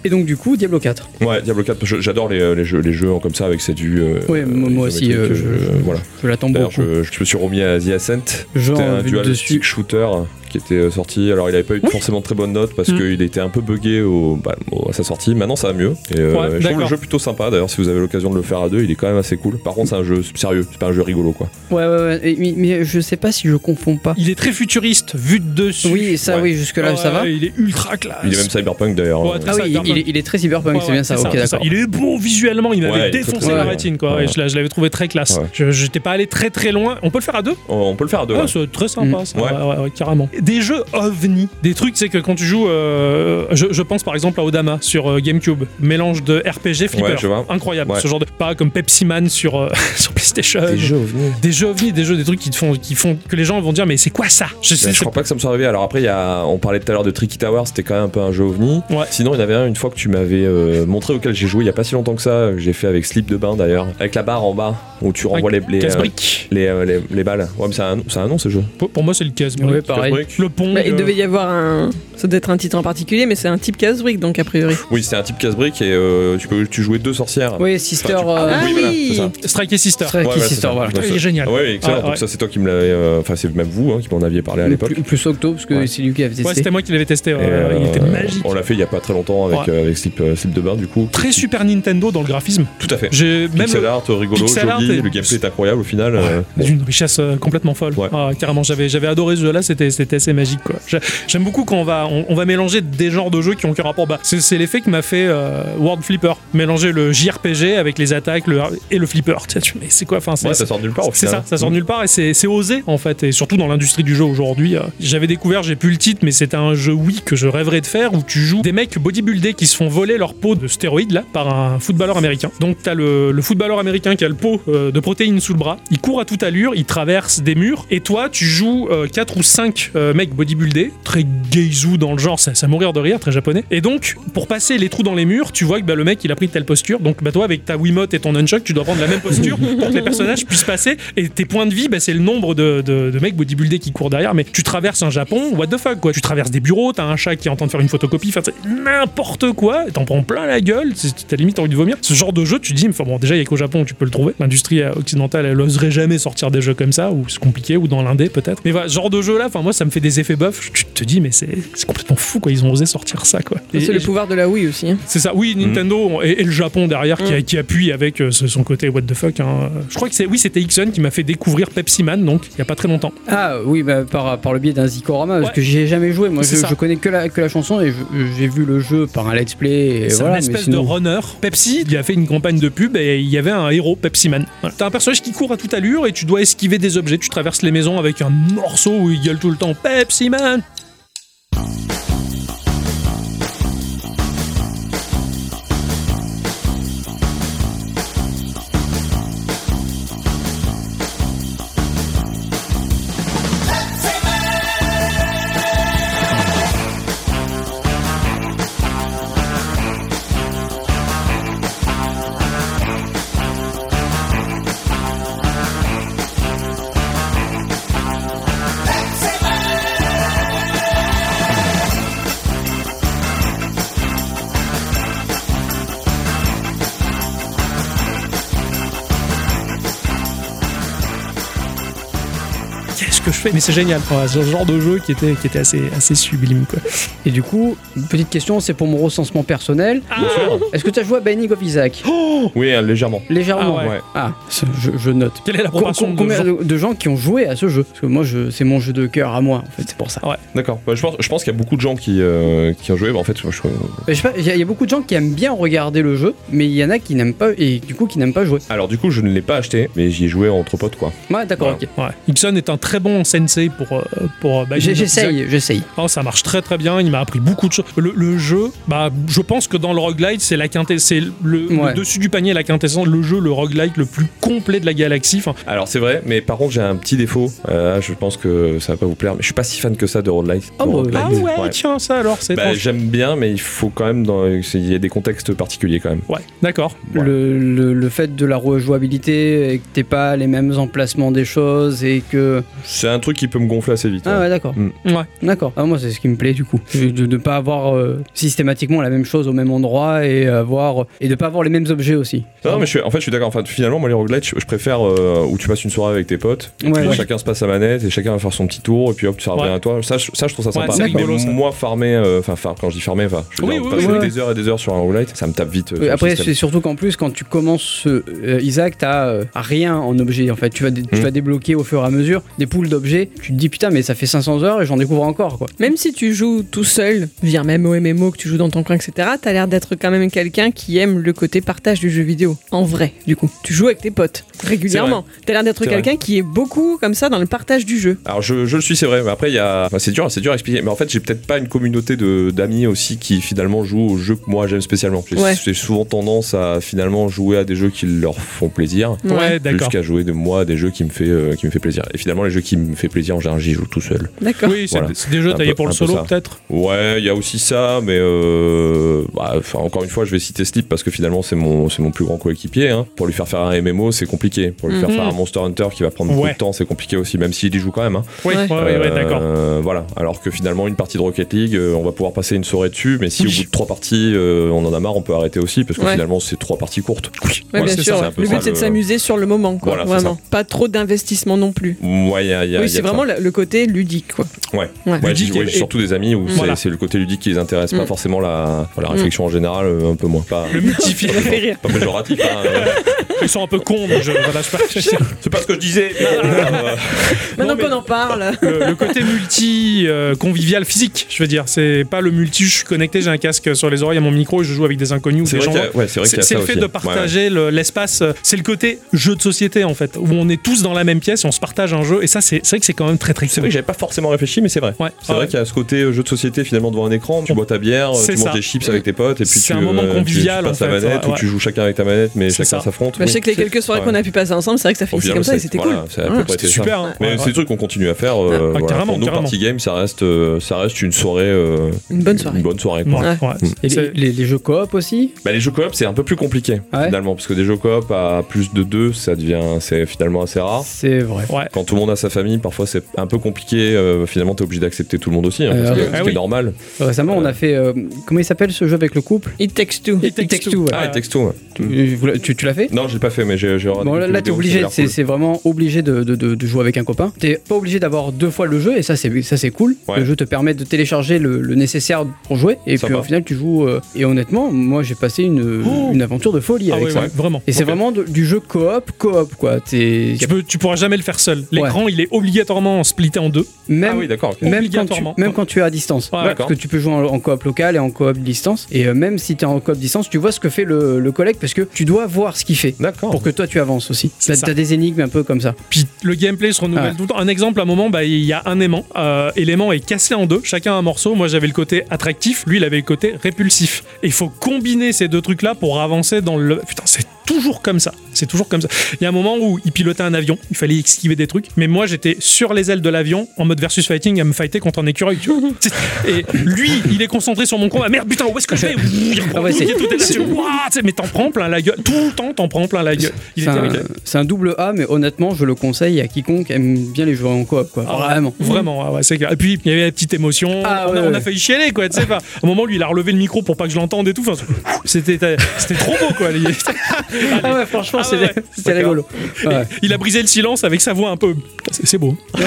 S3: Et donc du coup Diablo 4.
S5: ouais, Diablo 4, je- j'adore les, les jeux, les jeux comme ça avec cette vue. euh,
S3: Ouais, moi- moi aussi,
S5: isométrique,
S3: euh, je-
S5: voilà.
S3: Je l'attends
S5: D'ailleurs,
S3: beaucoup.
S5: je, je me suis remis à The Ascent.
S3: Genre
S5: C'était un
S3: vu
S5: dual
S3: de dessus.
S5: stick shooter qui était euh, sorti. Alors, il avait pas eu
S2: Oui.
S5: forcément de très bonnes notes parce
S2: Mm.
S5: qu'il était un peu buggé au, bah, au- à sa sortie. Maintenant, ça va mieux. Et, euh,
S2: Ouais,
S5: je trouve le
S2: d'accord.
S5: jeu plutôt sympa. D'ailleurs, si vous avez l'occasion de le faire à deux, il est quand même assez cool. Par contre, c'est un jeu sérieux. C'est pas un jeu rigolo, quoi.
S3: Ouais ouais ouais. Et- mais, mais je sais pas si je confonds pas.
S2: Il est très futuriste, vu de dessus.
S3: Oui ça
S5: Ouais.
S3: oui jusque là
S2: Ouais,
S3: ça va.
S2: Il est ultra classe.
S5: Il est même cyberpunk d'ailleurs.
S2: Ouais,
S5: hein.
S2: très
S3: Ah oui
S2: Cyberpunk.
S3: il, il est, il est très cyberpunk
S2: Ouais,
S3: c'est bien
S2: ouais,
S3: ça.
S2: c'est
S3: Ok
S2: c'est
S3: d'accord.
S2: Il est beau visuellement, il m'avait
S5: Ouais, il est très,
S2: défoncé
S3: très
S2: la
S3: bon.
S2: rétine quoi.
S5: Ouais.
S2: Et je l'a- je l'avais trouvé très classe.
S5: Ouais.
S2: Je- J'étais pas allé très très loin. On peut le faire à deux
S5: On peut le faire à deux.
S2: Ah,
S5: hein. ouais.
S2: c'est très sympa,
S3: Mm.
S2: ça.
S5: Ouais.
S2: Ouais, ouais, ouais, carrément. Des jeux ovni, des trucs, c'est que quand tu joues, euh, je, je pense par exemple à Odama sur euh, GameCube, mélange de RPG flipper,
S5: Ouais, je vois.
S2: incroyable.
S5: Ouais.
S2: Ce genre de pas comme Pepsi Man sur euh, sur PlayStation.
S5: Des jeux ovnis.
S2: Des jeux ovni, des jeux, des trucs qui te font, qui font que les gens vont dire mais c'est quoi ça Je
S5: Je,
S2: sais, je-
S5: crois pas que ça me soit arrivé. Alors après, il y a, on parlait tout à l'heure de Tricky Tower, c'était quand même un peu un jeu ovni.
S2: Ouais.
S5: Sinon, il y en avait un une fois que tu m'avais euh, montré auquel j'ai joué il y a pas si longtemps que ça, euh, que j'ai fait avec Slip de Bain d'ailleurs, avec la barre en bas où tu renvoies les, les, euh,
S2: casse-brique.
S5: les, euh, les- les balles. Ouais, mais c'est un, c'est un nom ce jeu.
S2: Pour, pour moi, c'est le casse-brique.
S3: Ouais pareil.
S5: Casse-brique
S2: Le pont.
S4: Bah, il devait y avoir un. Ça doit être un titre en particulier, mais c'est un type casse-brique, donc a priori.
S5: Oui, c'était un type casse-brique et euh, tu, peux, tu jouais deux sorcières.
S3: Oui Sister.
S4: Ah
S3: euh,
S4: oui,
S5: voilà, c'est ça.
S2: Strike et Sister.
S3: Strike et
S5: Ouais, voilà, c'est
S3: Sister
S5: ça.
S3: voilà.
S5: Ouais,
S2: Il est
S5: c'est-
S2: génial.
S5: Ah ouais, excellent.
S2: Ouais,
S5: Donc
S2: ouais.
S5: ça, c'est toi qui me l'avais. euh, Enfin, c'est même vous hein, qui m'en aviez parlé à
S3: Mais
S5: l'époque.
S3: Plus, plus Octo parce que
S5: Ouais.
S3: c'est lui qui avait testé.
S2: Ouais, c'était moi qui l'avais testé. ouais,
S5: Et,
S2: ouais, il était
S5: euh,
S2: magique.
S5: On l'a fait il y a pas très longtemps avec,
S2: Ouais.
S5: euh, avec Slip, euh, Slip de Bain du coup.
S2: Très
S5: Qui-
S2: Super Nintendo dans le graphisme.
S5: Tout à fait.
S2: J'ai même
S5: Pixel
S2: le-
S5: art euh, rigolo,
S2: Pixel art
S5: joli,
S2: et-
S5: le gameplay est incroyable au final. euh, bon.
S2: d'une richesse euh, complètement folle.
S5: Ouais.
S2: Ah, carrément, j'avais j'avais adoré ce jeu-là, c'était c'était assez magique quoi. J'a- J'aime beaucoup quand on va on, on va mélanger des genres de jeux qui ont aucun rapport. Bah, c'est, c'est l'effet que m'a fait euh, World Flipper. Mélanger le JRPG avec les attaques le, et le flipper. Tu sais, tu- mais c'est quoi enfin, c'est,
S5: Ouais, ça sort de nulle part au
S2: c'est
S5: final.
S2: ça, ça sort de nulle part et c'est c'est osé en fait, et surtout dans l'industrie du jeu aujourd'hui. euh, J'avais découvert, j'ai plus le titre, mais c'était un jeu Wii que je rêverais de faire où tu joues des mecs bodybuildés qui se font voler leur peau de stéroïdes là par un footballeur américain. Donc t'as le, le footballeur américain qui a le pot euh, de protéines sous le bras, il court à toute allure, il traverse des murs, et toi tu joues 4 ou 5 mecs bodybuildés, très geizou dans le genre, ça, ça mourir de rire, très japonais. Et donc pour passer les trous dans les murs, tu vois que bah, le mec il a pris telle posture, donc bah, toi avec ta Wiimote et ton Nunchuck, tu dois prendre la même posture pour que les personnages puissent passer, et tes points de vie, bah, c'est le nombre de, de- de mecs bodybuildés qui courent derrière, mais tu traverses un Japon, what the fuck quoi, tu traverses des bureaux, t'as un chat qui est en train de faire une photocopie, enfin c'est n'importe quoi, et t'en prends plein la gueule, c'est- t'as limite envie de vomir. Ce genre de jeu, tu dis, enfin bon, déjà il y a qu'au Japon où tu peux le trouver, l'industrie euh, occidentale elle oserait jamais sortir des jeux comme ça, ou c'est compliqué, ou dans l'indé peut-être. Mais voilà, ce genre de jeu là, enfin moi ça me fait des effets boeufs, tu te dis, mais c'est c'est complètement fou quoi, ils ont osé sortir ça quoi. Et-
S4: C'est
S2: et
S4: le pouvoir de la Wii aussi. hein.
S2: c'est ça, oui, Nintendo
S3: Mm.
S2: et, et le Japon derrière qui, qui appuie avec euh, ce- son côté what the fuck. hein. Je crois que c'est, oui, c'était Ixon qui m'a fait découvrir Pepsi Man, donc il y a pas très longtemps.
S3: Ah oui, bah, par, par le biais d'un Zikorama, parce
S2: Ouais.
S3: que j'y ai jamais joué. Moi,
S2: C'est
S3: je,
S2: ça.
S3: je connais que la, que la chanson et je- j'ai vu le jeu par un let's play. Et
S2: c'est
S3: voilà,
S2: une
S3: mais
S2: espèce
S3: sinon-
S2: de runner. Pepsi, il a fait une campagne de pub et il y avait un héros, Pepsi Man. Voilà. T'as un personnage qui court à toute allure et tu dois esquiver des objets. Tu traverses les maisons avec un morceau où il gueule tout le temps Pepsi Man, qu'est-ce que je fais Mais c'est génial. Voilà, ce genre de jeu qui était, qui était assez, assez sublime. Quoi.
S3: Et du coup, une petite question, c'est pour mon recensement personnel.
S2: Ah.
S3: Est-ce que tu as joué à Binding of Isaac
S5: Ah. Oui, hein, légèrement.
S3: Légèrement.
S2: Oh. Ah ouais.
S3: Ah, ce- je, je note.
S2: Quelle est la
S3: Com-
S2: proportion
S3: com-
S2: de
S3: combien
S2: gens-
S3: de, de gens qui ont joué à ce jeu Parce que moi, je, c'est mon jeu de cœur à moi, en fait, c'est pour ça.
S5: D'accord. Bah, je pense, je pense qu'il y a beaucoup de gens qui, euh, qui ont joué. Bah, en fait, je, je-
S3: Euh, Je sais pas, Il y, a- il y a beaucoup de gens qui aiment bien regarder le jeu, mais il y en a qui n'aiment pas et du coup qui n'aiment pas jouer.
S5: Alors, du coup, je ne l'ai pas acheté, mais j'y ai joué entre potes, quoi.
S3: Ouais, d'accord, ok.
S2: Ouais. Ixon est un très bon sensei pour. euh, pour euh, Binding
S3: J'ai-
S2: of Isaac.
S3: J'essaye, j'essaye.
S2: Oh, ça marche très très bien, il m'a appris beaucoup de choses. Le, le jeu, bah, je pense que dans le roguelite, c'est la quintessence, c'est le, le
S3: Ouais.
S2: dessus du panier, la quintessence, le jeu, le roguelite le plus complet de la galaxie. Enfin,
S5: Alors, c'est vrai, mais par contre, j'ai un petit défaut. Euh, je pense que ça va pas vous plaire, mais je suis pas si fan que ça de roguelite.
S3: Ah
S5: De
S3: bon.
S5: roguelite.
S2: ah ouais, tiens, ça alors, c'est
S5: Bah,
S2: étrange.
S5: j'aime bien, mais il faut quand même. dans- Il y a des contextes particuliers quand même.
S2: Ouais, d'accord.
S5: Ouais.
S3: Le, le- le fait de la rejouabilité et que t'es pas les mêmes emplacements des choses et que.
S5: C'est un truc qui peut me gonfler assez vite.
S3: Ah
S5: ouais.
S3: ouais, d'accord.
S5: Mm.
S2: Ouais.
S3: D'accord. Ah, moi, c'est ce qui me plaît du coup. De de ne pas avoir euh, systématiquement la même chose au même endroit et, avoir, et de pas avoir les mêmes objets aussi.
S5: Non, mais je suis, en fait, je suis d'accord. Enfin, finalement, moi, les roguelites, je, je préfère euh, où tu passes une soirée avec tes potes. et
S3: Ouais,
S5: puis
S3: ouais.
S5: Chacun se passe sa manette et chacun va faire son petit tour. Et puis hop, tu reviens
S2: Ouais.
S5: à toi. Ça, je, ça, je trouve ça
S2: Ouais,
S5: sympa.
S2: c'est rigolo,
S5: mais
S2: ça.
S5: moi, farmer, euh, enfin, far- quand je dis farmer, enfin, je veux
S2: Oui,
S5: dire,
S2: oui,
S5: passer
S3: oui, oui.
S5: des heures et des heures sur un roguelite, ça me tape vite. euh,
S3: Oui,
S5: sur le
S3: après,
S5: système.
S3: c'est surtout qu'en plus, quand tu commences euh, euh, Isaac, t'as euh, rien en objet en fait. Tu vas, dé- tu
S5: Mm.
S3: vas débloquer au fur et à mesure des poules d'objets. Tu te dis putain, mais ça fait 500 heures et j'en découvre encore quoi.
S4: Même si tu joues tout seul, via même au MMO, que tu joues dans ton coin, etc., t'as l'air d'être quand même quelqu'un qui aime le côté partage du jeu vidéo. En vrai, du coup. Tu joues avec tes potes, régulièrement. T'as l'air d'être
S5: C'est vrai.
S4: quelqu'un qui est beaucoup comme ça dans le partage du jeu.
S5: Alors, je, je le suis, c'est vrai. Mais après, il y a. enfin, c'est dur, c'est dur à expliquer. Mais en fait, j'ai peut-être pas une communauté de- d'amis aussi qui finalement jouent aux jeux que moi j'aime spécialement. J'ai
S4: Ouais.
S5: j'ai souvent tendance à finalement jouer à des jeux qui leur font plaisir.
S2: Ouais, d'accord.
S5: Jusqu'à jouer de moi à des jeux qui me fait euh, qui me fait plaisir. Et finalement les jeux qui me fait plaisir en général j'y joue tout seul.
S4: D'accord.
S2: Oui, c'est
S5: Voilà.
S2: c'est des jeux
S5: Un
S2: taillés
S5: peu-
S2: pour le
S5: un peu
S2: solo
S5: ça.
S2: peut-être.
S5: Ouais, il y a aussi ça, mais euh, bah, enfin, encore une fois, je vais citer Sleep parce que finalement c'est mon c'est mon plus grand coéquipier. hein. Pour lui faire faire un MMO, c'est compliqué. Pour lui faire
S4: Mhm.
S5: faire un Monster Hunter qui va prendre beaucoup
S2: Ouais.
S5: de temps, c'est compliqué aussi, même s'il y joue quand même. hein.
S2: Oui, ouais,
S4: Ouais.
S2: ouais, ouais,
S5: Euh,
S2: d'accord.
S5: Voilà. Alors que finalement une partie de Rocket League, euh, on va pouvoir passer une soirée dessus, mais si au
S2: Oui.
S5: bout de trois parties euh, on en a marre, on peut arrêter aussi parce que
S4: Ouais.
S5: finalement c'est trois parties courtes.
S4: Ouais,
S5: Voilà,
S4: bien
S5: c'est
S4: sûr.
S5: ça, c'est un
S4: ouais.
S5: peu
S4: Le
S5: ça,
S4: but, c'est de
S5: le-
S4: s'amuser sur le moment, quoi.
S5: Voilà, c'est
S4: vraiment. Pas trop d'investissement non plus.
S5: Ouais, il y, a- il y a-
S4: oui,
S5: il y a
S4: c'est
S5: de ça.
S4: vraiment le le côté ludique, quoi.
S5: Ouais.
S4: Ouais.
S5: Ouais,
S2: Ludique
S5: j'ai- ouais,
S2: et-
S5: j'ai surtout des amis où c'est-
S2: Voilà.
S5: c'est le côté ludique qui les intéresse, pas
S4: Mm.
S5: forcément la, la réflexion en général, euh, un peu moins. Pas,
S2: Le multifier.
S4: Ça fait rire.
S5: pas péjoratif, hein, euh,
S2: Ils sont un peu cons, donc je, voilà, je sais pas.
S5: c'est pas ce que je disais. Euh,
S4: Maintenant
S2: mais-
S4: qu'on en parle,
S2: Le, le côté multi euh, convivial physique, je veux dire, c'est pas le multi. Je suis connecté, j'ai un casque sur les oreilles, à mon micro, et je joue avec des inconnus ou
S5: c'est
S2: des
S5: vrai
S2: gens.
S5: qu'il y a- ouais, c'est vrai
S2: C'est
S5: qu'il y a
S2: c'est
S5: ça
S2: le fait
S5: aussi.
S2: de
S5: hein. Ouais, ouais.
S2: partager le- l'espace, euh, c'est le côté jeu de société en fait, où on est tous dans la même pièce, on se partage un jeu, et ça c'est c'est vrai que c'est quand même très très
S5: C'est vrai que j'avais pas forcément réfléchi, mais c'est vrai.
S2: Ouais.
S5: C'est
S2: Ah ouais.
S5: vrai qu'il y a ce côté euh, jeu de société finalement devant un écran. Tu bois ta bière, euh,
S2: C'est
S5: tu
S2: ça.
S5: manges des chips avec tes potes, et puis
S2: C'est
S5: tu,
S2: un moment
S5: euh, tu-
S2: convivial,
S5: tu passes
S2: en
S5: ta
S2: fait,
S5: manette
S2: ouais,
S5: ou tu joues chacun avec ta manette, mais
S2: C'est
S5: chacun
S2: ça.
S5: s'affronte.
S4: Bah, je sais que les
S5: C'est-
S4: quelques soirées
S5: ouais.
S4: qu'on a pu passer ensemble, c'est vrai que ça
S5: Au
S4: finissait
S5: final,
S4: comme ça et
S5: c'est-
S4: c'était
S5: voilà,
S4: cool.
S5: c'est à peu
S4: Voilà.
S5: près
S2: C'était
S5: ça.
S2: super, hein.
S5: Mais
S2: Ouais,
S5: c'est
S2: ouais. Ah,
S5: des trucs qu'on continue à faire. euh, voilà.
S2: carrément,
S5: Pour nous,
S2: carrément.
S5: Party Game, ça reste, euh, ça reste une soirée. euh,
S4: Une bonne soirée.
S5: Une bonne soirée. quoi.
S2: Ouais,
S4: Ouais.
S2: ouais.
S3: Et les,
S2: C'est-
S3: les- les jeux coop aussi
S5: Bah, les jeux coop, c'est un peu plus compliqué
S3: Ah Ouais.
S5: finalement, parce que des jeux coop à plus de deux, ça devient, c'est finalement assez rare.
S3: C'est vrai.
S2: ouais. Ah
S5: Quand tout le monde a sa famille, parfois c'est un peu compliqué. euh, finalement, t'es obligé d'accepter tout le monde aussi, hein,
S3: Euh,
S5: parce que
S3: ah
S5: ce qui
S2: oui.
S5: est normal.
S3: Récemment, on a fait. euh, comment il s'appelle ce jeu avec le couple
S4: It takes two.
S2: It Takes
S3: Takes
S2: Two.
S3: Two, ouais.
S5: Ah, et texto. ouais.
S3: Tu, vous l'avez- tu- tu l'as fait
S5: Non, j'ai pas fait, mais j'ai. j'ai regardé
S3: Bon, là,
S5: quelques
S3: là, t'es
S5: vidéos,
S3: obligé,
S5: ça a
S3: c'est
S5: l'air
S3: c'est vraiment obligé de, de- de- de jouer avec un copain. T'es pas obligé d'avoir deux fois le jeu, et ça, c'est ça c'est cool.
S5: Ouais.
S3: Le jeu te permet de télécharger le, le nécessaire pour jouer, et
S5: Sympa.
S3: puis au final, tu joues. euh, et honnêtement, moi, j'ai passé une,
S2: Oh
S3: une aventure de folie
S2: Ah
S3: avec
S2: ouais,
S3: ça.
S2: ouais, vraiment.
S3: Et c'est
S2: Ok.
S3: vraiment de- du jeu coop, coop, quoi. T'es-
S2: Tu, peux, tu pourras jamais le faire seul. L'écran, il est obligatoirement splitté en deux.
S5: cool.
S3: Même,
S5: Ah oui, d'accord. ok.
S3: même, quand tu,
S2: Obligatoirement.
S3: même quand tu es à distance.
S2: Ouais,
S3: parce
S5: d'accord.
S3: que tu peux jouer en, en coop local et en coop distance. Et euh, même si tu es en coop distance, tu vois ce que fait le, le collègue parce que tu dois voir ce qu'il fait.
S5: D'accord.
S3: Pour que toi tu avances aussi.
S2: C'est
S3: T'as
S2: ça.
S3: t'as des énigmes un peu comme ça.
S2: Puis le gameplay se renouvelle
S3: Ouais.
S2: tout le temps. Un exemple, à un moment, bah, il y a un aimant. Euh, et l'aimant est cassé en deux. Chacun a un morceau. Moi, j'avais le côté attractif. Lui, il avait le côté répulsif. Et il faut combiner ces deux trucs-là pour avancer dans le. Putain, c'est toujours comme ça. C'est toujours comme ça. Il y a un moment où il pilotait un avion. Il fallait esquiver des trucs. Mais moi, j'étais sur les ailes de l'avion en mode versus fighting à me fighter contre un écureuil. tu vois. C'est- et lui, il est concentré sur mon combat. Ah, merde, putain, où est-ce que je vais Il reprend
S3: Ah ouais,
S2: tout,
S3: c'est-
S2: il est tout énervé. Ouah, tu sais, Mais t'en prends plein la gueule. Tout le temps, t'en prends plein la gueule. Il
S3: C'est
S2: était
S3: un,
S2: avec-
S3: c'est un double A, mais honnêtement, je le conseille à quiconque aime bien les joueurs en coop, quoi.
S2: Ah ouais,
S3: Vraiment.
S2: Vraiment, ouais, ouais, c'est clair. Et puis, il y avait la petite émotion.
S3: Ah,
S2: on, a,
S3: ouais,
S2: on a
S3: ouais.
S2: failli chialer, quoi. Tu sais, enfin, à un moment, lui, il a relevé le micro pour pas que je l'entende et tout. Enfin, c'était, euh, c'était trop beau, quoi. Il,
S3: Ah ouais, franchement,
S2: Ah ouais,
S3: c'est-
S2: ouais.
S3: c'était rigolo. Ouais.
S2: il a brisé le silence avec sa voix un peu. C'est, c'est beau.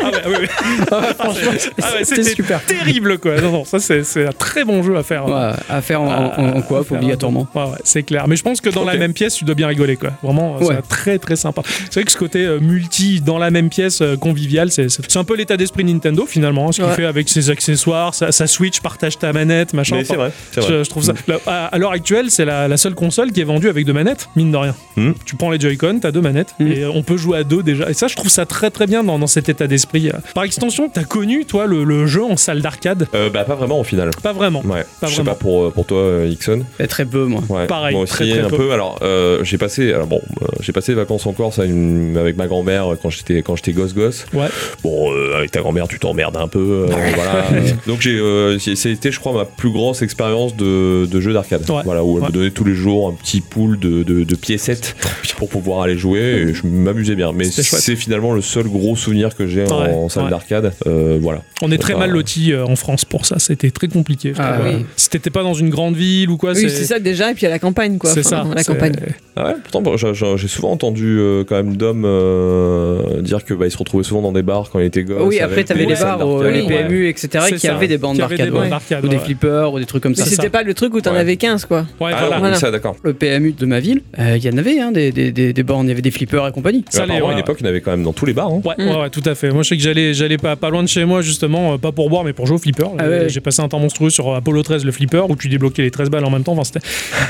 S2: Ah ouais, ouais, ouais. Ah ouais,
S3: C'était
S2: c'était
S3: super.
S2: terrible, quoi. Non, non, ça, c'est, c'est un très bon jeu à faire.
S3: Ouais, à faire en, en- en coop
S2: Ah, Faire un-
S3: obligatoirement.
S2: Ouais, ouais, c'est clair. Mais je pense que dans la
S5: Ok.
S2: même pièce, tu dois bien rigoler, quoi. Vraiment, euh, c'est
S3: Ouais.
S2: un très très sympa. C'est vrai que ce côté euh, multi dans la même pièce, euh, convivial, c'est c'est- c'est un peu l'état d'esprit Nintendo finalement, hein, ce qu'il
S4: Ouais.
S2: fait avec ses accessoires, sa, sa Switch, partage ta manette, machin.
S5: Mais c'est
S2: Enfin,
S5: vrai. C'est vrai. Mm.
S2: Je, je trouve ça. là, à à l'heure actuelle, c'est la, la seule console qui est vendue avec deux manettes, mine de rien.
S5: Mm.
S2: Tu prends les Joy-Con, t'as deux manettes,
S3: Mm.
S2: et euh, on peut jouer à deux déjà. Et ça, je trouve ça très très bien dans, dans cet état d'esprit. euh. Par extension, t'as connu, toi, le, le jeu en salle d'arcade
S5: Euh, bah, pas vraiment au final.
S2: Pas vraiment.
S5: Ouais.
S2: Pas
S5: je sais
S2: vraiment.
S5: pas pour, euh, pour toi, euh, Ixon.
S3: Et Très peu, moi.
S5: Ouais.
S2: Pareil,
S5: Moi aussi,
S2: très, très
S5: un
S2: peu.
S5: peu. Alors, euh, j'ai passé, alors bon, euh, j'ai passé les vacances en Corse à une- avec ma grand-mère euh, quand j'étais quand j'étais gosse gosse.
S2: Ouais.
S5: Bon, euh, avec ta grand-mère, tu t'emmerdes un peu. euh, voilà. Donc j'ai, euh, c'est- c'était, je crois, ma plus grosse expérience de, de jeu d'arcade.
S2: Ouais.
S5: Voilà, où elle
S2: Ouais.
S5: me donnait tous les jours un petit pool de, de, de piécettes pour pouvoir aller jouer. Et je m'amusais bien. Mais
S2: C'était chouette.
S5: c'est finalement le seul gros souvenir que j'ai en,
S2: Ouais,
S5: en salle
S2: ouais.
S5: d'arcade. Euh, voilà.
S2: On est très
S5: Bah,
S2: mal lotis euh, en France pour ça, c'était très compliqué. je
S3: Ah
S2: trouve.
S4: oui.
S2: Si t'étais pas dans une grande ville ou quoi,
S4: Oui, c'est ça déjà, et puis à la campagne, quoi.
S2: C'est
S4: Enfin,
S2: ça.
S4: La
S2: c'est-
S4: campagne.
S5: Ah ouais, pourtant bon, j'ai- j'ai j'ai souvent entendu euh, quand même Dom euh, dire que bah, il se retrouvait souvent dans des bars quand il était gosse.
S3: Oui,
S5: avec
S3: après, t'avais
S5: des
S3: les
S5: salles
S3: bars, euh,
S5: d'arcade,
S3: les
S5: ouais.
S3: PMU, etc.,
S2: C'est
S3: qui
S2: ça.
S3: avaient des bandes
S2: Qui avaient
S3: d'arcade,
S2: des bandes
S3: ouais.
S2: d'arcade,
S3: ou des
S2: ouais.
S3: flippers, ou des trucs comme
S4: Mais
S3: ça.
S4: c'était pas le truc où t'en
S5: Ouais.
S4: avais 15, quoi.
S2: Ouais,
S5: Ah
S2: voilà.
S5: non,
S4: Voilà.
S5: oui, ça d'accord.
S3: Le PMU de ma ville, euh, il y en avait hein, des, des, des, des bornes, il y avait des flippers et compagnie.
S2: Ça,
S5: Euh,
S2: les-
S5: apparemment,
S2: ouais,
S5: à une époque, il y en avait quand même dans tous les bars. hein.
S2: Ouais,
S4: Mm.
S2: ouais, ouais, tout à fait. Moi, je sais que j'allais, j'allais pas, pas loin de chez moi, justement, euh, pas pour boire, mais pour jouer au flipper.
S3: Ah ouais.
S2: J'ai passé un temps monstrueux sur Apollo 13, le flipper, où tu débloquais les 13 balles en même temps. Enfin, c'était-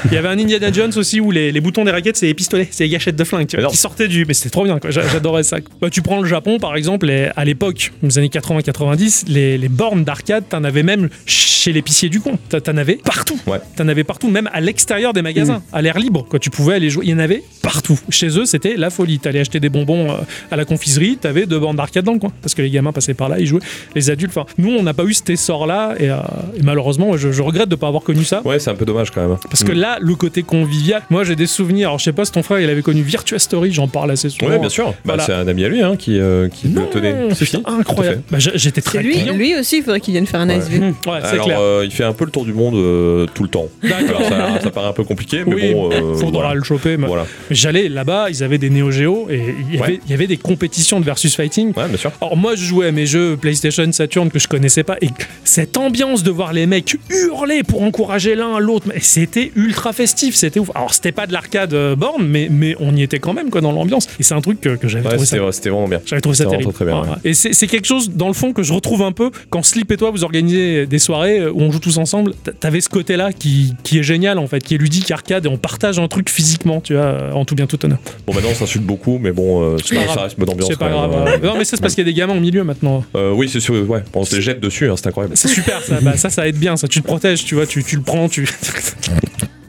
S2: Il y avait un Indiana Jones aussi, où les, les boutons des raquettes, c'est les pistolets, c'est les gâchettes de flingue, tu vois,
S5: Mais non.
S2: qui sortaient du. Mais c'était trop bien, quoi. J'a- J'adorais ça. Bah, tu prends le Japon, par exemple, et à l'époque, dans les années 80-90, les, les bornes d'arcade, t'en avais même chez l'épicier du con. T'en- T'en avais partout.
S5: Ouais.
S2: T'en avais partout, même à l'extérieur des
S5: Mm.
S2: magasins, à l'air libre, quoi. Tu pouvais aller jouer. Il y en avait partout. Chez eux, c'était la folie. T'allais acheter des bonbons euh, à la confiserie, t'avais deux bandes d'arcade dans le coin. Parce que les gamins passaient par là, ils jouaient. Les adultes, enfin, nous, on n'a pas eu cet essor-là. Et, euh, et malheureusement, je, je regrette de ne pas avoir connu ça.
S5: Ouais, c'est un peu dommage quand même. hein.
S2: Parce que là, le côté convivial, moi j'ai des souvenirs. Alors je sais pas si ton frère il avait connu Virtua Story, j'en parle assez souvent.
S5: Ouais, bien sûr. Bah,
S2: Voilà.
S5: C'est un ami à lui hein, qui, euh, qui
S2: Non,
S5: le tenait. Si, si.
S2: putain, incroyable. Bah, j'a- J'étais
S4: C'est
S2: très
S4: lui,
S2: client. Mm.
S4: lui aussi, il faudrait qu'il vienne faire un
S5: Ouais.
S4: ASV.
S2: Ouais, Ah, c'est
S5: Alors,
S2: clair.
S5: euh, il fait un peu le tour du monde euh, tout le temps.
S2: D'accord.
S5: Alors, ça, ça paraît un peu compliqué, mais
S2: Oui,
S5: bon. euh,
S2: faudra
S5: voilà.
S2: le choper. Mais...
S5: Voilà.
S2: Mais J'allais là-bas, ils avaient des Neo Geo et il y avait,
S5: Ouais.
S2: il y avait des les compétitions de versus fighting.
S5: Ouais, bien sûr.
S2: Or moi je jouais à mes jeux PlayStation, Saturn que je connaissais pas et cette ambiance de voir les mecs hurler pour encourager l'un à l'autre, mais c'était ultra festif, c'était ouf. Alors c'était pas de l'arcade euh, borne, mais, mais on y était quand même quoi dans l'ambiance. Et c'est un truc que, que j'avais
S5: Ouais,
S2: trouvé ça.
S5: c'était ouais, c'était vraiment bien.
S2: J'avais trouvé ça
S5: Ça rentre
S2: terrible.
S5: très bien,
S2: Ouais,
S5: ouais.
S2: ouais. Et c'est c'est quelque chose, dans le fond, que je retrouve un peu quand Slip et toi, vous organisez des soirées euh, où on joue tous ensemble. t- T'avais ce côté-là qui, qui est génial, en fait, qui est ludique, arcade, et on partage un truc physiquement, tu vois, en tout bien tout honneur.
S5: Bon, maintenant on s'insulte beaucoup, mais bon, euh, c'est
S2: pas
S5: pas-
S2: grave.
S5: ça reste bonne ambiance.
S2: C'est pas
S5: quand même,
S2: grave.
S5: ouais.
S2: ouais. Non, mais ça, c'est parce qu'il y a des gamins au milieu maintenant.
S5: Euh, oui, c'est sûr, ouais. On se les jette dessus, hein, c'est incroyable.
S2: C'est super, ça, bah, ça, ça aide bien, ça. Tu te protèges, tu vois, tu, tu le prends, tu.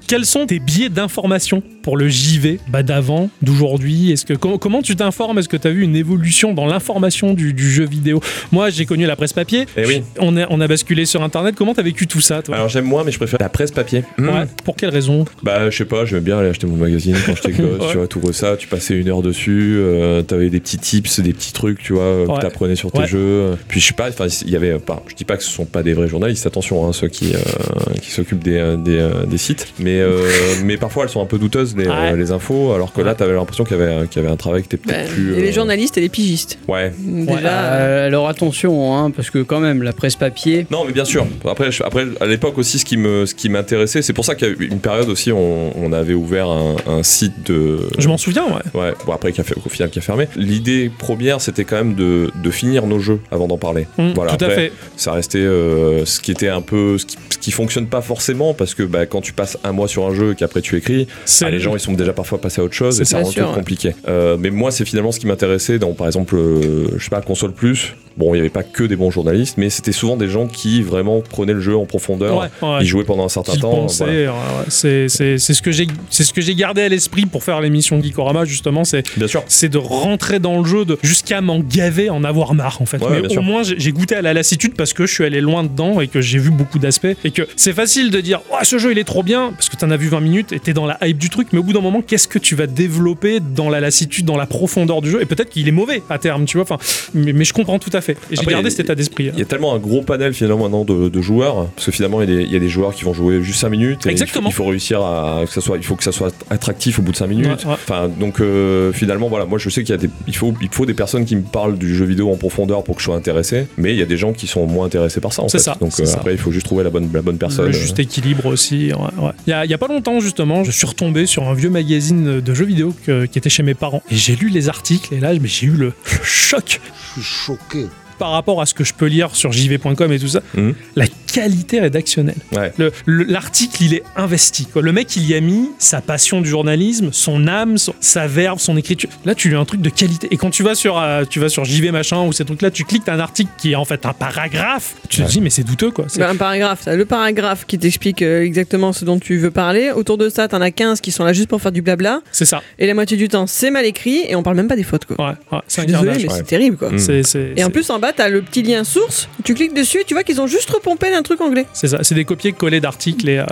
S2: Quels sont tes billets d'information pour le JV bah, d'avant, d'aujourd'hui Est-ce que com- comment tu t'informes Est-ce que tu as vu une évolution dans l'information du, du jeu vidéo Moi, j'ai connu la presse papier.
S5: Eh oui. Ah,
S2: On a, on a basculé sur Internet. Comment t'as vécu tout ça, toi
S5: Alors j'aime moins, mais je préfère la presse papier.
S2: Ouais, Pour quelle raison
S5: Bah, je sais pas, j'aimais bien aller acheter mon magazine quand j'étais gosse,
S2: Ouais.
S5: tu vois, tout ça. Tu passais une heure dessus, euh, t'avais des petits tips, des petits trucs, tu vois, euh,
S2: Ouais.
S5: que t'apprenais sur tes
S2: Ouais.
S5: jeux. Puis je sais pas, enfin, il y avait euh, pas, je dis pas que ce sont pas des vrais journalistes, attention, hein, ceux qui, euh, qui s'occupent des, euh, des, euh, des sites. Mais, euh, mais parfois elles sont un peu douteuses, les,
S2: Ouais.
S5: euh, les infos, alors que là, t'avais l'impression qu'il y, avait, qu'il y avait un travail qui était
S4: Ben,
S5: peut-être
S2: Bah,
S5: plus.
S4: et les
S5: euh,
S4: journalistes et les pigistes.
S5: Ouais.
S4: Déjà, euh,
S3: Euh, alors attention, hein, parce que quand même, la presse papier.
S5: Non, mais bien sûr. Après, je- après à l'époque aussi, ce qui me, ce qui m'intéressait, c'est pour ça qu'il y a eu une période aussi, on, on avait ouvert un, un site de.
S2: Je m'en souviens, ouais.
S5: Ouais, bon après qui a fait, au final qui a fermé. L'idée première c'était quand même de, de finir nos jeux avant d'en parler.
S2: Mm,
S5: Voilà,
S2: tout à
S5: après, ah,
S2: fait.
S5: Ça restait euh, ce qui était un peu ce qui, ce qui fonctionne pas forcément parce que bah, quand tu passes un mois sur un jeu et qu'après tu écris,
S2: C'est-
S5: bah, les gens ils sont déjà parfois passés à autre chose
S2: C'est
S5: et ça
S4: bien
S5: rend
S4: sûr,
S5: tout
S4: ouais.
S5: compliqué. Euh, mais moi c'est finalement ce qui m'intéressait dans par exemple euh, je sais pas console plus. Bon il y avait pas que des bons journalistes mais c'était souvent des gens qui vraiment prenaient le jeu en profondeur.
S2: Ouais, ouais.
S5: Ils jouaient pendant un certain
S2: Qu'ils
S5: temps.
S2: pensaient,
S5: voilà.
S2: ouais, ouais. c'est c'est- c'est ce que j'ai c'est ce que j'ai gardé à l'esprit pour faire l'émission Geekorama justement c'est
S5: Bien sûr.
S2: c'est de rentrer dans le jeu de- jusqu'à m'en gaver, en avoir marre en fait.
S5: Ouais,
S2: Mais
S5: bien
S2: au
S5: sûr.
S2: moins j'ai j'ai goûté à la lassitude parce que je suis allé loin dedans et que j'ai vu beaucoup d'aspects et que c'est facile de dire Ouah, ce jeu il est trop bien parce que t'en as vu 20 minutes et t'es dans la hype du truc, mais au bout d'un moment qu'est-ce que tu vas développer dans la lassitude, dans la profondeur du jeu et peut-être qu'il est mauvais à terme, tu vois. Enfin, mais, mais je comprends tout à fait et j'ai
S5: Après, il y
S2: gardé
S5: a-
S2: cet état d'esprit. hein.
S5: Il y a tellement un gros panel finalement maintenant de, de joueurs parce que finalement il y, a des, il y a des joueurs qui vont jouer juste 5 minutes. et il faut-
S2: Exactement.
S5: Il faut, réussir à que ça soit, il faut que ça soit attractif au bout de 5 minutes.
S2: Ouais, ouais.
S5: Enfin donc euh, finalement voilà, moi je sais qu'il y a des, il faut, il faut des personnes qui me parlent du jeu vidéo en profondeur pour que je sois intéressé, mais il y a des gens qui sont moins intéressés par ça. en
S2: C'est
S5: fait.
S2: ça,
S5: Donc
S2: c'est
S5: euh,
S2: ça.
S5: après il faut juste trouver la bonne, la bonne personne.
S2: Le juste équilibre aussi. ouais, ouais. Il y, a, il y a pas longtemps, justement, je suis retombé sur un vieux magazine de jeux vidéo que- qui était chez mes parents. Et j'ai lu les articles, et là, mais j'ai eu le choc
S6: Je suis choqué.
S2: par rapport à ce que je peux lire sur jv.com et tout ça.
S5: Mhm.
S2: La qualité rédactionnelle.
S5: Ouais.
S2: Le- le- L'article, il est investi. quoi. Le mec, il y a mis sa passion du journalisme, son âme, son- sa verve, son écriture. Là, tu lis un truc de qualité. Et quand tu vas sur, euh, tu vas sur JV machin ou ces trucs-là, tu cliques, t'as un article qui est en fait un paragraphe. Tu te dis, mais c'est douteux, quoi. C'est-
S4: bah, un paragraphe, ça. le paragraphe qui t'explique euh, exactement ce dont tu veux parler. Autour de ça, t'en as 15 qui sont là juste pour faire du blabla.
S2: C'est ça.
S4: Et la moitié du temps, c'est mal écrit et on parle même pas des fautes. Quoi.
S2: Ouais, ouais,
S4: Je
S2: c'est un
S4: suis désolé,
S2: carnage.
S4: mais
S5: ouais.
S4: c'est terrible. quoi.
S5: Mm.
S2: C'est- c'est-
S4: Et en
S2: c'est-
S4: plus, en bas, t'as le petit lien source. Tu cliques dessus et tu vois qu'ils ont juste repompé d'un truc anglais.
S2: C'est ça, c'est des copier-coller d'articles. Et euh,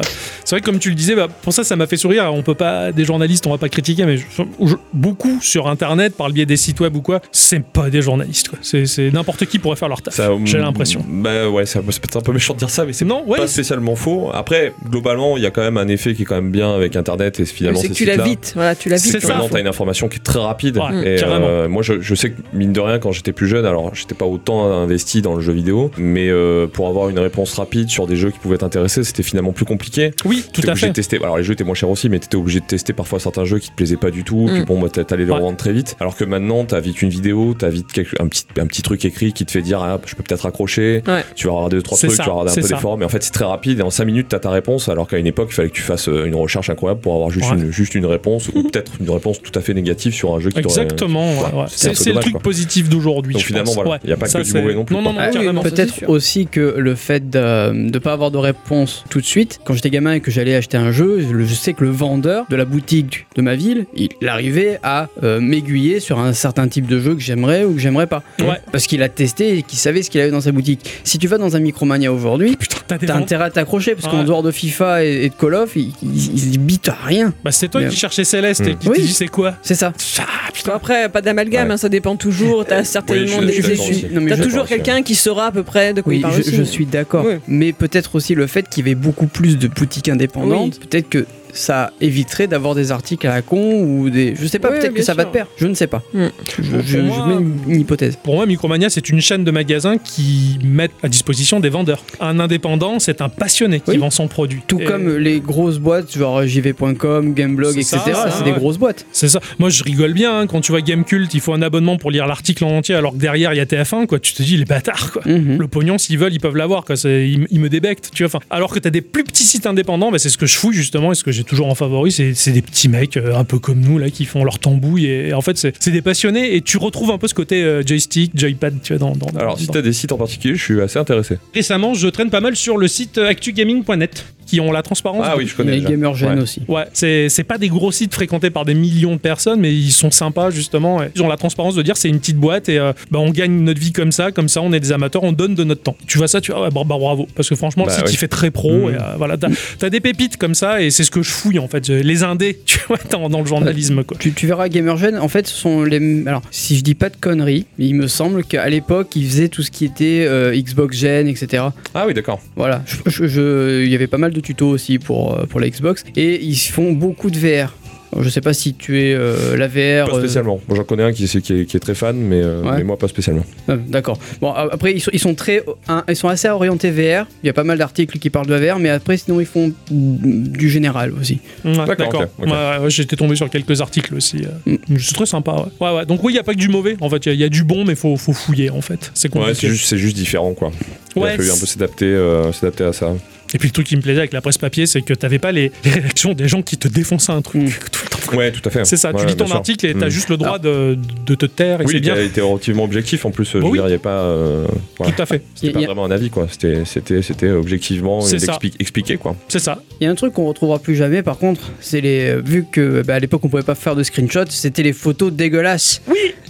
S2: c'est vrai que comme tu le disais, bah, pour ça, ça m'a fait sourire. On peut pas, des journalistes, on va pas critiquer, mais je- je- beaucoup sur Internet, par le biais des sites web ou quoi, c'est pas des journalistes. quoi. C'est, c'est n'importe qui pourrait faire leur taf.
S5: Ça,
S2: J'ai
S5: hum,
S2: l'impression.
S5: Bah ouais, ça- c'est peut-être un peu méchant de dire ça, mais c'est
S2: Non, ouais,
S5: pas spécialement faux. Après, globalement, il y a quand même un effet qui est quand même bien avec Internet et finalement
S4: c'est
S5: ces
S4: que tu l'as
S5: sites-là.
S4: vite. Voilà, tu l'as
S5: C'est
S4: vite.
S5: que
S2: ça.
S5: maintenant, t'as une information qui est très rapide.
S2: Ouais,
S5: et
S2: carrément.
S5: euh, moi, je, je sais que mine de rien, quand j'étais plus jeune, alors j'étais pas autant investi dans le jeu vidéo, mais euh, pour avoir une réponse rapide sur des jeux qui pouvaient t'intéresser, c'était finalement plus compliqué.
S2: oui, tout
S5: T'étais
S2: à
S5: obligé
S2: fait.
S5: de tester. Alors les jeux étaient moins chers aussi, mais t'étais obligé de tester parfois certains jeux qui te plaisaient pas du tout.
S4: Mm.
S5: Puis bon, bah, t'a- t'allais les
S2: Ouais.
S5: revendre très vite. Alors que maintenant, t'as vite une vidéo, t'as vite quelque- un petit un petit truc écrit qui te fait dire ah, je peux peut-être accrocher.
S4: Ouais.
S5: Tu vas avoir deux trois
S2: C'est
S5: trucs,
S2: ça,
S5: tu vas avoir un
S2: c'est
S5: peu
S2: ça.
S5: d'efforts, mais en fait c'est très rapide. Et en 5 minutes, t'as ta réponse. Alors qu'à une époque, il fallait que tu fasses euh, une recherche incroyable pour avoir juste
S2: Ouais.
S5: une juste une réponse ou peut-être une réponse tout à fait négative sur un jeu qui t'aurait.
S2: Exactement, ouais,
S5: Ouais,
S2: ouais. c'est,
S5: c'est un peu
S2: c'est le
S5: dommage,
S2: truc
S5: quoi.
S2: positif d'aujourd'hui.
S5: Donc
S2: je
S5: finalement,
S2: pense.
S5: voilà,
S2: Ouais.
S5: y a pas que
S2: Ça,
S5: du
S2: c'est-
S5: mauvais non plus,
S2: Non,
S5: quoi.
S2: non, non,
S4: Ah oui,
S2: carrément.
S4: peut-être. c'est
S3: Peut-être
S4: sûr.
S3: aussi que le fait de ne pas avoir de réponse tout de suite, quand j'étais gamin et que j'allais acheter un jeu, le- je sais que le vendeur de la boutique de ma ville, il arrivait à euh, m'aiguiller sur un certain type de jeu que j'aimerais ou que j'aimerais pas.
S2: Ouais.
S3: Parce qu'il a testé et qu'il savait ce qu'il avait dans sa boutique. Si tu vas dans un Micromania aujourd'hui,
S2: Putain, t'as des
S3: t'as
S2: ventes.
S3: intérêt à t'accrocher parce qu'en
S2: Ouais.
S3: dehors de FIFA et, et de Call of, ils il, bitent à rien.
S2: Bah, c'est toi
S3: Mais-
S2: qui cherchais Céleste et
S5: Mm.
S2: qui
S3: Oui.
S2: t'es dit c'est quoi
S3: C'est ça.
S2: Ah, putain.
S4: Après, pas d'amalgame,
S5: Ouais.
S4: hein, ça dépend toujours. T'as certainement
S5: je-
S4: des
S5: je suis
S4: des-
S5: d'accord
S4: tu-
S5: aussi.
S3: Non, mais
S4: T'as
S3: je-
S4: toujours
S5: pense, ouais.
S4: quelqu'un qui saura à peu près de quoi il
S3: Oui,
S4: parle
S3: je,
S4: aussi.
S3: je suis d'accord.
S4: Oui.
S3: Mais peut-être aussi le fait qu'il y avait beaucoup plus de boutiques indépendantes. Peut-être que ça éviterait d'avoir des articles à la con ou des. Je sais pas,
S4: Ouais,
S3: peut-être que
S4: bien
S3: ça va
S4: sûr.
S3: de pair. Je ne sais pas.
S4: Mm.
S3: Je, je- je
S2: moi-
S3: mets une, une hypothèse.
S2: Pour moi, Micromania, c'est une chaîne de magasins qui met à disposition des vendeurs. Un indépendant, c'est un passionné qui
S3: Oui.
S2: vend son produit.
S3: Tout
S2: Et
S3: comme euh, les grosses boîtes, genre jv.com, Gameblog,
S2: C'est
S3: etc.
S2: ça, ça,
S3: C'est des
S2: ouais.
S3: grosses boîtes.
S2: C'est ça. Moi, je rigole bien hein, quand tu vois Gamecult, il faut un abonnement pour lire l'article en entier, alors que derrière, il y a TF1, quoi. Tu te dis, les bâtards, quoi.
S3: Mhm.
S2: Le pognon, s'ils veulent, ils peuvent l'avoir. quoi. C'est- Ils, ils me débectent. Tu vois. Enfin, alors que t'as des plus petits sites indépendants, bah, c'est ce que je fouille justement et ce que j'ai toujours en favori. C'est c'est des petits mecs euh, un peu comme nous là qui font leur tambouille. Et, et en fait, c'est c'est des passionnés. Et tu retrouves un peu ce côté euh, joystick, joypad. Tu vois, dans, dans-
S5: Alors,
S2: dans-
S5: si t'as des sites en particulier, je suis assez intéressé.
S2: Récemment, je traîne pas mal sur le site euh, actugaming.net qui ont la transparence.
S5: Ah oui, je connais.
S3: Les
S5: déjà.
S3: gamers jeunes
S5: Ouais.
S3: aussi.
S2: Ouais, c'est c'est pas des gros sites fréquentés par des millions de personnes, mais ils sont sympas justement. ouais. Ils ont la transparence de dire c'est une petite boîte et euh, bah, on gagne notre vie comme ça, comme ça on est des amateurs, on donne de notre temps. Tu vois ça, tu vois, ah, bah, bah, bravo. Parce que franchement,
S5: Bah
S2: le site
S5: ouais.
S2: il fait très pro.
S5: Mmh.
S2: et, euh, voilà, t'as t'as des pépites comme ça et c'est ce que je fouille en fait. Les indés, tu vois, dans, dans le journalisme quoi.
S3: Tu, tu verras Gamergen, en fait, ce sont les. m- Alors, si je dis pas de conneries, il me semble qu'à l'époque, ils faisaient tout ce qui était euh, Xbox Gen, etc.
S5: Ah oui, d'accord.
S3: Voilà. Je- je- je- Il y avait pas mal de tutos aussi pour, euh, pour la Xbox. Et ils font beaucoup de VR. Alors, Je sais pas si tu es euh, la VR.
S5: Pas
S3: euh,
S5: spécialement. Bon, J'en connais un qui, c'est- qui est, qui est très fan, mais, euh,
S3: Ouais.
S5: mais moi pas spécialement.
S3: Ah, D'accord. Bon, a- après, ils sont, ils sont très, hein, ils sont assez orientés VR. Il y a pas mal d'articles qui parlent de la VR, mais après, sinon, ils font du général aussi.
S2: Ouais,
S5: ok, ok.
S2: Ouais, ouais, ouais, J'étais tombé sur quelques articles aussi. euh. C'est très sympa. Ouais. Ouais, ouais. Donc oui, il y a pas que du mauvais. En fait, il y, a- il y a du bon, mais faut, faut fouiller en fait. C'est
S5: Ouais,
S2: compliqué.
S5: c'est juste, c'est juste différent, quoi. Il
S2: Ouais,
S5: a fallu un peu s'adapter euh, s'adapter à ça.
S2: Et puis le truc qui me plaisait avec la presse papier, c'est que t'avais pas les, les réactions des gens qui te défonçaient un truc
S3: Mm.
S2: tout le temps.
S5: Ouais, tout à fait.
S2: C'est ça,
S5: Ouais,
S2: tu lis
S5: bien
S2: ton
S5: sûr.
S2: article et t'as
S5: Mm.
S2: juste le droit de, de te taire et
S5: Oui,
S2: c'est
S5: il
S2: bien.
S5: a été relativement objectif en plus.
S2: Bah
S5: Je veux
S2: oui.
S5: dire, il n'y a pas. euh, voilà.
S2: Tout à fait,
S3: Il y
S5: C'était
S3: a-
S5: pas
S3: il y a-
S5: vraiment un avis, quoi. C'était- C'était c'était objectivement et
S2: C'est ça.
S5: expli- expliqué, quoi.
S2: c'est ça.
S3: Il y a un truc qu'on retrouvera plus jamais par contre, c'est les vu que bah, à l'époque on pouvait pas faire de screenshots, c'était les photos dégueulasses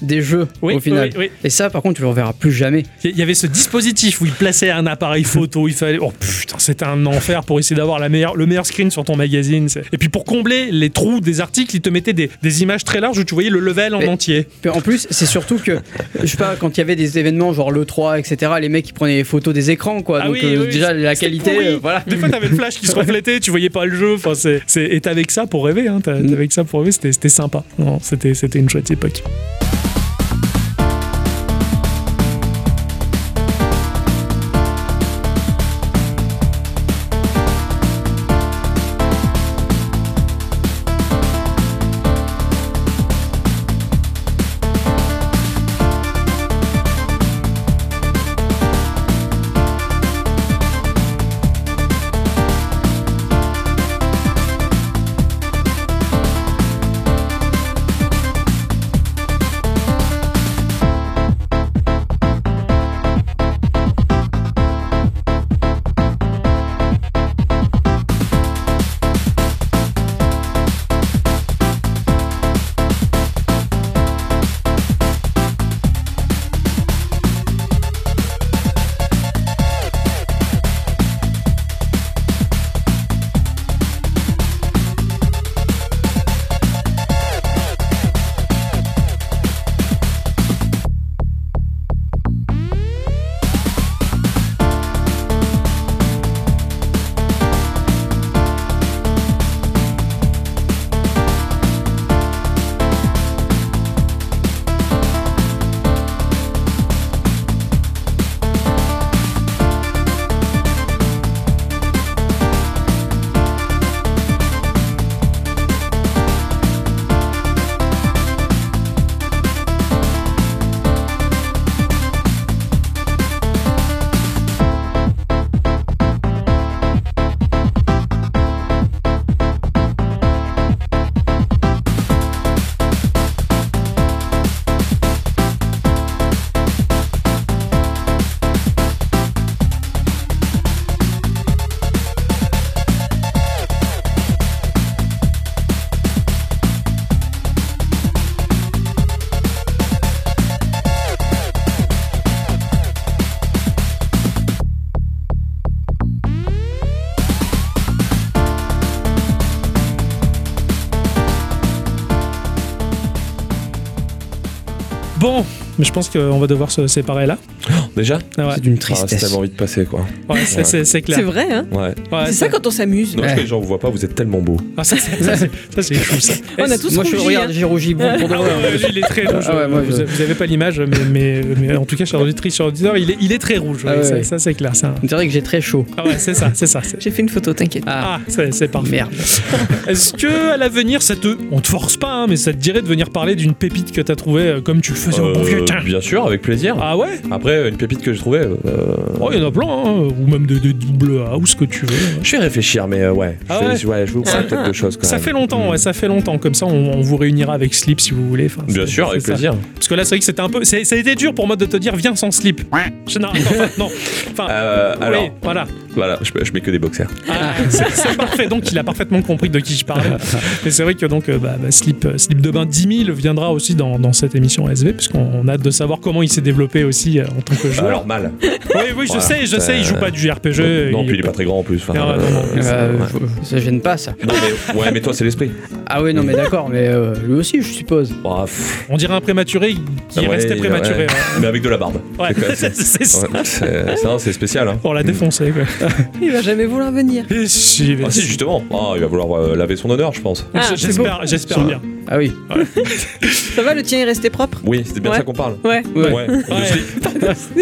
S3: des jeux
S2: Oui,
S3: au final.
S2: oui, oui.
S3: Et ça par contre tu le reverras plus jamais.
S2: Il y avait ce dispositif où il plaçait un appareil photo, il fallait. Oh putain, c'était un enfer pour essayer d'avoir la meilleure, le meilleur screen sur ton magazine. c'est- Et puis pour combler les trous des articles, il te mettait des, des images très larges où tu voyais le level en
S3: Mais-
S2: entier.
S3: Puis en plus c'est surtout que je sais pas quand il y avait des événements genre le 3 etc les mecs ils prenaient les photos des écrans quoi
S2: Ah
S3: donc
S2: oui,
S3: euh,
S2: oui,
S3: déjà la
S2: c'était
S3: qualité
S2: pourri.
S3: euh, voilà.
S2: Des fois, t'avais le flash qui se reflétait, tu voyais pas le jeu. Enfin, c'est, c'est... Et t'avais que ça pour rêver. Hein. t'as- T'avais que ça pour rêver, c'était, c'était sympa. Non, c'était, c'était une chouette époque. Bon, mais je pense qu'on va devoir se séparer là.
S5: Déjà
S2: Ah ouais.
S3: C'est d'une
S5: Ah, C'est
S3: tristesse.
S5: tellement envie de passer, quoi.
S2: Ouais, c'est- c'est
S5: Ouais.
S2: c'est
S4: C'est
S2: clair.
S4: vrai, hein
S5: Ouais.
S2: Ouais,
S4: C'est ça quand on s'amuse.
S5: Non, parce que les gens vous voient pas, vous êtes tellement beau.
S2: Ah, ça, c'est- ça, c'est- ça, c'est fou ça.
S4: On a tous
S3: Moi, je
S4: rougi,
S3: regarde,
S4: hein.
S3: j'ai rougi pour pour de
S2: Ah
S3: vrai.
S2: ouais, ouais, il est très rouge.
S3: Ah ouais, moi,
S2: vous,
S3: je-
S2: vous avez pas l'image, mais, mais- mais en tout cas, cher auditrice, cher auditeur, il est, il est très rouge.
S3: Ah
S2: ouais,
S3: ouais.
S2: ça- Ça, c'est clair. Ça.
S3: On dirait que j'ai très chaud.
S2: Ah ouais, c'est ça, c'est ça. c'est-
S4: J'ai fait une photo, t'inquiète.
S3: Ah,
S2: Ah, c'est c'est parfait.
S3: merde.
S2: Est-ce que à l'avenir, ça te, on te force pas, hein, mais ça te dirait de venir parler d'une pépite que t'as trouvée euh, comme tu le faisais au bon vieux
S5: Euh,
S2: temps
S5: bien sûr, avec plaisir.
S2: Ah ouais
S5: Après, une pépite que j'ai trouvée. euh,
S2: Oh, il y en a plein, hein, ou même des, des double A ou ce que tu veux.
S5: Je vais réfléchir, mais euh, ouais.
S2: Ah
S5: je vais,
S2: ouais.
S5: je- je vais vous
S4: Ah,
S5: parler peut-être
S4: ah.
S5: de choses quand
S2: Ça
S5: même.
S2: fait longtemps,
S5: Mm.
S2: ouais, ça fait longtemps. Comme ça, on, on vous réunira avec Slip si vous voulez. Enfin,
S5: Bien
S2: c'est-
S5: sûr,
S2: c'est
S5: avec
S2: ça.
S5: plaisir.
S2: Parce que là, c'est vrai que c'était un peu. c'est- Ça a été dur pour moi de te dire, viens sans slip. Je- Non, attends, enfin, non. Enfin,
S5: Euh,
S2: Ah. oui,
S5: alors,
S2: voilà.
S5: voilà, je, je mets que des boxers.
S2: Ah, c'est c'est parfait. Donc, il a parfaitement compris de qui je parlais. Mais c'est vrai que donc, euh, bah, bah, slip, euh, slip de bain 10 000 viendra aussi dans, dans cette émission SV, puisqu'on on a hâte de savoir comment il s'est développé aussi euh, en tant que joueur.
S5: Alors, mal.
S2: oui, oui, je
S5: voilà,
S2: sais, je
S5: ça-
S2: sais, il joue pas du RPG.
S5: non, puis il est pas très grand en plus. enfin,
S2: Ah, non, non,
S5: euh,
S3: Euh,
S5: ouais.
S3: je- Ça gêne pas ça.
S5: Non, mais, ouais, mais toi, c'est l'esprit.
S3: Ah ouais non mais d'accord mais euh, lui aussi je suppose.
S5: Bah, pff,
S2: On dirait un prématuré qui
S5: ouais,
S2: restait
S5: ouais.
S2: prématuré. hein.
S5: Mais avec de la barbe.
S2: Ouais,
S5: C'est quoi,
S2: c'est
S5: c'est-
S2: c'est ça.
S5: Ouais, c'est- non, c'est spécial. Hein.
S2: On l'a défoncé, quoi.
S4: Il va jamais vouloir venir.
S2: Et si,
S5: Ah, si, justement. Ah, il va vouloir euh, laver son honneur, je pense.
S4: Ah, c'est
S2: J'espère, j'espère bien.
S3: Ah oui.
S4: Ça va, le tien est resté propre
S5: Oui, c'est bien
S4: Ouais.
S5: ça qu'on parle.
S4: Ouais,
S3: Ouais.
S5: Ouais.
S2: Ouais.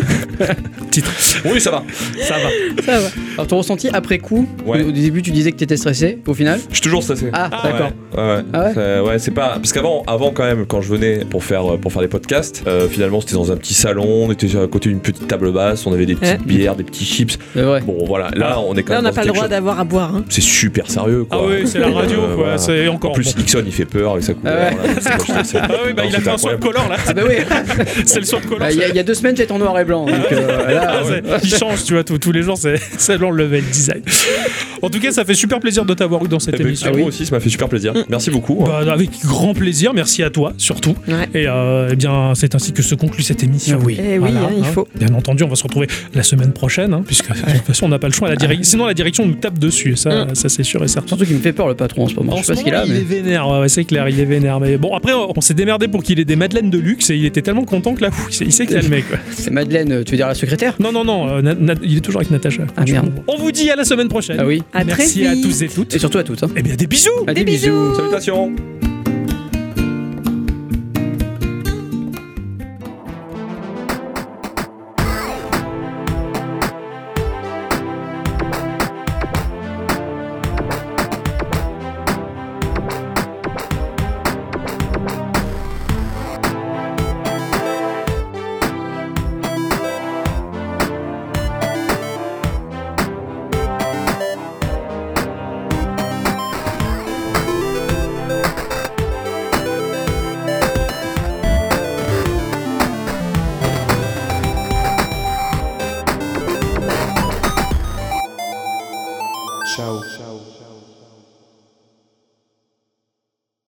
S2: Titre.
S5: Oui, ça va.
S2: Ça va.
S4: ça va.
S3: Alors ton ressenti après coup
S5: Ouais.
S3: au, au début tu disais que t'étais stressé au final.
S5: Je suis toujours stressé.
S3: Ah,
S2: Ah,
S3: d'accord.
S5: Ouais, ouais.
S3: Ah ouais
S5: C'est- ouais, c'est pas parce qu'avant, avant quand même, quand je venais pour faire euh, pour faire les podcasts, euh, finalement c'était dans un petit salon, on était à côté d'une petite table basse, on avait des petites
S4: Ouais. Ah.
S5: bières, des petits chips.
S3: C'est vrai.
S5: Bon, voilà. Là, on est quand
S4: Là, on
S5: même.
S4: n'a
S5: dans
S4: pas le
S5: quelque
S4: droit
S5: chose-
S4: d'avoir à boire. hein.
S5: C'est super sérieux, quoi.
S2: Ah oui, c'est la radio,
S5: Euh,
S2: quoi.
S5: voilà.
S2: C'est encore.
S5: En plus,
S2: bon.
S5: Ixon, il fait peur avec sa couleur.
S3: Ah ouais.
S5: là, c'est moche, c'est-
S2: Ah oui, bah,
S5: Non,
S2: il a
S5: c'est
S2: fait un soir
S5: incroyable.
S2: collant là.
S3: Ah bah oui.
S2: C'est le soir collant.
S5: Ah,
S3: Bah, Il y, a- il y a deux semaines j'étais en noir et blanc. Donc, euh, là,
S2: Ah, c'est- Il change, tu vois, tous tous les jours, c'est c'est dans le level design. En tout cas, ça fait super plaisir de t'avoir eu dans
S5: Eh
S2: cette
S5: ben,
S2: émission.
S5: écoutez, Moi aussi, ça m'a fait super plaisir. Merci beaucoup.
S2: Bah, avec grand plaisir, merci à toi surtout.
S4: Ouais.
S2: Et euh, eh bien, c'est ainsi que se conclut cette émission.
S3: Oui.
S4: Eh oui, hein, il faut.
S2: Bien entendu, on va se retrouver la semaine prochaine, hein, puisque de toute façon, on n'a pas le choix. La direc- Sinon, la direction nous tape dessus, ça,
S4: Mm.
S2: ça c'est sûr et certain.
S3: Surtout qu'il me fait peur le patron en ce moment.
S2: En
S3: je sais pas
S2: ce
S3: ce qu'il
S2: moment,
S3: a
S2: il est
S3: mais.
S2: vénère, ouais, ouais, c'est clair, il est vénère. Mais bon, après, on s'est démerdé pour qu'il ait des madeleines de luxe et il était tellement content que là, fou, il s'est- il s'est calmé. Quoi.
S3: C'est Madeleine euh, tu veux dire la secrétaire.
S2: Non, non, non, euh, Na- Na- il est toujours avec Natacha.
S3: Ah, merde.
S2: On vous dit à la semaine prochaine.
S3: Ah oui.
S4: À très
S2: Merci à
S4: vite.
S2: tous et toutes.
S3: Et surtout à toutes. Hein.
S2: Eh bien, des bisous
S3: Ah,
S4: Des bisous.
S5: Salutations.